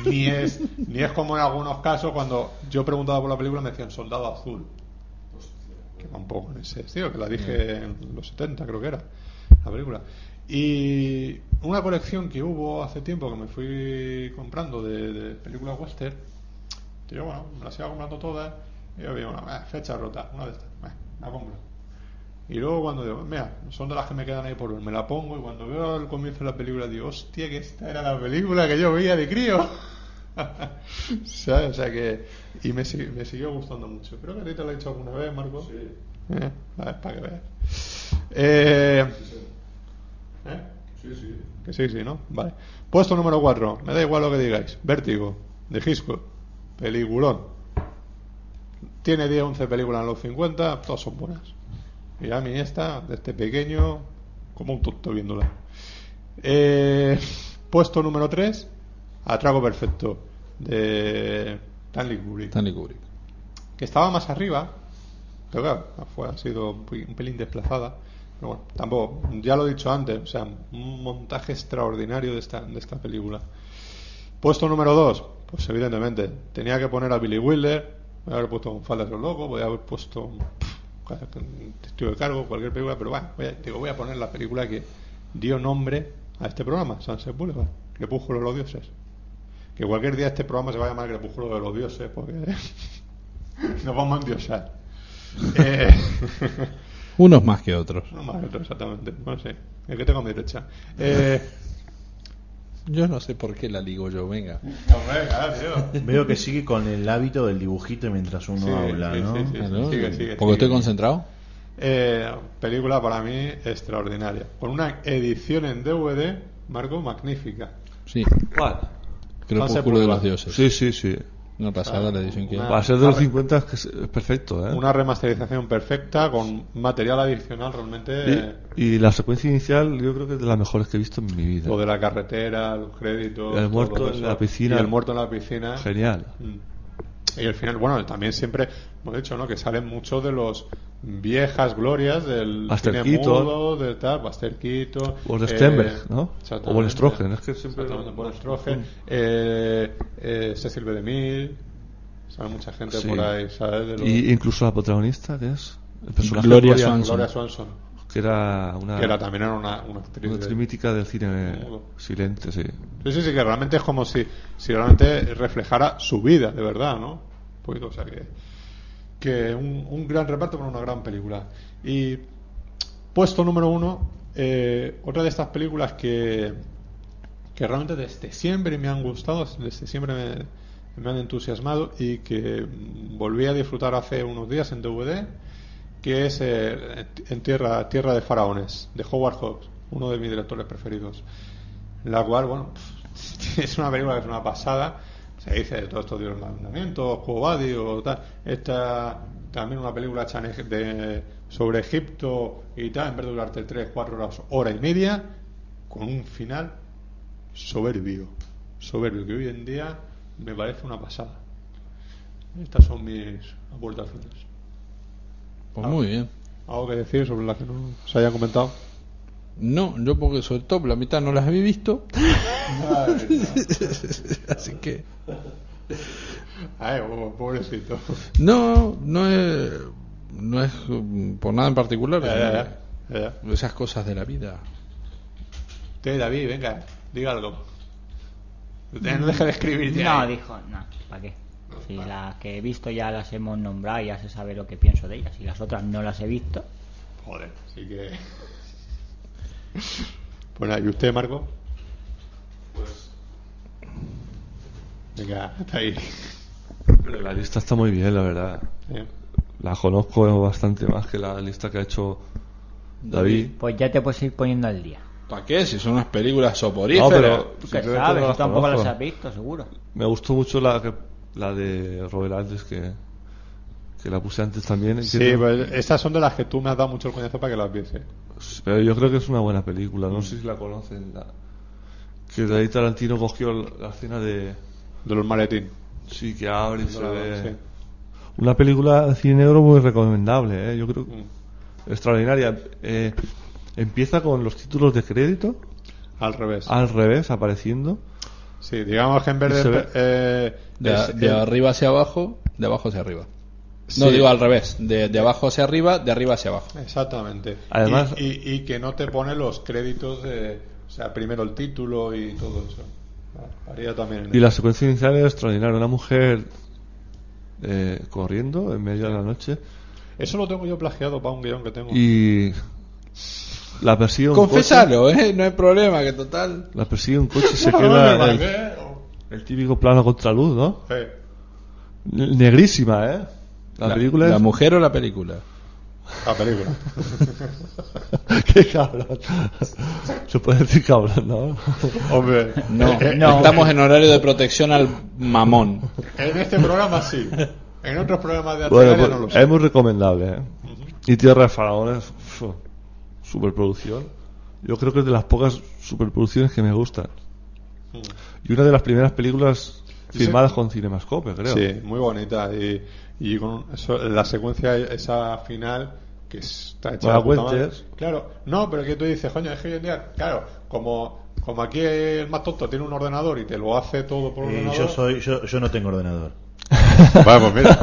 Ni es, ni es como en algunos casos cuando yo preguntaba por la película me decían Soldado Azul. Que va un poco en ese estilo, que la dije en los 70 creo que era, la película. Y una colección que hubo hace tiempo que me fui comprando de, de películas western, que yo bueno, me las iba comprando todas, y yo digo, una eh, fecha rota, una de estas, "Bah, la compro. Y luego cuando digo, mira, son de las que me quedan ahí por ver, me la pongo y cuando veo el comienzo de la película digo, hostia, que esta era la película que yo veía de crío. *laughs* ¿Sabes? O sea que... Y me, si- me siguió gustando mucho. Creo que a ti te lo he dicho alguna vez, Marco. Sí. Eh, para que veas. Eh, ¿eh? Sí, sí. Que sí, sí, ¿no? Vale. Puesto número 4. Me da igual lo que digáis. Vértigo, de Hitchcock. Peliculón. Tiene 10, 11 películas en los 50, todas son buenas. Y a mí esta, desde pequeño, como un tonto viéndola. Eh, puesto número 3, Atrago Perfecto, de Stanley Kubrick. Stanley Kubrick. Que estaba más arriba, pero claro, fue, ha sido un pe- un pelín desplazada. Pero bueno, tampoco, ya lo he dicho antes, o sea, un montaje extraordinario de esta, de esta película. Puesto número 2, pues evidentemente, tenía que poner a Billy Wilder, voy a haber puesto un falda de los locos, voy a haber puesto estoy de cargo, cualquier película, pero bueno, voy a, digo, voy a poner la película que dio nombre a este programa, Sunset Boulevard, Crepúsculo de los Dioses. Que cualquier día este programa se va a llamar Crepúsculo de los Dioses, porque nos vamos a endiosar. Eh, Unos más que otros. no más otro, exactamente, no sé, el que tengo a mi derecha. Eh, Yo no sé por qué la ligo yo, venga. Veo que sigue con el hábito del dibujito mientras uno Sí, habla, sí, ¿no? sí, sí, Claro, sigue, sigue, Ah, sigue. porque estoy concentrado. Eh, película para mí extraordinaria. Con una edición en DVD, Marco, magnífica. Sí. ¿Cuál? Crepúsculo de los Sunset dioses. Sí, sí, sí. Una pasada la edición que Va a ser de los 50 es que es es Ah. perfecto, ¿eh? Una remasterización perfecta con material adicional realmente. eh, Y, y la secuencia inicial yo creo que es de las mejores que he visto en mi vida. Lo de la carretera, los créditos. El muerto todo en eso. la piscina. Y el muerto en la piscina. Genial. Mm. Y el final, bueno, también siempre hemos dicho, ¿no? Que salen muchos de los viejas glorias del Buster cine Keaton. mudo, de tal, Buster Keaton, O de eh, Stenberg, ¿no? exactamente. O Von Strogen, es que siempre... Exactamente, Paul Stroger, eh, eh, Cecil B. DeMille, sabe mucha gente Sí. por ahí, ¿sabes? De los- Y incluso la protagonista, que es... El personaje Gloria de Swanson. Gloria Swanson, Que era una... que era también era una, una actriz. una de- actriz mítica del cine silente, sí. Sí, sí, sí, que realmente es como si, si realmente reflejara su vida, de verdad, ¿no? Un poquito, o sea, que, que un, un gran reparto para una gran película. Y puesto número uno, eh, otra de estas películas que, que realmente desde siempre me han gustado, desde siempre me, me han entusiasmado y que mm, volví a disfrutar hace unos días en DVD, que es eh, en tierra, tierra de Faraones, de Howard Hawks, uno de mis directores preferidos. La cual, bueno, *laughs* es una película que es una pasada. Se dice de todos estos dioses mandamientos, Cobadi o tal. Esta también una película hecha en- de- sobre Egipto y tal, en vez de durarte 3, 4 horas, hora y media, con un final soberbio. Soberbio, que hoy en día me parece una pasada. Estas son mis aportaciones. Pues muy bien. ¿Algo que decir sobre las que no se haya comentado? No, yo porque sobre todo la mitad no las había visto. *laughs* Así que. Ay, bobo, pobrecito. No, no es, no es mm, por nada en particular. *laughs* eh, Ya, ya, Esas cosas de la vida. Usted, David, venga, diga algo. Usted no deja de escribir ya. ¿eh? No, dijo, no, ¿para qué? Si las que he visto ya las hemos nombrado, ya se sabe lo que pienso de ellas. Y las otras no las he visto. Joder, así que. *laughs* Bueno, ¿y usted, Marco? Pues. Venga, hasta ahí. Pero La lista está muy bien, la verdad. Sí. La conozco bastante más que la lista que ha hecho David. Pues ya te puedes ir poniendo al día. ¿Para qué? Si son unas películas soporíferas. No, pero- ¿Tú Sí, qué yo no sabes? las Tú tampoco las conozco. has visto, seguro. Me gustó mucho la, que- la de Robert Andes que, que la puse antes también. Sí, entiendo. pues estas son de las que tú me has dado mucho el coñazo para que las viese. Pero Pues, eh, yo creo que es una buena película, no sé si la conocen. la- Que David Tarantino cogió la escena de... De los maletín. Sí, que abre y se Dorado, ve... sí. Una película de cine negro muy recomendable, ¿eh? yo Mm. creo. Extraordinaria. Eh, empieza con los títulos de crédito Al revés. al revés apareciendo. Sí, digamos que en vez Y de. se ve- eh, De, es- de eh, arriba hacia abajo, de abajo hacia arriba. No, Sí. digo al revés. De, de abajo hacia arriba, de arriba hacia abajo. Exactamente. Además- Y, y- y que no te pone los créditos de. O sea, primero el título y todo eso. Haría también. en Y la eso. secuencia inicial es extraordinaria. Una mujer eh, corriendo en medio de la noche Eso lo tengo yo plagiado para un guión que tengo. *laughs* y la persigue un Confesalo, ¿eh? No hay problema, que total. coche. La persigue un coche *laughs* y se No, queda no, el, el típico plano contra luz, ¿no? Sí. N- Negrísima, ¿eh? La, película ¿La es... mujer o la película? La película. *laughs* Qué cabrón. Se puede decir cabrón, Eh, ¿no? Hombre. No, Eh, eh, estamos en horario de protección al mamón. En este programa sí. En otros programas de arte Bueno, Galia pues, no lo sé. es muy recomendable. ¿eh? Y Tierra de Faraones, fu, superproducción. Yo creo que es de las pocas superproducciones que me gustan. Hmm. Y una de las primeras películas Sí, filmadas sí. con Cinemascope, creo. Sí, muy bonita. Y, y con eso- la secuencia esa final que está hecha Bueno, de puta Wentworth. madre. Claro, no, pero que tú dices, coño, es que hoy en día, claro, como, como aquí el más tonto tiene un ordenador y te lo hace todo por Eh, ordenador. yo, soy, yo, yo no tengo ordenador. Vamos, mira.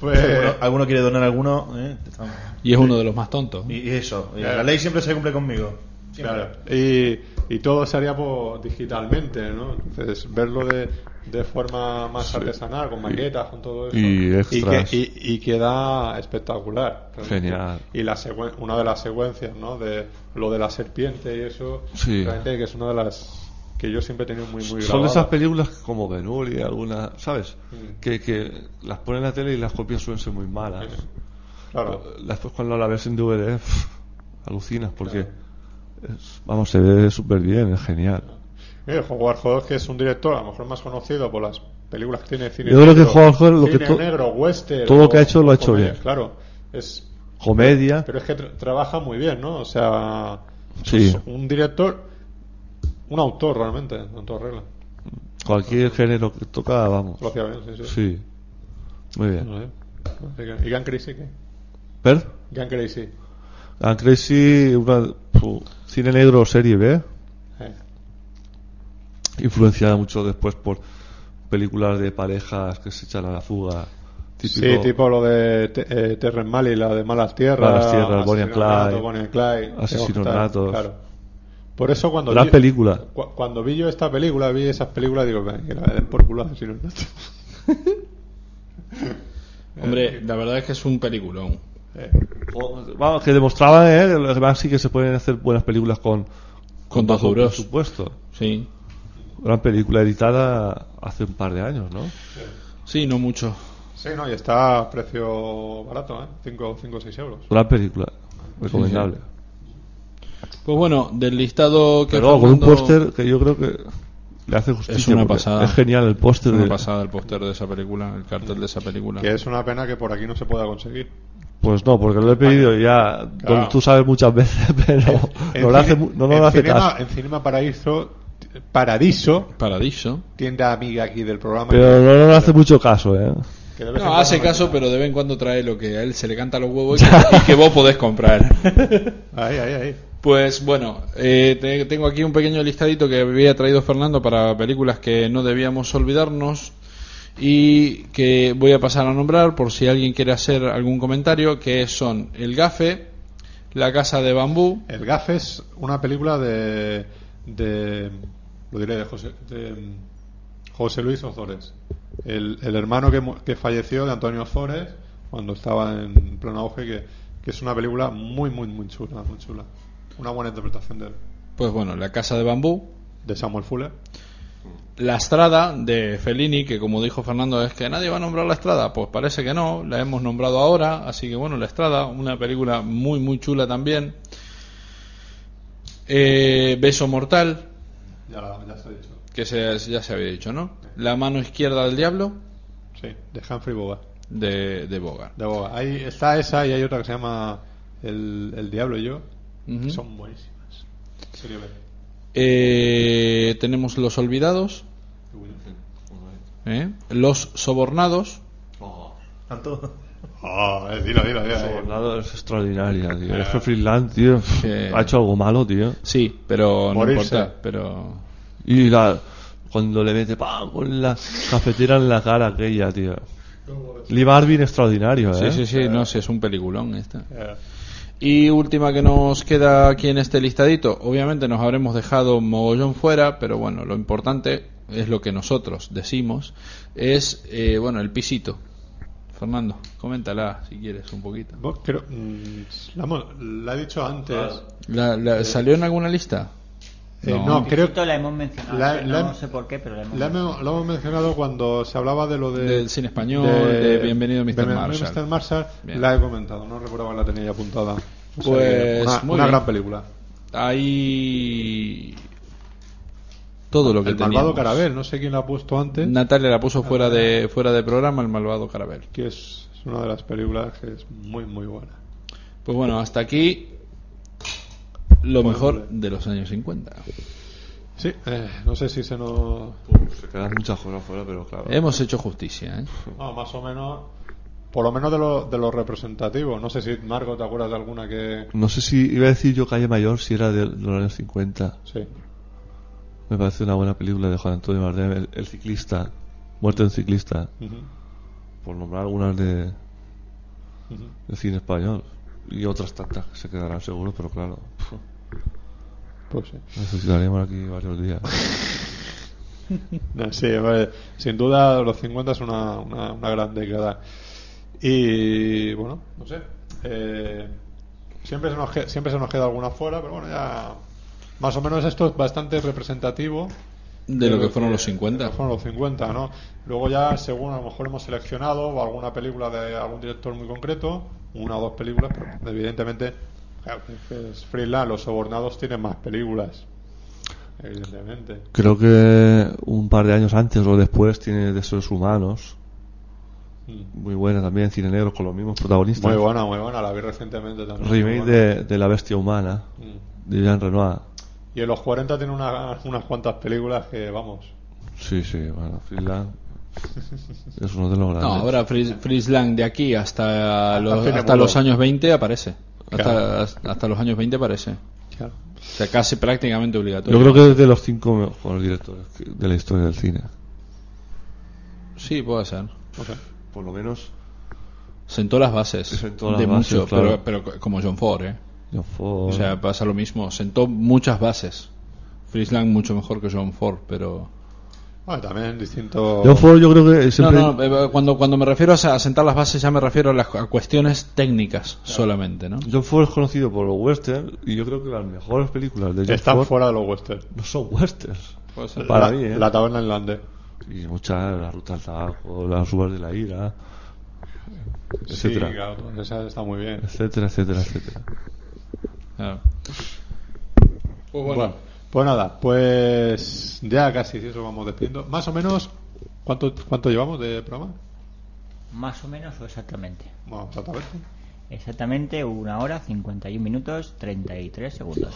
Pues- Si alguno, alguno quiere donar alguno. eh, estamos- Y es uno de los más tontos. y, y eso. y Claro. La ley siempre se cumple conmigo. Siempre. Claro. Y, y todo se haría pues, digitalmente, ¿no? Entonces, verlo de, de forma más artesanal, con maquetas, con todo eso. y extras. que, y, y queda espectacular. Genial. Y la secuen- una de las secuencias, ¿no? De lo de la serpiente y eso. Sí. Realmente que es una de las que yo siempre he tenido muy, muy Son de esas grabada. películas como Benur y algunas, ¿sabes? Mm. Que, que las ponen en la tele y las copias suelen ser muy malas. Claro. Después cuando la ves en DVD, pf, alucinas porque... es- vamos, se ve súper bien, es genial. Eh, Howard Hodge, que es un director a lo mejor más conocido por las películas que tiene cine Yo creo que negro, Howard Hodge lo cine que to- negro, western, todo lo que o- ha hecho lo ha hecho comedia, bien. Claro, es Comedia. Pero es que tra- trabaja muy bien, ¿no? O sea, Sí. es un director, un autor realmente, en toda regla. Cualquier género que toca, vamos. Lo hacía bien, sí, sí. Muy bien. Así que- ¿Y Gun Crazy qué? ¿Per? Gun Crazy. And Crazy, una, fu, cine negro serie B, eh. influenciada mucho después por películas de parejas que se echan a la fuga. Típico, sí, tipo lo de te- eh, Terrence Malley, la de Malas Tierras. Malas Tierras, Bonnie and Asesinato, Clyde, Bonnie and Clyde, Asesinos Hostal, Natos. Claro. Por eso cuando Gran vi, película. cu- cuando vi yo esta película, vi esas películas, digo, "Ven, que la den por culo a Asesinos Natos". Hombre, la verdad es que es un peliculón. Eh, O- Vamos, que demostraba, ¿eh? Además sí que se pueden hacer buenas películas con, Con dos bajo duros. presupuesto. Sí. Una película editada hace un par de años, ¿no? Sí, no mucho. *laughs* Sí, no, y está a precio barato, ¿eh? 5 o 6 euros. Una película recomendable. Pues bueno, del listado que Pero luego, con un Fernando- póster que yo creo que le hace justicia. Es una porque pasada. Es genial el póster. Es una de- pasada el póster de esa película, el cartel de esa película. Que es una pena que por aquí no se pueda conseguir. Pues no, porque lo he pedido ya. Claro. don- Tú sabes muchas veces, *laughs* pero En no, le hace, cine- mu- no, no en le hace cinema- caso. En Cinema Paraíso, Paradiso, Paradiso. tienda amiga aquí del programa. Pero no, no le hace mucho caso, ¿eh? que de vez en No, hace cuando- caso, pero de vez en cuando trae lo que a él se le canta a los huevos y *laughs* que, y que vos podés comprar. Ahí, ahí, ahí. Pues bueno, eh, te- tengo aquí un pequeño listadito que había traído Fernando para películas que no debíamos olvidarnos y que voy a pasar a nombrar por si alguien quiere hacer algún comentario, que son El Gafe, La Casa de Bambú, El Gaf es una película de. de lo diré, de José, de José Luis Ozores. El, el hermano que, mu- que falleció de Antonio Ozores cuando estaba en pleno auge, que, que es una película muy, muy, muy chula, muy chula. Una buena interpretación de él. pues bueno, La Casa de Bambú, De Samuel Fuller. La Estrada de Fellini, que como dijo Fernando es que nadie va a nombrar La Estrada, pues parece que no, la hemos nombrado ahora, así que bueno, La Estrada, una película muy muy chula también. Eh, Beso Mortal, Ya, la- ya está dicho. que se- ya se había dicho, ¿no? La mano izquierda del diablo Sí, de Humphrey Bogart. de, de Bogart. De Bogart. Ahí está esa y hay otra que se llama El, El Diablo y yo. que Ujú. Son buenísimas. Sería ver. Eh, tenemos Los Olvidados, ¿eh? Los Sobornados, Tanto. Oh, eh, dilo, dilo, dilo. eh. Soldado es extraordinaria, tío. Es que Freeland, tío. Ha hecho algo malo, tío. sí, pero no Morirse. importa, pero... Y la, cuando le mete ¡pam! con la cafetera en la cara aquella, tío. Lee Marvin extraordinario, Sí, ¿eh? sí, sí, no sé, es un peliculón este. esta. Eh, Y última que nos queda aquí en este listadito. Obviamente nos habremos dejado mogollón fuera, pero bueno, lo importante es lo que nosotros decimos. Es, eh, bueno, el pisito. Fernando, coméntala si quieres un poquito. vos creo- mm, la, hemos- la he dicho antes. ¿La, la- salió en alguna lista? Eh, no, creo Esto la hemos mencionado, La- antes, la- no sé por qué, pero la hemos la mencionado. hemos- lo hemos mencionado cuando se hablaba de lo de, Del cine español, de Bienvenido, Mr. Marshall. Mr. Marshall, Bien. La he comentado, no recordaba que la tenía ya apuntada. O sea que Pues, una, muy una bien. gran película. Ahí... Todo lo que El malvado teníamos. Carabel, Ah, no sé quién la ha puesto antes, Natalia la puso fuera de, fuera de programa, el malvado Carabel. que es, es una de las películas que es muy, muy buena. Pues bueno, hasta aquí lo mejor de los años 50. Sí, eh, no sé si se nos. Uf, se quedan muchas cosas fuera, pero claro. Hemos hecho justicia, ¿eh? No, más o menos. Por lo menos de lo, de lo representativo. No sé si, Marco, ¿te acuerdas de alguna que.? No sé si iba a decir yo Calle Mayor si era de los años 50. Sí. Me parece una buena película de Juan Antonio Bardem, El, el ciclista. Muerte en ciclista. Ujú, Por nombrar algunas de, ujú. de cine español. Y otras tantas que se quedarán seguro, pero claro. Pues sí. Necesitaremos aquí varios días. No, sí, hombre, sin duda los 50 es una, una, una gran década. Y bueno, no sé. eh, siempre, se nos, que- siempre se nos queda alguna fuera, pero bueno, ya. Más o menos esto es bastante representativo. De lo Creo que fueron los de 50. lo que fueron los 50, ¿no? Luego ya, según a lo mejor hemos seleccionado alguna película de algún director muy concreto, una o dos películas, pero evidentemente claro, es Freeland, Los Sobornados tienen más películas. Evidentemente. Creo que un par de años antes o después tiene Deseos Humanos. Mm. Muy buena también, Cine Negro con los mismos protagonistas. Muy buena, muy buena, la vi recientemente también. Remake muy buena. de, de La Bestia Humana, Mm. de Jean Renoir. Y en los 40 tiene una- unas cuantas películas que, vamos. Sí, sí, bueno, Finland es uno de los grandes. No, ahora Fris- Frisland de aquí hasta los, tiene hasta mudo. los años 20 aparece. Claro. Hasta, hasta los años 20 aparece. O claro, sea, casi prácticamente obligatorio. Yo creo que es de los cinco mejores directores que- de la historia del cine. Sí, puede ser. no sé. Por lo menos Sentó las bases Sentó las de bases, mucho, claro. Oh. pero, pero como John Ford, ¿eh? John Ford. O sea, pasa lo mismo. Sentó muchas bases. Frisland mucho mejor que John Ford, pero... Bueno, también distinto. John Ford yo creo que No, siempre... no, eh, cuando, cuando me refiero a sa- a sentar las bases ya me refiero a las cu- a cuestiones técnicas solamente, ¿no? John Ford es conocido por los westerns y yo creo que las mejores películas de John Están Ford fuera de los westerns. no son westerns. Puede ser. Para La- mí, ¿eh? La taberna irlandés. Y muchas, la ruta al tabaco, las uvas de la ira, Sí, etcétera, claro, pues esa está muy bien. etcétera, etcétera, etcétera. Claro. Pues Bueno. Ah. bueno, pues nada, pues ya casi si eso vamos despidiendo. Más o menos, ¿cuánto, cuánto llevamos de programa? Más o menos o exactamente. Bueno, exactamente. Exactamente una hora, 51 minutos, 33 segundos.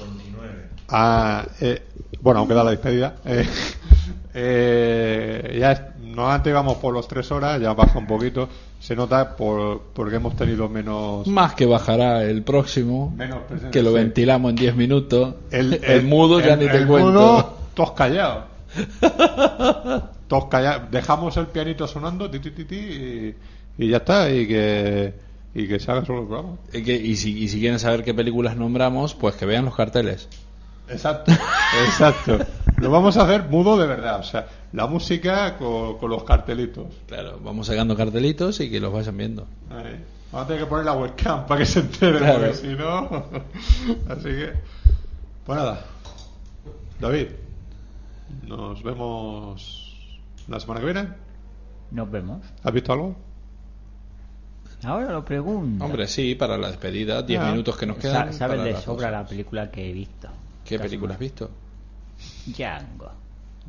Ah, eh, bueno, aunque da la despedida. Eh, *laughs* eh, ya es- normalmente íbamos por los tres horas, ya baja un poquito. Se nota por, porque hemos tenido menos. más que bajará el próximo, Menos presencia, que lo sí. ventilamos en 10 minutos. El, *laughs* mudo ya el- ni te el cuento. *laughs* mudo, todos callados. todos callados. Dejamos el pianito sonando, ti, ti, ti, ti, y, y ya está. Y que, y que se haga solo el programa. Y, que- y si, y si quieren saber qué películas nombramos, pues que vean los carteles. Exacto, *laughs* exacto. Lo vamos a hacer mudo de verdad, o sea, la música con, con los cartelitos. Claro, vamos sacando cartelitos y que los vayan viendo. Ahí. Vamos a tener que poner la webcam para que se entere, Claro. porque si no. *laughs* Así que. Pues nada, David, nos vemos la semana que viene. Nos vemos. ¿Has visto algo? Ahora lo pregunto. Hombre, sí, para la despedida, 10 Ah. minutos que nos Sa- quedan. Sabes para de las sobra cosas. la película que he visto. ¿Qué Esta película has visto? semana. Django.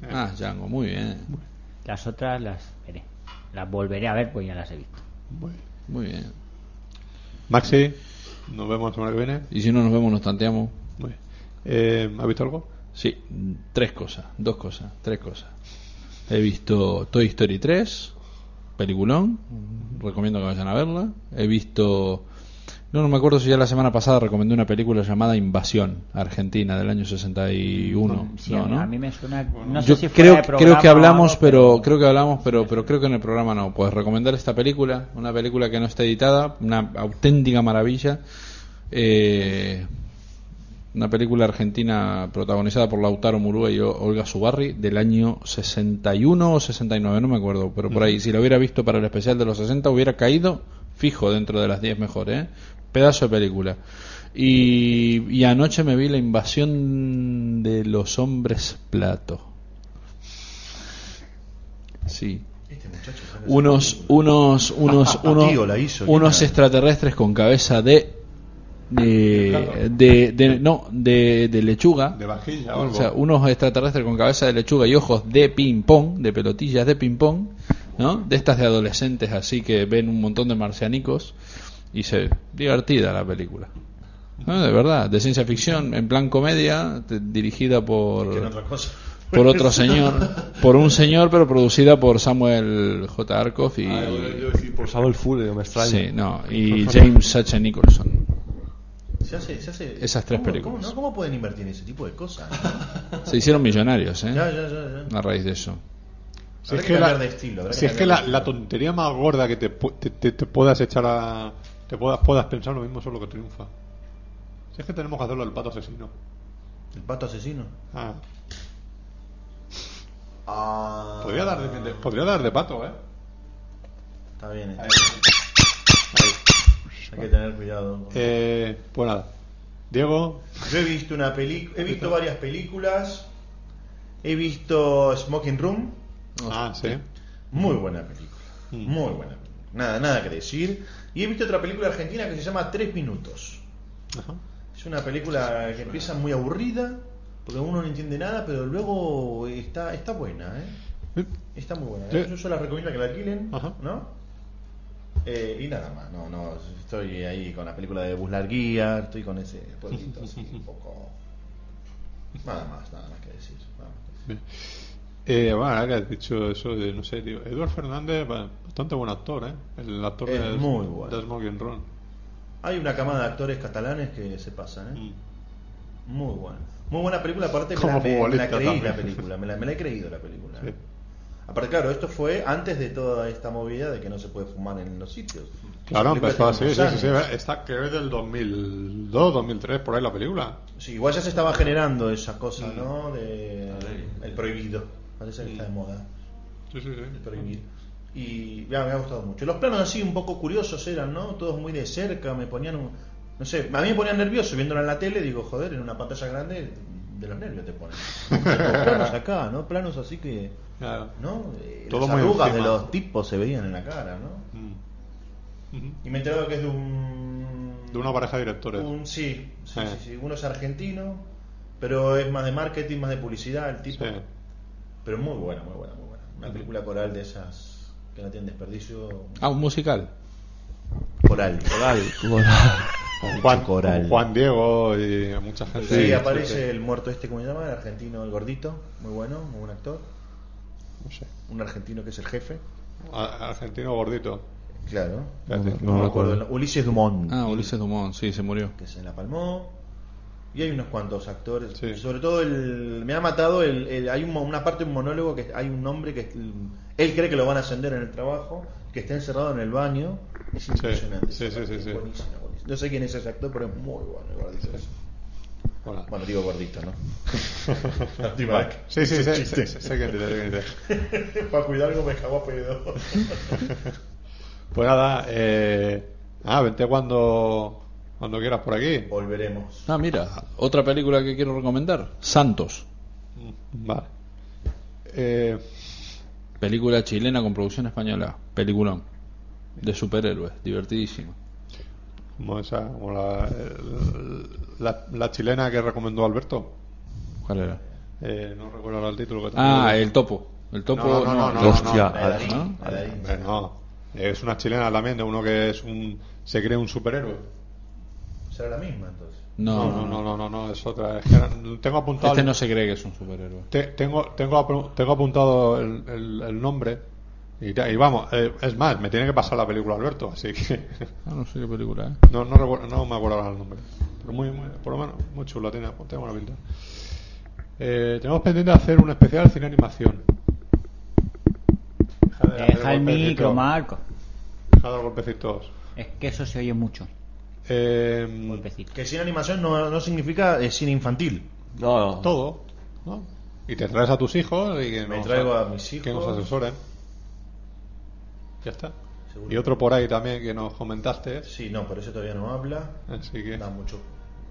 Eh. Ah, Django, muy bien. Las otras las veré. Las volveré a ver, pues ya las he visto. Bueno. Muy bien. Maxi, nos vemos la semana que viene. Y si no nos vemos, nos tanteamos. Muy bien. Eh, ¿Has visto algo? Sí, mm, tres cosas, dos cosas, tres cosas. He visto Toy Story 3, peliculón, recomiendo que vayan a verla. He visto, no, no me acuerdo si ya la semana pasada recomendé una película llamada Invasión Argentina del año 61. Sí, no, a- ¿no? A mí me suena. No sé Yo si fuera creo, de creo programa Eh, que o hablamos, algo, pero, creo que hablamos, pero, pero creo que en el programa no. Pues recomendar esta película, una película que no está editada, una auténtica maravilla. Eh, una película argentina protagonizada por Lautaro Murúa y O- Olga Subarri del año 61 o 69, no me acuerdo, pero por ahí, si lo hubiera visto para el especial de los 60, hubiera caído fijo dentro de las 10 mejores. ¿eh? Pedazo de película. Y, y anoche me vi la invasión de los hombres plato. Sí. Este Unos, unos, *laughs* unos, unos, Tío, la hizo, qué unos tal. extraterrestres con cabeza de de, de, de- no de, de lechuga De vajilla o o algo. sea unos extraterrestres con cabeza de lechuga y ojos de ping pong de pelotillas de ping pong no de estas de adolescentes así que ven un montón de marcianicos y se divertida la película No, de verdad de ciencia ficción en plan comedia te- dirigida por Que en otra cosa. por otro señor por un señor pero producida por Samuel J Arkoff y Ah, yo- yo decir, por Samuel Fuller, me extraña. sí, no, *laughs* y James H Nicholson *laughs* Se hace, se hace... Esas tres ¿Cómo- películas. ¿cómo, no? ¿Cómo pueden invertir en ese tipo de *laughs* cosas? ¿Eh? Se hicieron millonarios, ¿eh? Ya, ya, ya, ya. A raíz de eso. Si Habrá es que que, la, cambiar de estilo, habrá si que es que cambiar la, de la tontería más gorda que te, pu- te, te- te puedas echar a. te puedas, puedas pensar lo mismo solo que triunfa. Si es que tenemos que hacerlo del pato asesino. El pato asesino. Ah, Ah, podría, dar de, de- podría dar de pato, ¿eh? Está bien. Ahí. Hay que tener cuidado. Eh, Pues nada. Diego, Yo he visto una peli he visto varias películas. He visto Smoking Room, ah, sí. muy buena película, Mm. muy buena. película. Nada, nada que decir. Y he visto otra película argentina que se llama Tres minutos. Ajá. Es una película que empieza muy aburrida, porque uno no entiende nada, pero luego está, está buena, ¿eh? Está muy buena. ¿eh? Sí. Yo solo la recomiendo que la alquilen, Ajá. ¿no? Eh, y nada más, no, no, estoy ahí con la película de Buslarguía, estoy con ese pueblito así, un poco... Nada más, nada más que decir. nada más que decir. Eh, bueno, ahora que has dicho eso, de, no sé, tío. Eduard Fernández, ba- bastante buen actor, ¿eh? El actor Es de, muy bueno. de Smoking Run. Hay una camada de actores catalanes que se pasan, ¿eh? Muy buena. Muy buena película, aparte me Mm. Como la, me- me la futbolista creí también. la película, me la, me la he creído la película. ¿eh? Sí. Aparte, claro, esto fue antes de toda esta movida de que no se puede fumar en los sitios. Claro, Esa película empezó así, tiene sí, unos sí, sí. años. Está, creo que es del 2002, 2003, por ahí la película. Sí, igual ya se estaba generando esa cosa, ¿no? De, el prohibido. Parece que está de moda. Sí, sí, sí. prohibir. Y ya, me ha gustado mucho. Los planos así un poco curiosos eran, ¿no? Todos muy de cerca, me ponían un... No sé, a mí me ponían nervioso viéndola en la tele, digo, joder, en una pantalla grande de los nervios te ponen. Pero planos acá, ¿no? Planos así que... ¿No? Eh, Todo las muy arrugas encima. de los tipos se veían en la cara, ¿no? Mm. Y me he enterado que es de un... De una pareja de directores. un- sí, sí, Eh. sí, sí. Uno es argentino, pero es más de marketing, más de publicidad, el tipo. Pero muy buena, muy buena, muy buena. Una película coral de esas que no tienen desperdicio. Ah, un musical. Coral. Coral. Coral. Juan, Coral. Juan Diego y mucha gente. Sí, aparece el muerto este, ¿cómo se llama? El argentino, el gordito. Muy bueno, muy buen actor. No sé. Un argentino que es el jefe. A- Argentino gordito. Claro. No, no, No me acuerdo. acuerdo. Ulises Dumont. Ah, Ulises Dumont, sí, se murió. que se la palmó. Y hay unos cuantos actores. Sobre todo, el, me ha matado. El, el- hay un mo- una parte, un monólogo, que hay un hombre que es- él cree que lo van a ascender en el trabajo, que está encerrado en el baño. Es impresionante. Sí, sí, sí, sí. Buenísimo, buenísimo. No sé quién es ese actor, pero es muy bueno el gordito. ese. Hola. Bueno, digo gordito, *laughs* ¿no? La última vez que Sí, sí, hice sé, un chiste. sé, sé- sé quién dice, sé quién dice. *laughs* Para cuidar algo me cago *laughs* a pedo. Pues nada, eh, ah, vente cuando, cuando quieras por aquí. Volveremos. Ah, mira, otra película que quiero recomendar, Santos. Vale. Eh, Película chilena con producción española, peliculón. De superhéroes, divertidísimo. como esa, como la, la, la chilena que recomendó Alberto. ¿Cuál era? Eh, no recuerdo ahora el título. Que Ah, tengo. el topo. El topo. No, no, no, no, Hostia, Ah, no, no. Adalí, ¿no? Hombre, Eh, no. Es una chilena también, de uno que es un, se cree un superhéroe. Será la misma, entonces. No. no, no, no, no, no, es otra. Es que era- tengo apuntado. Este el- no se cree que es un superhéroe. Te- tengo, tengo, apu- tengo apuntado el, el- el nombre. Y, ta- y vamos, eh, es más, me tiene que pasar la película Alberto, así que. *laughs* Ah, no sé qué película, ¿eh? No, no, recuerdo- no me acuerdo ahora el nombre. Pero muy, muy- por lo menos, muy chula, tiene, tiene buena pinta. Eh, tenemos pendiente de hacer un especial cine animación. Deja Eh, de hacer Deja el golpecitos, micro, Marco. deja de dar golpecitos. Es que eso se oye mucho. Eh, Que cine animación no, no significa eh, cine infantil. No, no. todo, ¿no? Y te traes a tus hijos y que Me nos- traigo a mis hijos. que nos asesoren. Ya está. Seguro. Y otro por ahí también que nos comentaste. Sí, no, pero ese todavía no habla. Así que. Da mucho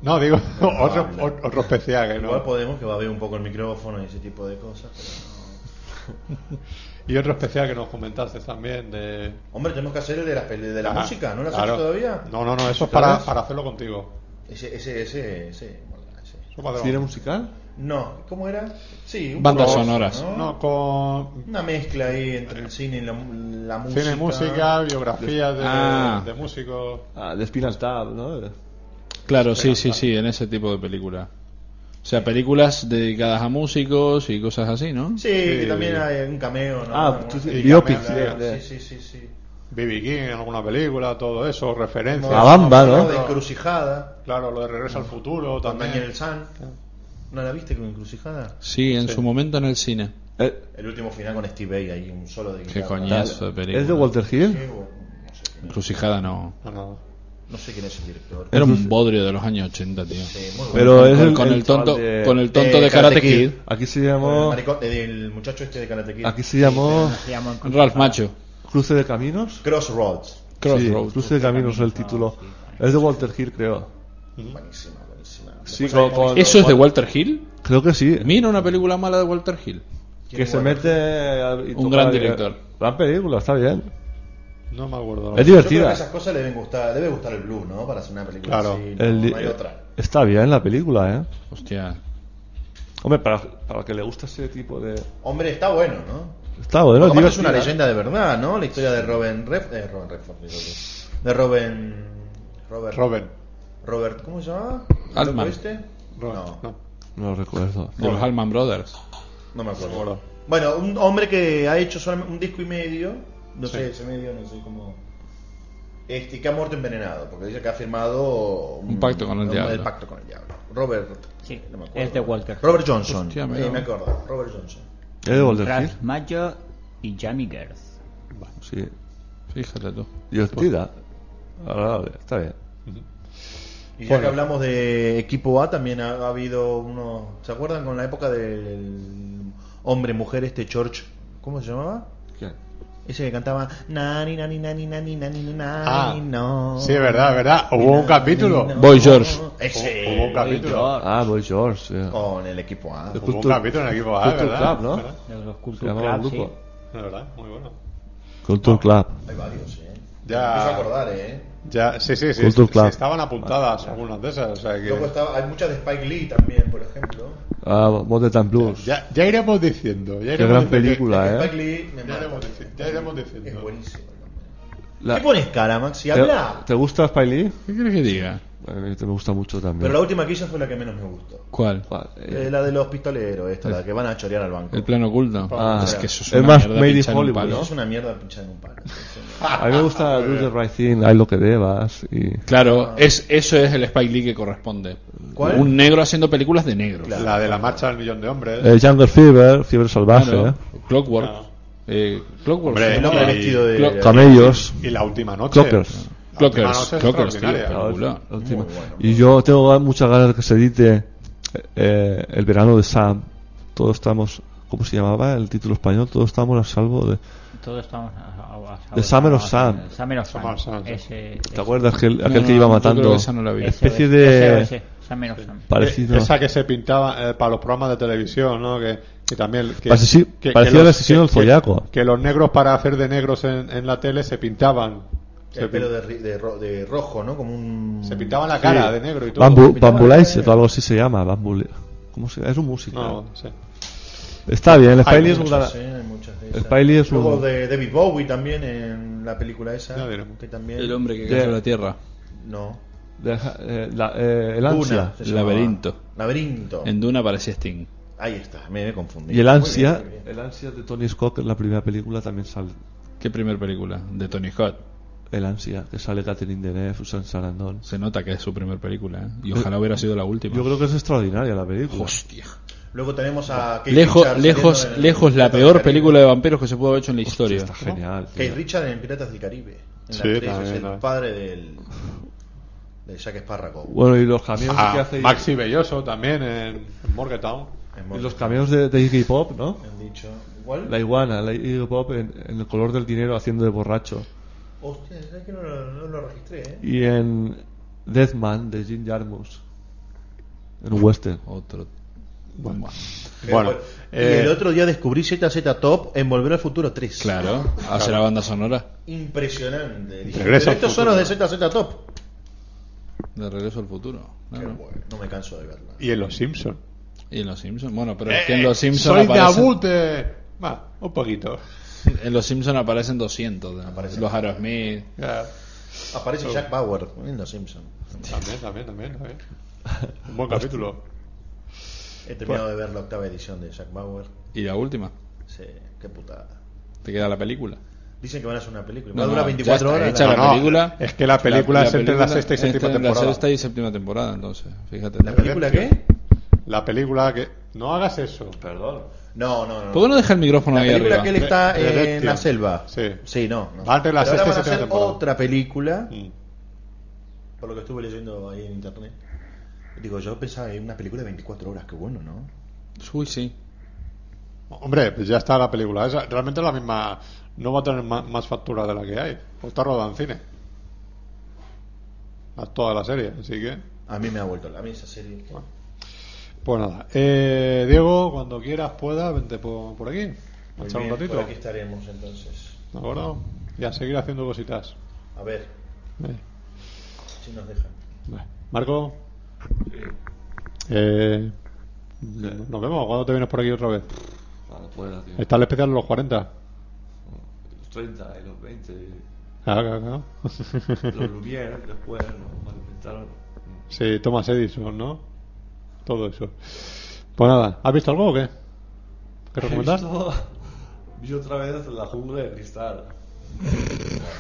No, digo, *laughs* otro, habla. ot- otro especial que Igual no. podemos que va a haber un poco el micrófono y ese tipo de cosas. pero no. Y otro especial que nos comentaste también de. Hombre, tenemos que hacer el de la, peli- de la Ah, música, ¿no lo has claro. hecho todavía? No, no, no, eso es ¿Claro? para, para hacerlo contigo. Ese, ese, ese, ese, mola, ese. Eso para ¿Cine hacerlo. musical? No, ¿cómo era? Sí, un Bandas poco, sonoras. ¿no? No, con Una mezcla ahí entre el cine y la, la música. cine, música, biografías de, Ah. de músicos. Ah, de Spinal Tap, ¿no? Claro, sí, sí, sí, en ese tipo de película. O sea, películas dedicadas a músicos y cosas así, ¿no? Sí, que también hay un cameo, ¿no? Ah, Una- tú- una- Y biopic. cambiar la- de- de- Sí, sí, sí, sí. B.B. King en alguna película, todo eso, referencias. La Bamba, ¿no? De encrucijada, Claro, lo de Regreso al Futuro con también. Daniel San. ¿No la viste con encrucijada? Sí, en Sí. su momento en el cine. Eh, El último final con Steve Bay ahí, un solo de Qué guitarra. coñazo de película. ¿Es de Walter Sí, Hill? o- Encrucijada no. No, no. No sé quién es el director. Era un bodrio de los años 80, tío. Sí, muy bueno. Pero es con, el, con el, chaval tonto, de- con el tonto de de, Karate Karate Kid. Kid, Aquí se Con el llamó. maricón- eh, del muchacho este de Karate Kid. Aquí se llamó. Hacíamos en- Ralph Macho, Cruce de Caminos. Crossroads. Sí, Crossroads. Cruce de Caminos es el título. Es de Walter Hill, creo. Buenísima, buenísima. Sí, Después con- hay- ¿Eso es de Walter Hill? Creo que sí. Mira una película mala de Walter Hill. ¿Quién Que se Walter? mete. a- y Un toca- gran director. Gran película, está bien. No me acuerdo. Es Yo creo que esas divertida. cosas le deben gustar, debe gustar el blues, ¿no? Para hacer una película Claro. así. No, El di- eh, no hay otra. Está bien la película, ¿eh? Hostia. Hombre, para, para que le gusta ese tipo de. Hombre, está bueno, ¿no? Está bueno, Porque aparte es divertida. una leyenda de verdad, ¿no? La historia de Robin Ref, eh, Robin Redford, digo yo. de Robin Robert, Robert. Robert, ¿cómo se llama? Altman. ¿El loco este? Robert. No, no. No lo recuerdo. De los Allman Brothers. No no me me acuerdo. acuerdo. Bueno, un hombre que ha hecho solamente un disco y medio, no sé, ese medio, no sé cómo. Este, que ha muerto envenenado, porque dice que ha firmado Un pacto con el diablo. pacto con el diablo. Robert, Sí, no me acuerdo. es de Walter. Robert Johnson. Hostia, Eh, mira. me acuerdo, Robert Johnson. ¿Es de Walter Hill? Ralph Macho y Jamie Girls. Sí. Fíjate tú. Divertida. Agradable, está bien. Y ya que hablamos de equipo A, también ha, ha habido unos. ¿Se acuerdan con la época del hombre, mujer, este George. ¿Cómo se llamaba? ¿Quién? Ese que cantaba Nani, nani, nani, nani, nani, nani, Ah, no. Sí, es verdad, es verdad. Hubo un capítulo. Boy George. Ese. Hubo un capítulo. Ah, Boy George. sí. Con el equipo A. De Hubo un Culture- capítulo en el equipo A, Culture ¿verdad? Club, ¿no? ¿Verdad? De los Se Culture llamaba el Club, sí. grupo. De verdad, muy bueno. Culture Club. Hay varios, eh. Ya- Me empiezo a acordar, eh. Ya, sí, sí, sí. Culture sí, Club. estaban apuntadas algunas de esas. o sea que- Luego estaba, hay muchas de Spike Lee también, por ejemplo. Ah, Modern Time Blues. ya, ya iremos diciendo. Ya Qué iremos gran diciendo. película, Spike eh. Lee me Ya mata. iremos, dici- ya iremos diciendo. Es buenísimo. La- ¿Qué pones cara, Max? Y ¿Te- habla. ¿Te gusta Spike Lee? ¿Qué quieres que diga? A mí te me gusta mucho también. Pero la última que hizo fue la que menos me gustó. ¿Cuál? Vale, eh, Eh, la de los pistoleros, esta, la que van a chorear al banco. El plano oculto. Ah, es que eso es es una más mierda Made in pinchar un Hollywood, palo. Eso ¿no? es una mierda pinchada en un palo. Ah, A mí *laughs* me gusta Do the Right Thing, Hay lo que debas. Y... Claro, es, eso es el Spike Lee que corresponde. ¿Cuál? Un negro haciendo películas de negros. Claro. La de la marcha del millón de hombres. Eh, Jungle Fever, Fiebre Salvaje. Claro. ¿eh? Clockwork. Ah. Eh, Clockwork. Hombre, eh, ¿no? El hombre vestido de. Clo- Con ellos. Y la última noche. Clockers. La última Clockers. noche es Clockers, tío. extraordinaria. Eh, película. La última. Muy bueno. Ah, Y yo tengo muchas ganas de que se edite eh, El verano de Sam. Todos estamos. ¿Cómo se llamaba el título español? Todos estamos a salvo de. Todos estamos a- a- a- The Summer of Sam. The Summer of Summer of Sam. Sam, sí. Ese- ¿Te acuerdas que el- No, aquel no, que iba yo creo matando? que esa no la vi. Una ese- especie ese- de. ese- Summer of Sam. Parecido. Eh, Esa que se pintaba eh, para los programas de televisión, ¿no? Que, que también. Que, Asesi- parecía el asesino del follaco. Que, los negros, para hacer de negros en, en la tele, se pintaban. Se, El pin- pelo de, ri- de ro- de rojo, ¿no? Como un. se pintaban la cara de negro y todo. Bambu, Bambulice o algo así se llama. Bambule... ¿Cómo se llama? Es un músico. No, sí. Está bien, el Hay Spiley es un. muchas, gran- eh, hay muchas de el esas. Spiley es Luego un- de David Bowie también en la película esa. Ya veremos. que también. El hombre que Yeah. cayó a la tierra. No. Deja- eh, la- eh, el Duna, ansia. se el llamaba. laberinto. Laberinto. En Duna aparecía Sting. Ahí está, me he confundido. Y el Muy ansia. bien, muy bien. El ansia de Tony Scott en la primera película también sale. ¿Qué primer película? De Tony Scott. El ansia, que sale Catherine Deneuve, Susan Sarandon. Se nota que es su primer película. ¿eh? Y ojalá hubiera sido la última. Yo creo que es extraordinaria la película. Hostia. Luego tenemos a Kate Lejos, Richards lejos, saliendo en- lejos la Piratas peor del Caribe. película de vampiros que se pudo haber hecho en la historia. Está genial. tío. Kate Richard en Piratas del Caribe. En Sí, la actriz, también, es el también. padre del. de Jack Esparraco. Bueno, y los cameos Ah, que hace. Maxi Belloso también en, en Morgetown. Y los cameos de, de Iggy Pop, ¿no? Han dicho. ¿Cuál? La iguana, la Iggy Pop en, en el color del dinero haciendo de borracho. Hostia, es que no, lo- no lo registré, ¿eh? Y en Deathman de Jim Jarmusch. En un western. Otro. Bueno, y eh, el otro día descubrí ZZ Top en Volver al Futuro 3. Claro, hace la banda sonora Impresionante. Dije, Regreso "Pero al estos son futuro". los de ZZ Top. de Regreso al Futuro. Qué Claro. bueno, no me canso de verla. Y en Los Simpsons. Y en Los Simpsons. Bueno, pero es que Eh, en Los Simpsons Eh, ¡Soy aparecen, Dabute! Va, un poquito. en Los Simpson aparecen 200. ¿no? Aparecen. Los Aerosmith. Ya, Aparece Jack Bauer en Los Simpsons. También, también, también. también. Un buen capítulo. He terminado de ver la octava edición de Jack Bauer. Y la última. Sí, qué putada. Te queda la película. Dicen que van a hacer una película. No, Va a durar no, 24 ya está horas. hecha la- la película. es que la película es entre la película sexta y séptima está en temporada. La sexta y séptima temporada, entonces. Fíjate. ¿La película qué? La película que. No hagas eso. Perdón. No, no, no. ¿Por qué no deja el micrófono La ahí película arriba? que él está De- de en la Deadpool. selva. Sí. Sí, no. no. Va entre la Pero sexta y ahora van a séptima hacer temporada. otra película, Mm. por lo que estuve leyendo ahí en internet. Digo, yo pensaba en una película de 24 horas, qué bueno, ¿no? Uy, sí. Hombre, pues ya está la película. Esa, realmente es la misma. No va a tener ma- más, factura de la que hay. O está rodada en cine. A toda la serie. Así que. A mí me ha vuelto la a mí esa serie. Pues nada. Eh, Diego, cuando quieras, puedas, vente por, por aquí. A Muy echar un bien, ratito. por aquí estaremos entonces. ¿De acuerdo? Y a seguir haciendo cositas. A ver Eh, si nos dejan. vale. Marco. Eh, nos vemos. ¿Cuándo te vienes por aquí otra vez? Ah, Está el especial de los 40. Los 30 y los 20. *laughs* Ah, claro, Los claro. Lumière, después, ¿no? Inventaron. *laughs* Sí, Thomas Edison, ¿no? Todo eso. Pues nada, ¿has visto algo o qué? ¿Qué recomendar? *laughs* Vi otra vez La Jungla de Cristal.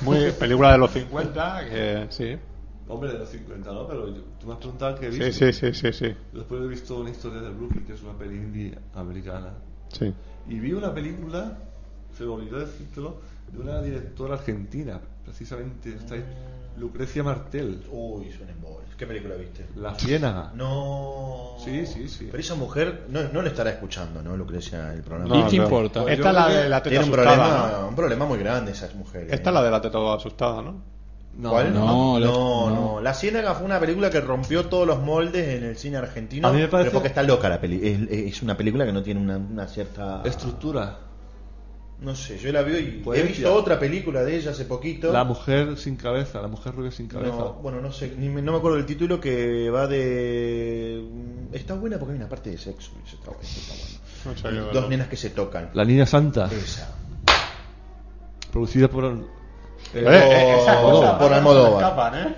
Muy película de los 50, que sí. Hombre de los 50, ¿no? Pero yo- tú me has preguntado qué he visto. Sí, sí, sí, sí, sí. Después he visto una historia de Brooklyn, que es una peli indie americana. Sí. Y vi una película, se me olvidó el título, de una directora argentina, precisamente. Estáis Lucrecia Martel. Uy, son emboles. ¿Qué película viste? La Ciénaga. No. Sí, sí, sí. Pero esa mujer no, no le estará escuchando, ¿no, Lucrecia, el programa? No, ¿Y qué no. importa? Pues Esta yo es la creo de que la teta Tiene un asustada, problema, ¿no? un problema muy grande ¿eh? esas mujeres. Esta es la de la teta asustada, ¿no? No, ¿Cuál? no, no, la- no, no. La Ciénaga fue una película que rompió todos los moldes en el cine argentino. A mí me parece- Pero porque está loca la película. Es, es una película que no tiene una, una cierta. Estructura. No sé, yo la vi y he Poesía. visto otra película de ella hace poquito. La mujer sin cabeza, la mujer rubia sin cabeza. No, bueno, no sé, ni me- no me acuerdo del título que va de. Está buena porque hay una parte de sexo. y eso está bueno, eso No sé, está bueno. yo- Dos nenas que se tocan. La Niña Santa. Esa. Producida por. Eh, por- por- por Almodóvar. escapan,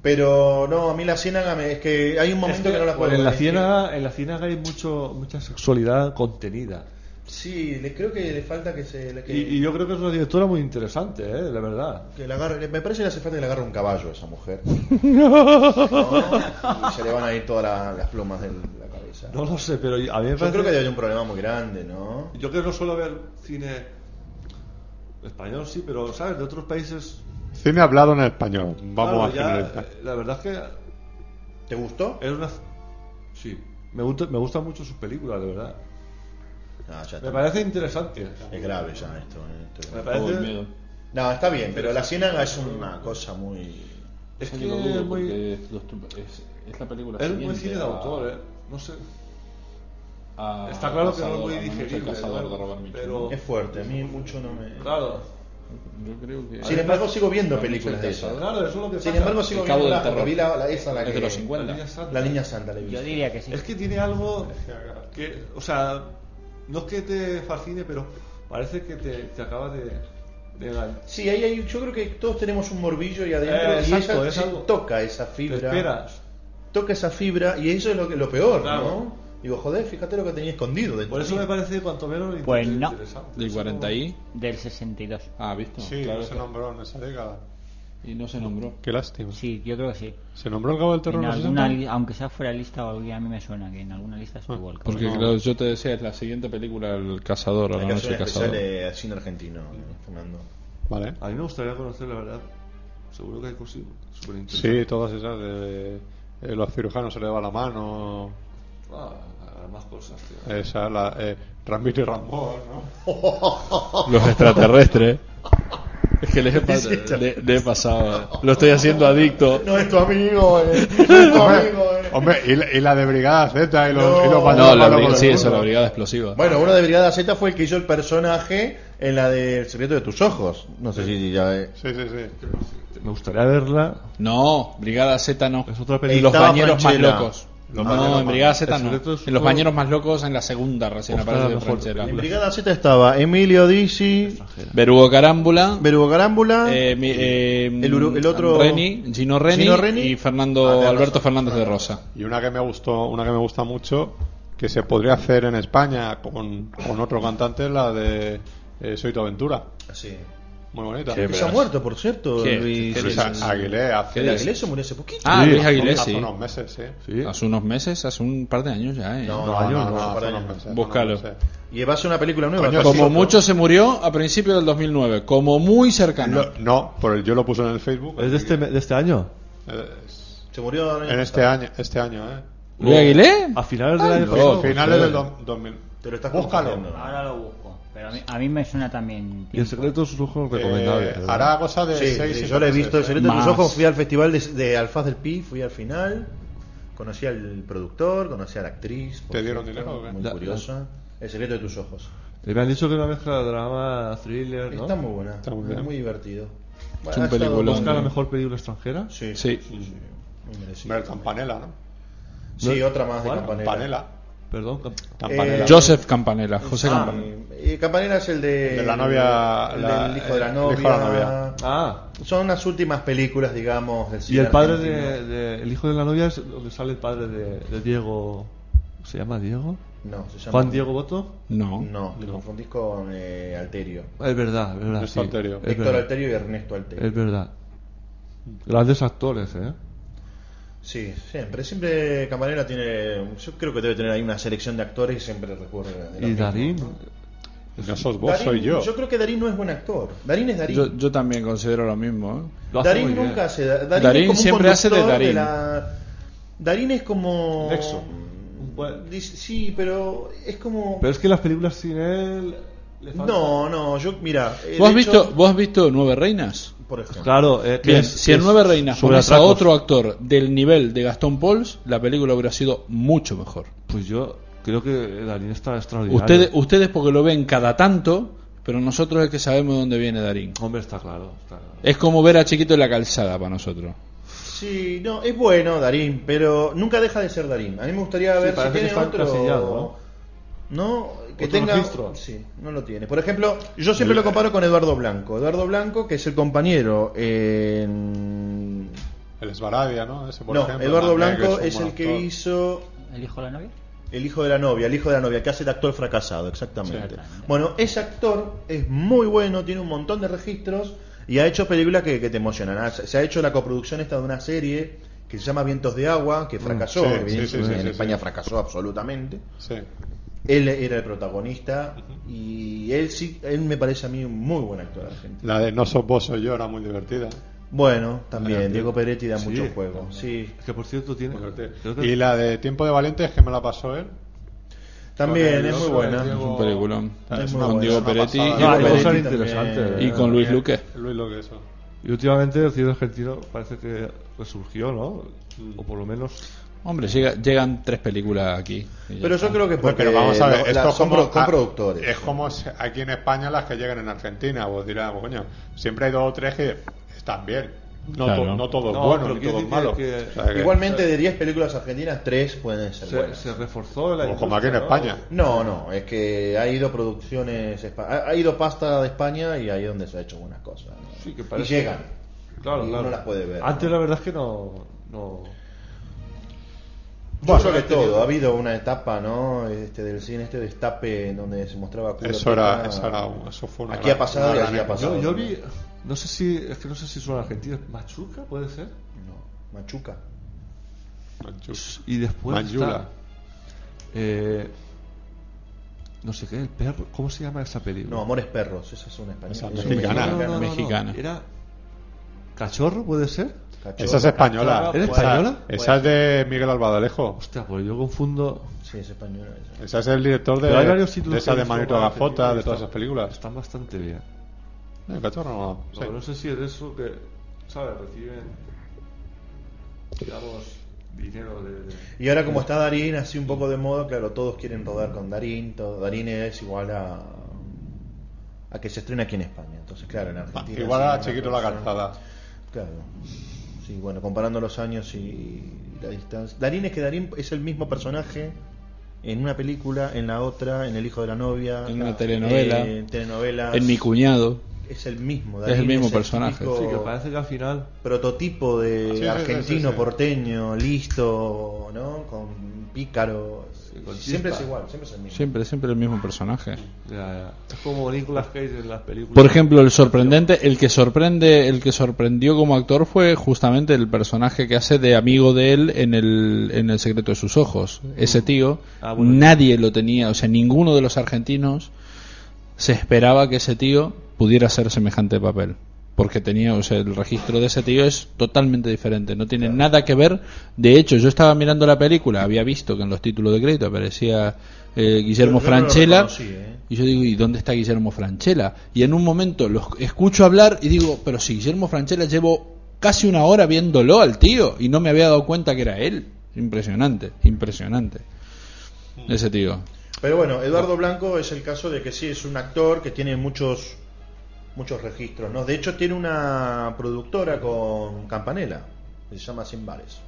Pero no, a mí la ciénaga me- es que hay un momento que no la puedo en la ver, es ciénaga, en la ciénaga hay mucho, mucha sexualidad contenida. que- Sí, le, creo que le falta que se. le- que- Y, y yo creo que es una directora muy interesante, ¿eh? la verdad. que le agarre- me parece que le hace falta que le agarre un caballo a esa *laughs* mujer. Y se le van a ir todas la- las plumas de la cabeza. No lo sé, pero a mí me Yo parece- creo que hay un problema muy grande, ¿no? Yo creo que no suelo ver cine español, sí, pero, ¿sabes? De otros países. Cine hablado en español. Vamos Claro, ya, a generalizar. eh, La verdad es que. ¿Te gustó? Es una. Sí. Me, gusta, me gustan mucho sus películas, de verdad. No, Ah, ya Me está. parece interesante. Es grave ya esto. ¿eh? Esto es Me grave. parece. No, está bien, pero la ciénaga es una cosa muy. Es Yo que no lo dudo es muy- porque es, los tu- es- es la película Es un buen siguiente cine de a- autor, ¿eh? No sé. a Está claro que no es Cazador, muy a la noche del digerible, Cazador ¿no? de Robert Mitchum. Pero- Es fuerte, a mí mucho no me. Claro. Yo creo que... Sin embargo, sigo viendo La noche películas de del esa. Cazador. Claro, eso es lo que Sin pasa. embargo, sigo El Cabo viendo del la, pero Terror. vi la, la- esa, la Es de que- los 50. La Niña Santa. La niña santa, la he Yo visto. diría que sí. Es que tiene algo que, o sea, no es que te fascine, pero parece que te, te acaba de, de la- Sí, ahí hay, yo creo que todos tenemos un morbillo y adentro. Eh, y exacto, ella es sí algo- toca esa te fibra. esperas. Toca esa fibra y eso es lo, que, lo peor, Claro. ¿no? Digo, joder, fíjate lo que tenía escondido dentro. Por eso me parece cuanto menos inter- Pues no. interesante. Del 40 y... Del 62. Ah, ¿visto? Sí, Claro, no se nombró en esa década. Y no se nombró. Qué lástima. Sí, yo creo que sí. ¿Se nombró el Cabo del Terror En en los alguna 60? li- aunque sea fuera lista o algo, a mí me suena que en alguna lista estuvo el Porque cabrón. claro, yo te decía, es la siguiente película, El Cazador, a Hay la que noche hacer del un especial Cazador. de cine argentino, Fernando. Vale. A mí me gustaría conocer, la verdad. Seguro que hay cosas súper Sí, interesantes. todas esas de... eh, los cirujanos se le va la mano. Ah, más cosas, tío. Esa, la, eh, Ramiro y Ramón, ¿no? Los extraterrestres. Es que les he, pas- Sí, chaval. le- le he pasado. Lo estoy haciendo adicto. No es tu amigo, *laughs* eh. No es tu amigo, eh. Hombre, y la, y la de Brigada Z y los, y los No, No, bandidos la malos bri- por el sí, eso, la mundo. brigada explosiva. Bueno, uno de Brigada Z fue el que hizo el personaje en la del secreto de tus ojos. No sé si ya. eh. Sí, sí, sí. Me gustaría verla. No, Brigada Z no. Es otra En película. los Estaba bañeros Franchella. más locos. Los bañeros no, en más- Brigada Z el no. secreto de su En los juego. bañeros más locos, en la segunda recién Ostras, aparece la mejor Franchella. En Brigada Z estaba Emilio Dizzi, Berugo Carámbula. Berugo Carámbula. eh, mi- eh, Ah. El uru- el otro- Reni, Gino Reni, Gino Reni. y Fernando Ah, tenés Alberto razón, Fernández de Fernando. Rosa. Y una que me gustó, una que me gusta mucho, que se podría hacer en España con, con otro cantante, es la de eh, Soy tu aventura. Ah, Sí. Muy bonita. Qué Que se ha verás. muerto, por cierto. ¿Qué? Luis. ¿Qué Luis Luis dices? Aguilé hace, ¿Qué dices? Aguilé se murió hace poquito. Ah, Sí, Luis Aguilé, hace sí. unos meses, sí. Sí. Hace unos meses, hace un par de años ya, eh. No, No, años, no, no, no, un par hace de unos años. meses, no, Búscalo. no sé. Y va a ser una película nueva. Coño, por Como cierto. mucho se murió a principios del 2009, como muy cercano. Lo- no, por el, yo lo puse en el Facebook. ¿Es de este, me- de este año? Eh, es- Se murió el año en este pasado. año, este año, ¿eh? ¿Luis Aguilé? A finales del año no, pasado. Finales Sí. del do- 2000. Te lo estás Búscalo. confundiendo. Ahora lo busco. Pero a mí, a mí me suena también. Y el secreto de sus ojos recomendable. Eh, ¿verdad? hará cosa de Sí, 6 sí, yo le he visto el secreto de tus Más. ojos. Fui al festival de, de Alfaz del Pi, fui al final. Conocí al productor, conocí a la actriz. por ¿Te dieron cierto, dinero o qué? Muy La- curiosa. El secreto de tus ojos. Y Eh, me han dicho que es una mezcla de drama, thriller, ¿no? Está muy buena. Está muy muy, bien. divertido. Es ha un estado- peliculón. Busca la mejor película extranjera. Sí. Sí. muy merecido. Ver Campanella, ¿no? Sí, otra más de ¿Cuál? Campanella. Campanella. Perdón. Camp- Campanella. Eh, Joseph Campanella, José Ah, Campanella. y Campanella es el de, El de la novia, el la- del hijo de la el novia. hijo de la novia. Ah. Son las últimas películas, digamos, del Y cine el padre argentino. de, de- El hijo de la novia es donde sale el padre de, de Diego. ¿Se llama Diego? No, se llama... ¿Juan Diego Boto? No. No, te confundís con eh, Alterio. Es verdad, es verdad. Ernesto sí. Alterio. Es Héctor verdad. Alterio y Ernesto Alterio. Es verdad. Grandes actores, ¿eh? Sí, siempre. Siempre Campanella tiene... Yo creo que debe tener ahí una selección de actores y siempre recuerda... de los Y mismos, Darín. ¿no? No sos vos, Darín- soy yo. Yo creo que Darín no es buen actor. Darín es Darín. Yo, yo también considero lo mismo. ¿eh? Lo hace Darín muy bien. nunca hace. da- Darín, Darín es como un siempre hace de conductor Darín. la- Darín es como. Nexo. Dice- Sí, pero es como. Pero es que las películas sin él. le falta- No, no, yo, mira. eh, ¿Vos, de has hecho, visto, ¿Vos has visto Nueve Reinas? Por ejemplo. Claro, eh, que Bien, es- si que en es Nueve Reinas sobre pones a atracos. otro actor del nivel de Gastón Pauls, la película hubiera sido mucho mejor. Pues yo creo que Darín está extraordinario. Ustedes, ustedes porque lo ven cada tanto, pero nosotros es que sabemos de dónde viene Darín. Hombre, está claro. está claro. Es como ver a Chiquito en la calzada para nosotros. Sí, no, es bueno Darín, pero nunca deja de ser Darín. A mí me gustaría Sí, ver si parece que tiene está otro. encasillado, ¿No? Que Otro tenga. registro. Sí, no lo tiene. Por ejemplo, yo siempre lo comparo con Eduardo Blanco. Eduardo Blanco, que es el compañero en. El Esbarabia, ¿no? Ese, por no, ejemplo, Eduardo también, que Blanco un es, buen el que actor. hizo. ¿El hijo de la novia? El hijo de la novia, el hijo de la novia, que hace de actor fracasado, exactamente. Exactamente. Bueno, ese actor es muy bueno, tiene un montón de registros y ha hecho películas que, que te emocionan. Ah, Se se ha hecho la coproducción esta de una serie que se llama Vientos de Agua, que Mm, fracasó, sí, que sí, en- sí, sí, en sí, España sí. fracasó absolutamente. Sí. Él era el protagonista y él sí, él me parece a mí un muy buen actor argentino. La de No sos vos, soy yo era muy divertida. Bueno, también, Diego Peretti da Sí, mucho juego. Sí. Es que por cierto tiene. creo que- Y la de Tiempo de Valientes que me la pasó él. También, Con el es muy otro, buena. el Diego- Es un peliculón. Es Es una con buena, Diego una Peretti pasada. y Ah, con- Diego Peretti y también. con Luis Luque. Luis lo que eso. Y últimamente el cine argentino parece que resurgió, ¿no? Mm. O por lo menos. Hombre, llega- llegan tres películas aquí. y ya Pero está. yo creo que es porque pero vamos a ver, lo- la- esto es son como, pro- con ah, productores. Es como se- aquí en España las que llegan en Argentina. Vos dirás, "Pues, coño, siempre hay dos o tres que están bien. No, Claro. to- no todos No, pero buenos ni quiero todos decir malos. que- O sea que- Igualmente de 10 películas argentinas, 3 pueden ser Se, buenas. se reforzó la. Como- como aquí en industria, España. ¿no? No, no, es que ha ido producciones, espa- ha ha ido pasta de España y ahí es donde se ha hecho buenas cosas. ¿no? Sí, que parece- Y llegan. Claro, Y claro. uno las puede ver, Antes ¿no? la verdad es que no. no... Bueno, Yo que creo que todo, tenía- ha habido una etapa, ¿no? Este del cine, este destape donde se mostraba culo, Eso era, teta. eso era un- eso fue una Aquí gran- ha pasado una y gran allí ha época. pasado. Yo, yo vi. No sé si. Es que no sé si son argentinos. ¿Machuca puede ser? No, Machuca. Manchu- Y después. Manjula. está, eh, no sé qué, el perro. ¿Cómo se llama esa película? No, Amores Perros, esa es una Esa española. es Es mexicana. una No, no, no. Mexicana. Era. ¿Cachorro puede ser? Cachorro. Esa es española. ¿Era Esa- española? Esa es de Miguel Albadalejo. Hostia, pues yo confundo. Sí, es española. esa. Esa es el director de, Pero hay varios títulos de esa que de he visto Manito para Gafota, de películas. todas esas películas. eh, Están bastante bien. El cachorro no. No, sí. no sé si es de eso que, ¿sabes? Reciben, digamos, dinero de... de- Y ahora como está Darín así un poco de moda, claro, todos quieren rodar con Darín, todo- Darín es igual a a que se estrena aquí en España. Entonces, claro, en Ah, Argentina. Igual sí, a una Chiquito la persona- calzada. Claro. Sí, bueno, comparando los años y la distancia. Darín es que Darín es el mismo personaje en una película, en la otra, en El hijo de la novia, En una telenovela, en telenovelas. En mi cuñado. es el mismo, es Darín el mismo personaje. típico- Sí, que parece que al final... prototipo de Sí, sí, argentino sí, sí, sí. porteño, listo, ¿no? Con pícaro. siempre es igual, siempre es el mismo. Siempre, siempre el mismo personaje. ya, ya. Es como Nicolas Cage en las películas. Por ejemplo, el sorprendente, el que sorprende, el que sorprendió como actor fue justamente el personaje que hace de amigo de él en el, en el secreto de sus ojos. Mm. Ese tío, Ah, bueno. nadie lo tenía, o sea, ninguno de los argentinos se esperaba que ese tío pudiera hacer semejante papel. Porque tenía, o sea, el registro de ese tío es totalmente diferente, no tiene nada que ver. De hecho, yo estaba mirando la película, había visto que en los títulos de crédito aparecía eh, Guillermo Yo- yo no lo Franchella. reconocí, ¿eh? Y yo digo, ¿y dónde está Guillermo Franchella? Y en un momento los escucho hablar y digo, pero si Guillermo Franchella llevo casi una hora viéndolo al tío y no me había dado cuenta que era él. Impresionante, impresionante. Ese tío. Pero bueno, Eduardo Blanco es el caso de que sí, es un actor que tiene muchos muchos registros, ¿no? De hecho tiene una productora con Campanella, que se llama Sin Bares.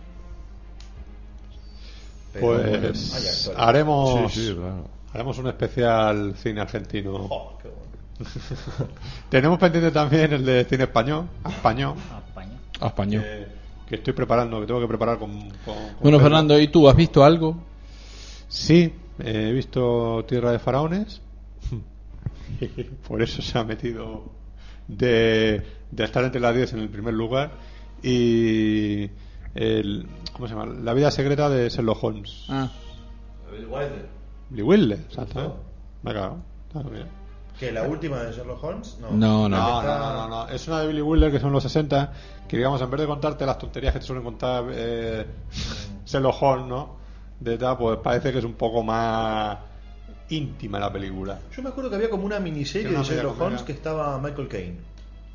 Pero bueno, hay Pues actores. haremos, Sí, sí, claro. haremos un especial cine argentino. Oh, qué bueno. Tenemos pendiente también el de cine español, español España. A español. Eh, que, que estoy preparando, que tengo que preparar con. con- con bueno, Pedro. Fernando, ¿y tú has visto algo? Sí, eh, he visto Tierra de Faraones. *laughs* Por eso se ha metido de, de estar entre las 10 en el primer lugar. Y. el- ¿Cómo se llama? La vida secreta de Sherlock Holmes. Ah, Billy Wilder, exactamente. Me ha cagado. Claro, mira. ¿Que la última de Sherlock Holmes? No, No, No, no. no, no, no. Es una de Billy Wilder que son los 60. Que digamos, en vez de contarte las tonterías que te suelen contar eh, Sherlock Holmes, ¿no? De tal, pues parece que es un poco más íntima la película. Yo me acuerdo que había como una miniserie Que una de Sherlock media Holmes comedia. que estaba Michael Caine.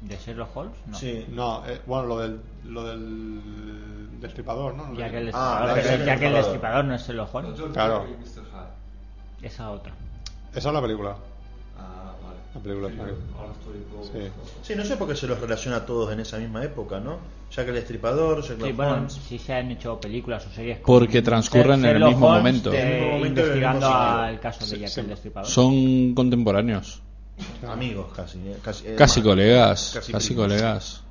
¿De Sherlock Holmes? No. Sí. No, eh, bueno, lo del, lo del destripador, ¿no? No sé Ya que qué. el Ah, destripador, la es- que el ya que destripador. el destripador no es Sherlock Holmes. Claro. Esa otra. Esa es la película. Ah, vale. La película. claro. Ahora estoy un poco- Sí. Sí, no sé por qué se los relaciona a todos en esa misma época, ¿no? Ya que el Estripador, Sherlock Sí, bueno, Holmes. si se han hecho películas o series. con Porque transcurren en el Sherlock mismo Holmes, momento. eh, En el mismo momento, en el investigando mismo sitio. al caso de Jack el Destripador. Son contemporáneos. Amigos casi. eh, Casi, eh, Casi más. colegas. Casi, primos. colegas.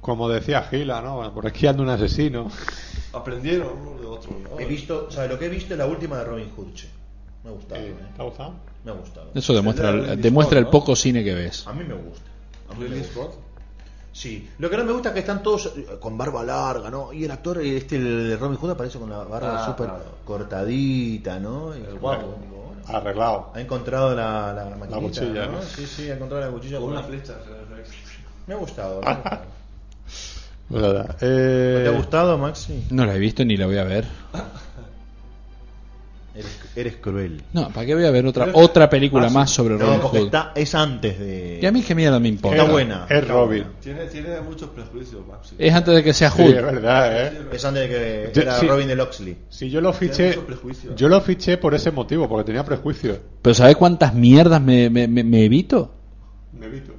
Como decía Gila, ¿no? Bueno, por aquí anda un asesino. Aprendieron uno de otro. He visto, o sea, lo que he visto es la última de Robin Hood. che. Me ha gustado, eh. Eh, ¿Te ha gustado? Me ha gustado. Eso demuestra, Es la de el, Ridley demuestra el Scott, ¿no? poco cine que ves. A mí me gusta. A mí me Ridley gusta. Scott. Sí. Lo que no me gusta es que están todos eh, con barba larga, ¿no? Y el actor, eh, este, el de Robin Hood, aparece con la barba Ah, súper claro. cortadita, ¿no? Y guapo. digo, bueno, Arreglado. Ha encontrado la, la maquinita, cuchilla, ¿no? Sí, sí, ha encontrado la cuchilla. Con por una ahí. flecha. Me *laughs* ha gustado. me ha gustado. Verdad. Eh, Pues ¿Te ha gustado, Maxi? No la he visto ni la voy a ver. Eres, eres cruel. No, ¿para qué voy a ver otra otra película Ah, sí. más sobre No, Robin porque Hood? está- es antes de. Y a mí qué mierda me importa. Está buena. Es Robin. Tiene, tiene muchos prejuicios, Maxi. Es antes de que sea Sí, Hood. es verdad, ¿eh? Es antes de que Yo- era sí. Robin de Loxley. Si yo lo fiché, mucho prejuicio. yo lo fiché por ese motivo, porque tenía prejuicios. Pero ¿sabes cuántas mierdas me, me- me- me evito? Me evito.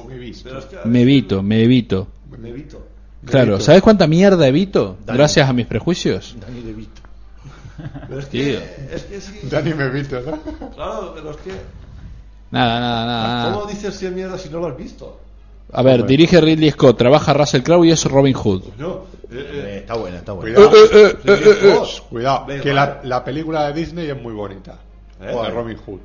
O me visto. Pero es que a Me veces evito, me evito. Me evito. Claro, evito. ¿sabes cuánta mierda evito? Dale. Gracias a mis prejuicios. Dani *laughs* DeVito. Pero es Tío. que, es que sí. Dani me evito, ¿no? Claro, pero es que. Nada, nada, nada. Ah, ¿Cómo nada. dices si es mierda si no lo has visto? A ver, Bueno. dirige Ridley Scott, trabaja Russell Crowe y es Robin Hood. No. Eh, Eh, eh, está buena, está buena. Cuidado, Ridley Scott. cuidado, Blade que la, Runner. la película de Disney es muy bonita. ¿Eh? La de Robin Hood.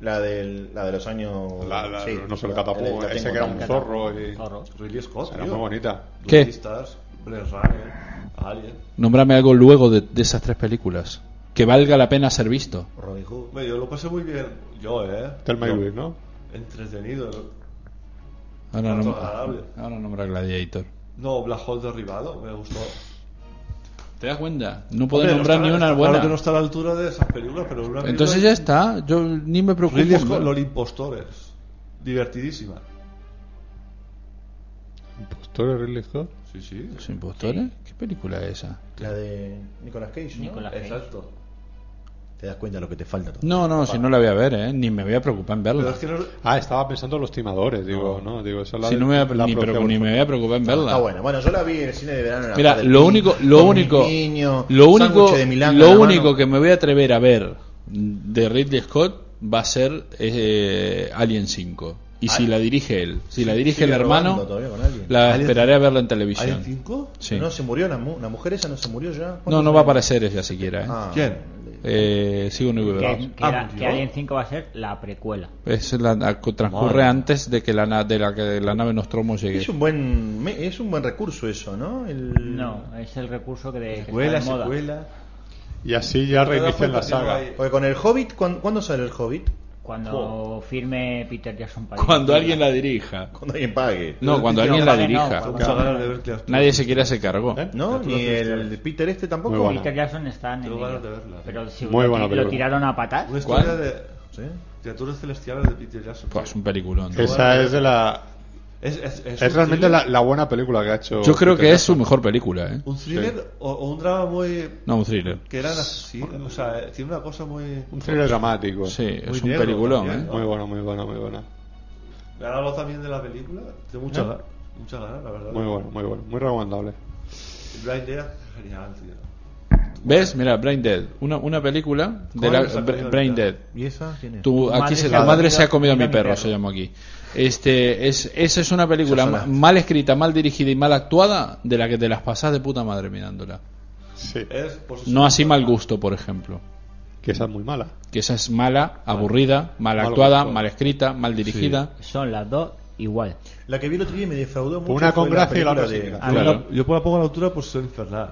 La, del, la de los años. La- la- sí. no se lo La- catapó, la ese que tengo era un también. zorro. Y... Zorro. Ridley Scott, Era Ah, tío. muy bonita. ¿Qué? Duelistas, Blade Runner, Alien. Nómbrame algo luego de, de esas tres películas. Que valga la pena ser visto. Robin Hood. Hombre, yo lo pasé muy bien. Yo, eh. Thelma y Yo, Luis, ¿no? Entretenido. Ahora, Tanto nom- agradable. ahora nombra Gladiator. No, Black Hole derribado, me gustó. ¿Te das cuenta? No puedo Hombre, no nombrar está- ni una está buena. Claro que no está a la altura de esas películas, pero una película Entonces de- ya está. Yo ni me preocupo. Ridley ¿no? Scott, Los impostores. Divertidísima. ¿Impostor de Ridley Scott? Sí, sí. ¿Los impostores? ¿Qué película es esa? La de Nicolas Cage, ¿no? Nicolas Cage. Exacto. Te das cuenta lo que te falta. todavía. No, no, si no la voy a ver, ¿eh? Ni me voy a preocupar en Pero verla. es que no. Ah, estaba pensando en los timadores, digo, no, digo, esa es la Si de- no me voy la a, ni, pero- producción. ni me voy a preocupar en verla. Ah, Está buena. Bueno, yo la vi en el cine de verano. en la Mira, tarde, lo con- único, lo con único, mis niños, lo único, sándwiches de milanga en lo la único mano. que me voy a atrever a ver de Ridley Scott va a ser eh, Alien 5. Y si la dirige él, si la dirige el Sigue hermano, robando todavía con alguien. la Alien- esperaré a verla en ¿Alien televisión. 5? Sí. No se murió la, mu- la mujer esa, no se murió ya. No, no va a aparecer ella siquiera. ¿eh? Ah. ¿Quién? Eh, Sigourney Que, Weaver. que Ah, la- por que Dios. Alien 5 va a ser la precuela. Es la- la- transcurre Madre. antes de que la, na- de la, que la nave Nostromo llegue. Es un buen, me- es un buen recurso eso, ¿no? El- No, es el recurso que, de, que Secuela, está de moda. secuela. Y así ya Te das reinician cuenta la que no saga. hay- Porque con el Hobbit, ¿cuán- ¿cuándo, sale el Hobbit? Cuando firme Peter Jackson para Cuando alguien la dirija. Cuando alguien pague. No, cuando Pero alguien la no, dirija. cuando- Muchas ganas de ver Clear Nadie se quiere hacer cargo. ¿Eh? ¿No? Criaturas Ni el celestiales. Peter este tampoco. Muy buena. Peter Jackson está en Tengo ello. ganas de verla. Pero si Muy lo, buena ti- lo película. tiraron a patas. Una historia ¿Cuál? de Sí. criaturas celestiales de Peter Jackson. Buah, Pues, Es un peliculón. Esa es de la. Es, es, es Pues, Es un realmente thriller- la, la buena película que ha hecho. Yo creo Peter que es su Jackson. mejor película, ¿eh? un thriller o, o un drama muy No, un thriller. que eran así, o sea, eh, tiene una cosa muy Un thriller dramático. Sí, Muy es un negro peliculón, también, ¿eh? Muy bueno, muy bueno, muy bueno. me ha hablado también de la película, de mucha ganas, mucha ganas, la verdad. ¿Eh? Muy bueno, muy bueno. Muy recomendable. Blind Date, genial, tío. ¿eh? ¿Ves? Mira, Brain Dead. Una, una película de ¿Cómo la, se ha Bra- comido Brain el Dead. perro? ¿Y esa? ¿Quién es? Tu, Tu aquí madre se, se la ha madre se ha comido comido a mi mi perro, perro. se llama aquí. Este, es, esa es una película Esas ma- son las- mal escrita, mal dirigida y mal actuada de la que te las pasas de puta madre mirándola. Sí. Es posesión No así mal total. gusto, por ejemplo. Que esa es muy mala. Que esa es mala, aburrida, mal Mal actuada, gusto. mal escrita, mal dirigida. Son las dos igual. La que vi el otro día y me defraudó mucho. Una con fue la gracia y la otra película sin de- gracia. Yo Claro. la- Yo por la pongo a la altura por ser infernal.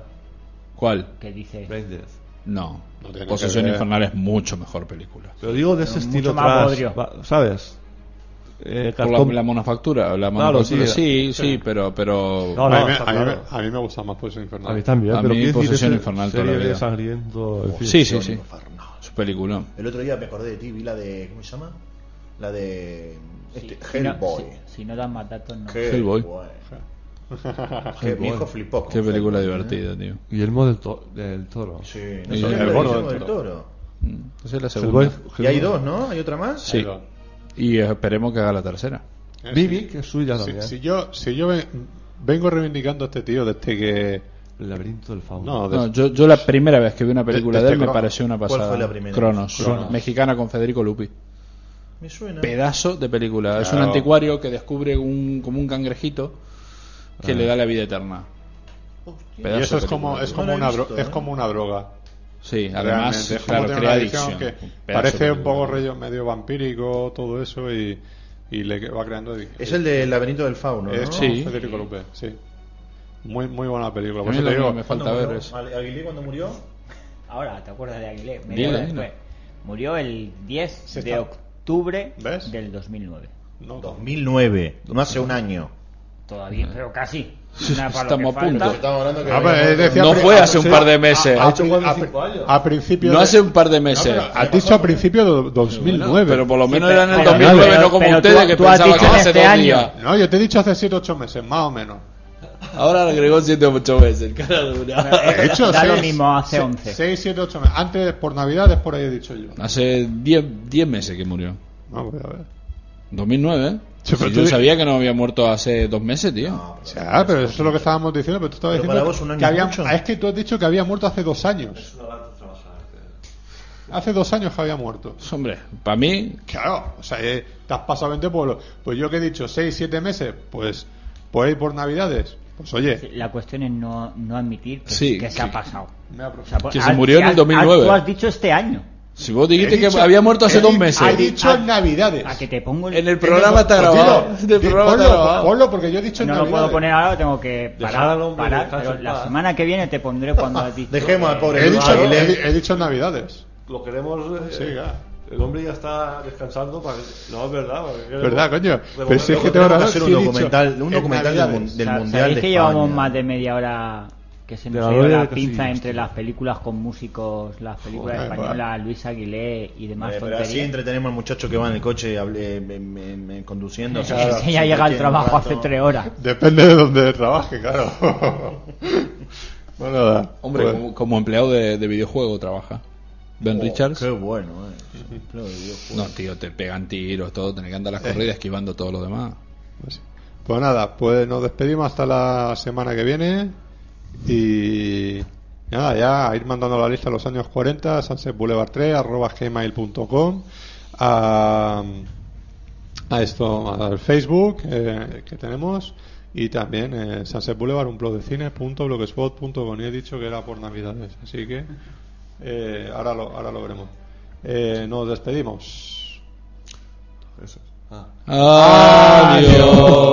¿Cuál? Que dice. Blind Date. No. No tiene que Posesión ver. Infernal es mucho mejor película. Pero digo de ese Mucho estilo más trash, bodrio. va- ¿sabes? Eh, Por cartón- la, la manufactura, la Claro, manufactura, sí, sí, la- sí, pero, pero No, no, a, mí me, está a mí me- claro. a mí me gusta más Posesión Infernal. A mí también, A pero mí quiero decir, Posesión ese Infernal toda serie la de vida. sangriento, Ah, en fin. sí, sí, Posesión sí. Infernal. Su película. El otro día me acordé de ti, vi la de. ¿Cómo se llama? La de. Este, Si no- Hellboy. si, si no dan más datos, no. Hellboy. Que mi hijo flipó. con Qué película Hellboy, ¿eh? divertida, tío. Y el del, to- del toro. Sí, Y no sé el qué le gordo hicieron del del toro. Mm, Esa es la Hellboy- segunda. Y hay dos, ¿no? ¿Hay otra más? Sí. Y esperemos que haga la tercera. Eh, Vivi, sí. que es suya Si- también. Si, yo, si yo ve- vengo reivindicando a este tío desde que. El laberinto del fauno. No, de- este- No, yo, yo la primera vez que vi una película De- de, de él me Cronos. pareció una ¿Cuál pasada. fue la primera? Cronos, Cronos. mexicana con Federico Lupi. Me suena. Pedazo de película. Es un Claro. anticuario que descubre un, como un cangrejito que Ah. le da la vida eterna. Hostia. y eso Pedazo de es como, película. es, como No la una he visto, dro- es ¿eh? como una droga. Sí, además, Realmente, es como claro, tener crea una adicción adicción. que Un pedazo de parece un película. poco rollo medio vampírico, todo eso, y, y le va creando adicción. Es el del laberinto del fauno. Es ¿no? con Eh, Sí. Federico López, sí. Muy, muy buena película. A Por mí eso lo te que digo, me ¿Cuándo falta ver murió? es. ¿Al- Aguilé cuando murió? Ahora, ¿te acuerdas de Aguilé? Media Dilo, hora dilo. después. Murió el 10 Se de está- octubre ¿Ves? del 2009. no, 2009. No hace un año. Todavía, pero casi. Sí, Una para lo estamos que a punto. falta. Estamos hablando que. Ah, pero había- es decir, No a pri- fue a- eh, hace un sí, Ah, par de meses. A, Ah, Ha a, hecho a- a principio No de- hace un par de meses. No, pero- Has dicho a principio de 2009. Pero por lo Sí, menos pero- era en el pero- 2009, pero- no como pero tú- ustedes que tú has pensaban que dicho en hace este dos año. días. No, yo te he dicho hace 7 8 meses, más o menos. Ahora le agregó 7 o 8 veces. el cara dura. eh. He hecho Da lo 6, mismo, hace 11. 6, 7, 8 meses. Antes, por Navidades, por ahí he dicho yo. Hace 10 10 meses que murió. No, pues, a ver. 2009, ¿eh? Sí, pero Si tú- yo sabía que no había muerto hace dos meses, tío. O sea, ah, pero eso es lo que estábamos diciendo. Pero tú estabas Pero diciendo para vos un año que había, es mucho. Ah, es que tú has dicho que había muerto hace dos años. Hace dos años que había muerto. Pues, Hombre, para mí, Claro, o sea, eh, te has pasado 20 pueblos. Pues yo que he dicho 6, 7 meses, pues por ahí por Navidades. Pues oye, Sí, La cuestión es no, no admitir que, Sí, que se que- ha pasado. me apro- O sea, pues, Que se has- murió en el has- 2009. Tú has dicho este año. si vos He dijiste que dicho- había muerto hace he dos di- He meses. Ah, dicho en Navidades. A que te pongo el... En el programa está Pues grabado. *laughs* dilo, En el di- programa está ponlo, grabado. ponlo, porque yo he dicho en No lo Navidades. puedo poner ahora, tengo que Dejar parar. al hombre, parar, dejar pero en la paz. semana que viene te pondré cuando has dicho. Dejemos al que- pobre He dicho, Eduardo. he, he dicho en Navidades. Lo queremos. eh, Sí, claro. El hombre ya está descansando para que- No, es verdad. para que- ¿Verdad, coño? Revolver- Pero si es que Luego te van a tenemos que ver si hacer un he dicho documental, un en documental del, Navidades. mun- del Sa- Mundial ¿Sabéis de que llevamos España. más de media hora que se De nos la ha ido gloria la de Casillas, pinza entre tío. las películas con músicos, las películas Joder, españolas, Luis Aguilé y demás Eh, pero tonterías? así *laughs* entretenemos al muchacho que va en el coche hable, em, em, em, em, conduciendo. Sí, sí, ya llega al trabajo hace tres horas. Depende de donde trabaje, claro. *laughs* bueno, nada. Hombre, Pues, como, como empleado de, de videojuego trabaja. Ben Oh, Richards. Qué bueno, eh. Claro, Dios. No, tío, te pegan tiros, todo, tenés que andar Eh. las corridas esquivando todo lo demás. pues- pues nada, pues nos despedimos hasta la semana que viene. Y nada, ya a ir mandando la lista a los años 40, sunsetboulevard3, arroba gmail.com, a, a esto, al Facebook eh, que tenemos. Y también eh, Sunset Boulevard, un blog de cine, punto blogspot punto com. Y he dicho que era por Navidades, así que eh, ahora, lo, ahora lo veremos. Eh, nos despedimos. Adiós.